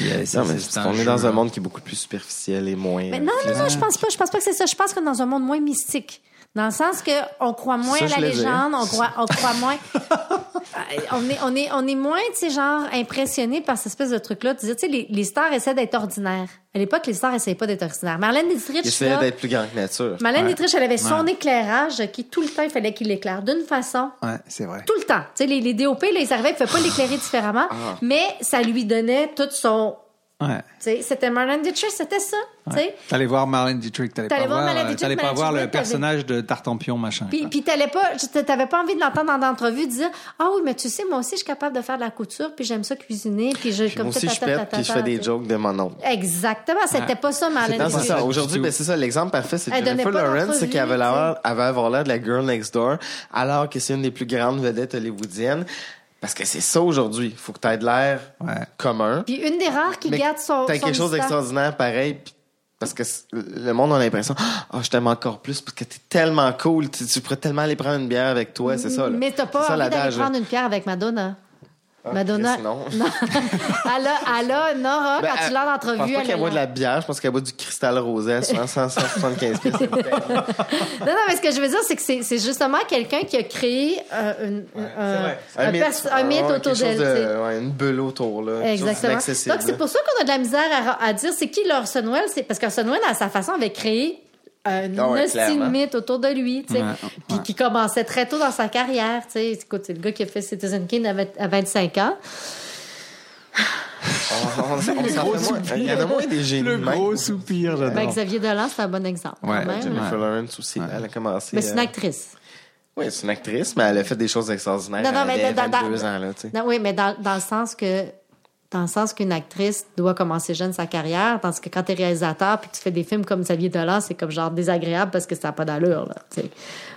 Il y a- c'est- Non, mais c'est- c'est c'est qu'on jeu, est dans là. un monde qui est beaucoup plus superficiel et moins. euh, Mais non, non, non, je pense pas. Je pense pas que c'est ça. Je pense que dans un monde moins mystique. Dans le sens que on croit moins Ça, à je la l'ai dit. légende, on croit, on croit moins. Euh, on est, on est, on est moins, tu sais, genre impressionné par cette espèce de truc-là. Tu dis, tu sais, les, les stars essaient d'être ordinaires. À l'époque, les stars essayaient pas d'être ordinaires. Marlène Dietrich, Il essayait là, d'être plus grand que nature. Marlène Ouais. Dietrich, elle avait son Ouais. éclairage qui tout le temps, il fallait qu'il l'éclaire d'une façon. Ouais, c'est vrai. Tout le temps. Tu sais, les, les DOP, là, ils arrivaient, ils pouvaient pas l'éclairer différemment, Ah. mais ça lui donnait tout son. Ouais. Tu sais, c'était Marlène Dietrich, c'était ça. tu sais. T'allais voir Marlène Dietrich, t'allais T'allais pas voir voir, Marlène euh, Dietrich, t'allais pas Marlène voir le Dietrich, t'avais- personnage de Tartampion, machin. Puis, puis t'allais pas, je- t'avais pas envie de l'entendre en entrevue dire Ah oui, mais tu sais, moi aussi, je suis capable de faire de la couture, puis j'aime ça cuisiner, puis je. Moi aussi, ta, je ta, ta, pète ta, puis je ta, fais ta, des tu jokes de mon oncle. sais. Exactement, c'était Ouais. pas ça, Marlène. Non, c'est Dietrich. ça. Aujourd'hui, ben, c'est ça. L'exemple parfait, c'est Elle Jennifer donnait pas Lawrence, c'est qu'elle d'entrevue, avait l'air- elle va avoir l'air de la girl next door, alors que c'est une des plus grandes vedettes hollywoodiennes. Parce que c'est ça aujourd'hui. Faut que t'aies de l'air commun. Puis une des rares qui Mais garde son. T'as son quelque chose mystère. d'extraordinaire pareil. puis- Parce que c'est- le monde a l'impression, oh, je t'aime encore plus parce que t'es tellement cool, tu, tu pourrais tellement aller prendre une bière avec toi, c'est ça. là. Mais t'as pas C'est ça, envie d'aller l'adage, Ah, là. prendre une pierre avec Madonna. Madonna. Chris, non. Elle a, elle a Nora, Ben, quand tu elle- l'as en Je pense entrevue, pas elle qu'elle a- boit de la bière, je pense qu'elle boit du cristal rosé, souvent 100, 175 pièces. Non, non, mais ce que je veux dire, c'est que c'est c'est justement quelqu'un qui a créé euh, une- un, un pers- un mythe Ah autour ouais, quelque chose d'elle. tu sais. de- ouais, une bulle autour, là. quelque chose Exactement. d'accessible. Donc, c'est pour ça qu'on a de la misère à, à dire c'est qui l'Orson Welles. C'est parce qu'Orson Welles, à sa façon, avait créé un Ah ouais, hostile clairement. mythe autour de lui, tu sais, Ouais, puis qui commençait très tôt dans sa carrière. Tu sais. Écoute, c'est le gars qui a fait Citizen Kane à vingt- à 25 ans. On- Ah, on- on- Le on s'en gros fait moins. soupir. Il y en a moins des génies. Le gros soupir, Ben, Xavier Dolan, c'est un bon exemple. quand même. Jennifer Lawrence aussi, elle a commencé. Mais c'est une euh, actrice. Oui, c'est une actrice, mais elle a fait des choses extraordinaires. Non, non, mais elle avait dans- dans- 22 ans, là, tu sais. Non, oui, mais dans, dans le sens que dans le sens qu'une actrice doit commencer jeune sa carrière, tandis que quand t'es réalisateur puis que tu fais des films comme Xavier Dolan, c'est comme genre désagréable parce que ça n'a pas d'allure, là. tu sais.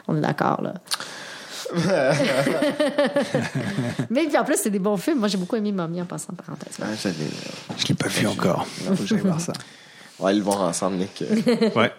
On est d'accord, là. mais puis en plus, c'est des bons films. Moi, j'ai beaucoup aimé Mommy en passant parenthèse. Ah, je l'ai- Je l'ai pas vu encore. Faut que j'aille euh, voir ça. On va aller le voir ensemble, Nick. Ouais.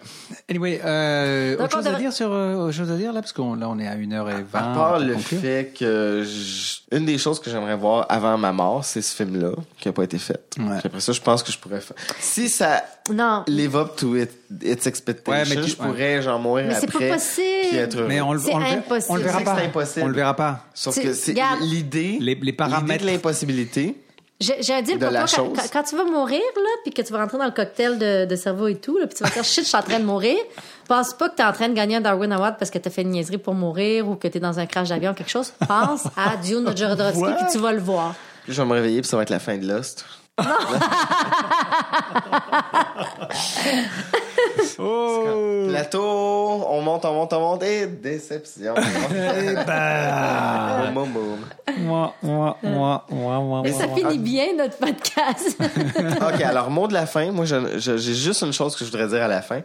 Anyway, euh, Donc, autre on chose à devrait- dire sur euh, autre chose à dire là parce qu'on là on est à 1h20. Ah, À part le conclure. fait que j- une des choses que j'aimerais voir avant ma mort, c'est ce film-là qui a pas été fait. Puis Après ça, je pense que je pourrais faire. Si ça Non. live up to it- its Ouais, expectations, mais tu- je pourrais genre mourir Mais c'est après. pas possible. puis être heureux. Mais on le C'est on le- impossible. on le verra C'est pas. c'est impossible. On le verra pas. Sauf Tu- que c'est regarde. l'idée, les, paramètres. de l'impossibilité. J'ai j'ai un deal De pour la toi. Quand, chose. quand- quand tu vas mourir, là, puis que tu vas rentrer dans le cocktail de, de cerveau et tout, là, puis tu vas dire shit, je suis en train de mourir. Pense pas que tu es en train de gagner un Darwin Award parce que tu as fait une niaiserie pour mourir ou que tu es dans un crash d'avion ou quelque chose. Pense à Dune de Jodorowsky, What? puis tu vas le voir. Puis je vais me réveiller, puis ça va être la fin de Lost. oh! Plateau, on monte, on monte, on monte, et déception. Eh Ah. ben. Boum, boum, boum. Moi moi moi moi moi. Et ça finit bien notre podcast. OK, alors, mot de la fin. Moi, je- je- j'ai juste une chose que je voudrais dire à la fin.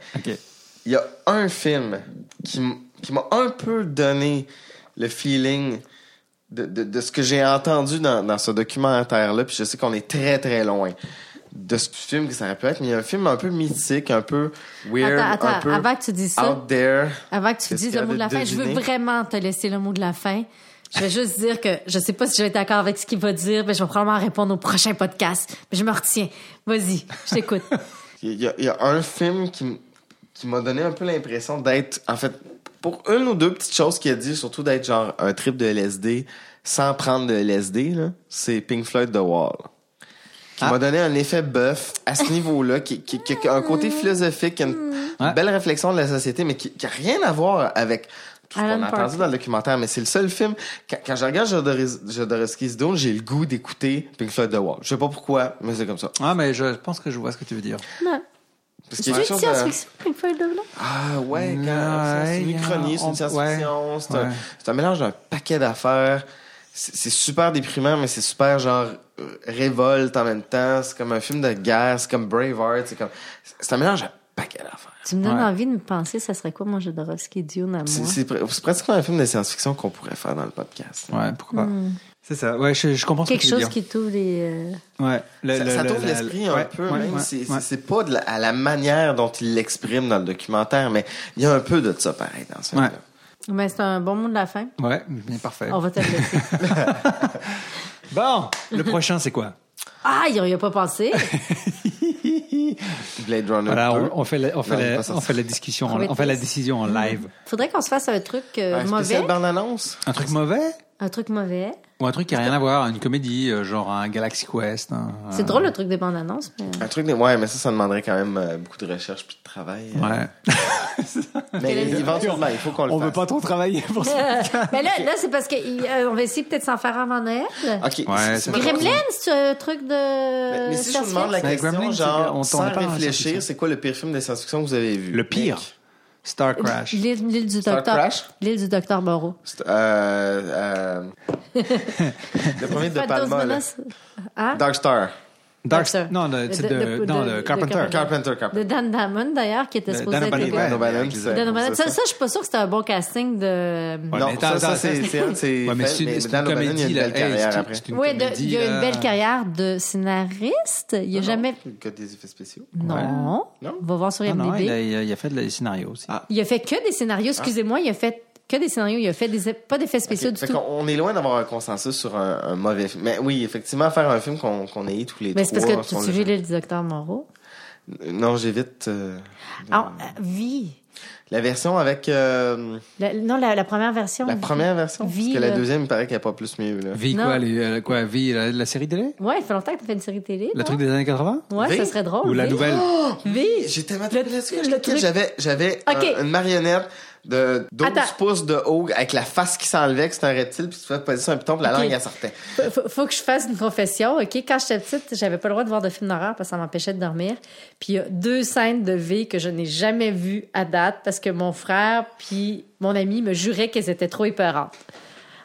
Il y a un film qui, m- qui m'a un peu donné le feeling de, de- de ce que j'ai entendu dans, dans ce documentaire-là, puis je sais qu'on est très, très loin de ce film que ça aurait pu être, mais il y a un film un peu mythique, un peu weird, Attends, attends, un peu avant que tu dises ça. out there. Avant que tu Qu'est-ce dises qu'il y le a mot de la fin, je veux deviner? vraiment te laisser le mot de la fin. Je vais juste dire que je sais pas si je vais être d'accord avec ce qu'il va dire, mais je vais probablement répondre au prochain podcast. Mais je me retiens. Vas-y, je t'écoute. Il y, a- il y a un film qui, m- qui m'a donné un peu l'impression d'être, en fait, pour une ou deux petites choses qu'il a dit, surtout d'être genre un trip de LSD sans prendre de LSD, là, c'est Pink Floyd The Wall. Qui Ah. m'a donné un effet bœuf à ce niveau-là, qui, qui- Mm. qui a un côté philosophique, qui a une belle réflexion de la société, mais qui n'a rien à voir avec tout ce qu'on a entendu dans le documentaire, mais c'est le seul film. Quand, quand je regarde Jodorowsky's Jodorowsky Dune, j'ai le goût d'écouter Pink Floyd The Wall. Je sais pas pourquoi, mais c'est comme ça. Ah, mais je pense que je vois ce que tu veux dire. Non. C'est Parce qu'il y a une quelque chose de- science-fiction, Pink Floyd, là? Ah ouais, quand- Ouais, c'est une il y a- uchronie, c'est on- une science-fiction, ouais, c'est un- ouais. c'est un, mélange d'un paquet d'affaires. C'est c'est super déprimant, mais c'est super genre euh, révolte en même temps. C'est comme un film de guerre, c'est comme Braveheart, c'est comme c'est un mélange d'un paquet d'affaires. Tu me donnes Ouais. envie de me penser, ça serait quoi mon Jodorowsky Dune à moi? C'est- C'est pre- c'est pratiquement un film de science-fiction qu'on pourrait faire dans le podcast. Ouais, pourquoi pas. Hmm. C'est ça. Ouais, je, je comprends ce Quelque que tu veux chose dire. qui t'ouvre les. euh, Ouais. Le- ça le- ça le- t'ouvre la- l'esprit un ouais, peu, ouais, même ouais, si c'est- ouais. c'est pas de la- à la manière dont il l'exprime dans le documentaire, mais il y a un peu de ça pareil dans ce film-là. Mais c'est un bon mot de la fin. Ouais, bien parfait. On va te le laisser. Bon, le prochain, c'est quoi Ah, il n'y a pas pensé. Blade Runner Voilà, 2. on, on fait la, on fait Non, il est la- pas sorti. on fait la discussion, en- Prometheus. on fait la décision en Mmh. live. Faudrait qu'on se fasse un truc euh, Un mauvais. spécial bande-annonce. Un truc mauvais Un truc mauvais. ou un truc qui a rien à voir, une comédie, euh, genre un Galaxy Quest. un- C'est drôle le truc des bandes annonces. Mais... euh. Un truc, de- ouais, mais ça, ça demanderait quand même euh, beaucoup de recherche puis de travail. euh. Ouais. Mais éventuellement, il faut qu'on le On fasse. veut pas trop travailler pour ça. mais là, là c'est parce qu'on va essayer peut-être s'en faire avant Noël. Ok. Ouais, c'est- Gremlin, c'est un truc de. Mais si je vous demande la science-fiction. question, Mais Gremlins, c'est- genre, on sans tourne pas en réfléchir, science-fiction. c'est quoi le pire film de science-fiction que vous avez vu? Le pire. Nick? Star Crash. L'île l'île du Star docteur. Crash? L'île du docteur Moreau. C'est- Euh, euh, le premier de Pas Dose Palma, là. Menace. Hein? Dark Star. Dark Star. Non, le- c'est De- de, de- non, de- le de Carpenter. Carpenter. Carpenter, De Carpenter. Dan Damon, d'ailleurs, qui était Dan supposé être O'Bannon, égaux. ouais. O'Bannon, c'est- Dan O'Bannon. c'est Ça, ça, je suis pas sûre que c'était un bon casting de. Ouais, mais Non, attends, ça, ça, attends, c'est attends. c'est un de ses Ouais, mais faits, c'est mais une, c'est une Dan O'Bannon, comédie. il a une belle là. Hey, carrière c'est- après. c'est une Oui, de- comédie, euh, il y a là. une belle carrière de scénariste. Il y a Non, jamais. non, Il y a des effets spéciaux. Non. Non. On va voir sur Non, IMDb. non, il il, a, a... il a- il a fait des scénarios aussi. Ah. fait que des scénarios. Excusez-moi, il a fait que des scénarios. Il a fait des... pas d'effets spéciaux Ok, du fait tout. qu'on- On est loin d'avoir un consensus sur un, un mauvais film. Mais oui, effectivement, faire un film qu'on qu'on ait tous les Mais c'est trois. parce que tu on suivi l'a le docteur Moreau. fait. Non, j'évite. euh, Ah, euh, vie. La version avec euh, La- non, la, la première version. la Vie. première version. Vie, parce que la là. deuxième, il paraît qu'elle n'est pas plus mieux. Là. Vie, Non. quoi, les, euh, quoi Vie, la, la série télé Ouais, il fait longtemps que tu fait une série télé. Le non? truc des années 80 Ouais, V? ça serait drôle. Oh, Ou la V. nouvelle V. J'ai tellement Le- trippé là-dessus, le je le kiffe. truc- J'avais, j'avais un- Ok. une marionnette de 12 Attends. pouces de haut avec la face qui s'enlevait, que c'était un reptile, puis tu pouvais poser sur un piton, puis la Ok. langue, elle sortait. Faut- faut, faut que je fasse une confession, OK? Quand j'étais petite, j'avais pas le droit de voir de films d'horreur parce que ça m'empêchait de dormir. Puis il y a deux scènes de V que je n'ai jamais vues à date parce que mon frère puis mon ami me juraient qu'elles étaient trop épeurantes.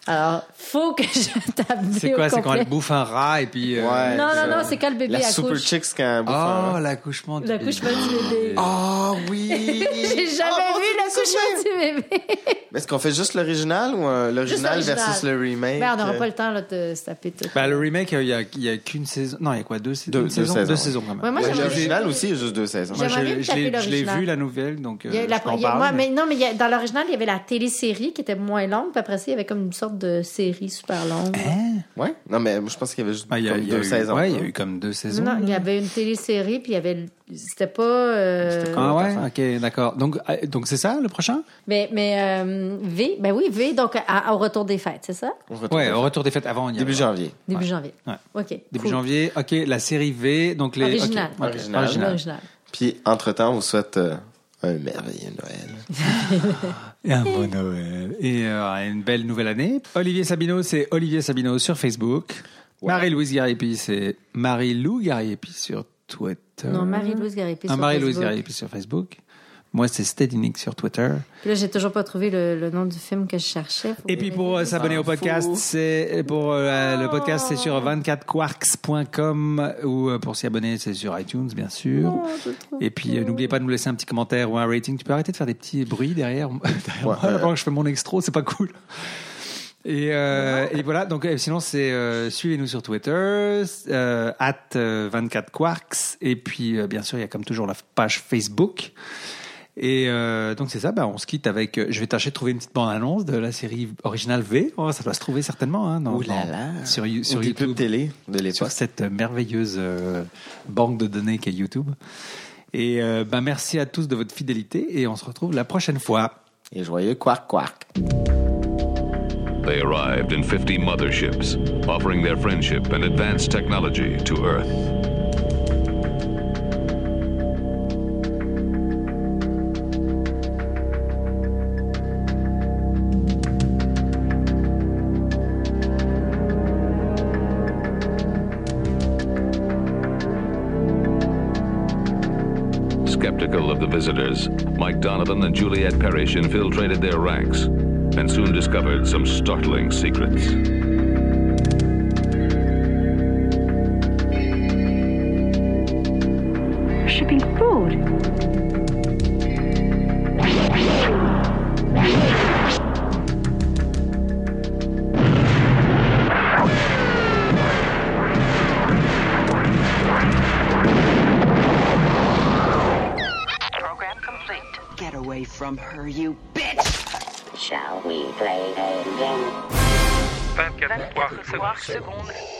Alors, faut que je tape V C'est au quoi C'est quand complet. elle bouffe un rat et puis. euh, Ouais. Non, non, c'est- non, c'est quand le bébé La Super accouche. Chicks quand elle bouffe Oh, un- l'accouchement Oh. du L'accouchement du bébé. Ah oui! J'ai jamais Oh, vu c'est l'accouchement du bien. bébé. Mais Est-ce qu'on fait juste l'original ou euh, l'original Juste l'original. versus le remake? Ben, on euh, n'aura pas le temps là, de se taper tout. Bah, le remake, il y a, il y a qu'une saison. Non, il y a quoi Deux, sais- Deux- une deux saisons saisons, Deux ouais. saisons quand même. Ouais, moi, Ouais, j'aimerais- Euh, l'original aussi, il y a juste deux saisons. J'aimerais- je bien l'ai- me je l'ai taper je l'ai l'original. vu la nouvelle, donc. euh, Il y a la- je t'en il y a- parle, ouais, mais- mais non, mais il y a- dans l'original, il y avait la télésérie qui était moins longue, puis après ça, il y avait comme une sorte de série super longue. Ouais? Non, mais moi, je pense qu'il y avait juste Ah, Eh, il y a, comme il y a deux eu, saisons. Ouais, il y a eu comme deux saisons. Non, non, il y là. avait une télésérie, puis il y avait. le- C'était pas. euh, Ah ouais, ok, d'accord. Donc, euh, donc c'est ça le prochain Mais, mais euh, V, ben oui, V, donc à- au retour des fêtes, c'est ça? On retrouve Ouais, ça. au retour des fêtes avant. il y a- Début janvier. Début Ouais. janvier. Ouais. OK. Début cool. janvier, ok, la série V, donc les. ok, Original. ok, Original. original. L'original. Puis, entre-temps, on vous souhaite euh, un merveilleux Noël. Et un bon Noël. Et euh, une belle nouvelle année. Olivier Sabino, c'est Olivier Sabino sur Facebook. Marie-Louise Gariepi, c'est Marie-Lou Gariepi sur Twitter. Non, Marie-Louise Garipi. Ah, sur Marie-Louise Facebook. Gariepi sur Facebook. Moi, c'est Stedinic sur Twitter. Puis là, j'ai toujours pas trouvé le, le nom du film que je cherchais. Faut Et puis pour euh, s'abonner au podcast, c'est pour euh, le podcast c'est Oh. sur 24quarks.com ou euh, pour s'y abonner c'est sur iTunes bien sûr. Oh, Et puis euh, n'oubliez pas de nous laisser un petit commentaire ou un rating. Tu peux arrêter de faire des petits bruits derrière, derrière moi, là, pendant que je fais mon extro, c'est pas cool. Et, euh, et voilà, donc euh, sinon c'est euh, suivez-nous sur Twitter, euh, at 24quarks, et puis euh, bien sûr il y a comme toujours la page Facebook. Et euh, donc c'est ça, bah, on se quitte avec, euh, je vais tâcher de trouver une petite bande-annonce de la série originale V, Oh, ça doit se trouver certainement hein, dans- Ouh là dans- là. sur, You- Sur sur les pubs YouTube, télé de sur l'époque. cette merveilleuse euh, banque de données qu'est YouTube. Et euh, bah, merci à tous de votre fidélité et on se retrouve la prochaine fois. Et joyeux quark quark. They arrived in 50 motherships, offering their friendship and advanced technology to Earth. skeptical of the visitors, Mike Donovan and Juliette Parrish infiltrated their ranks and soon discovered some startling secrets. Shipping food. Program complete. Get away from her, you bitch! Shall we play a game? 24 secondes.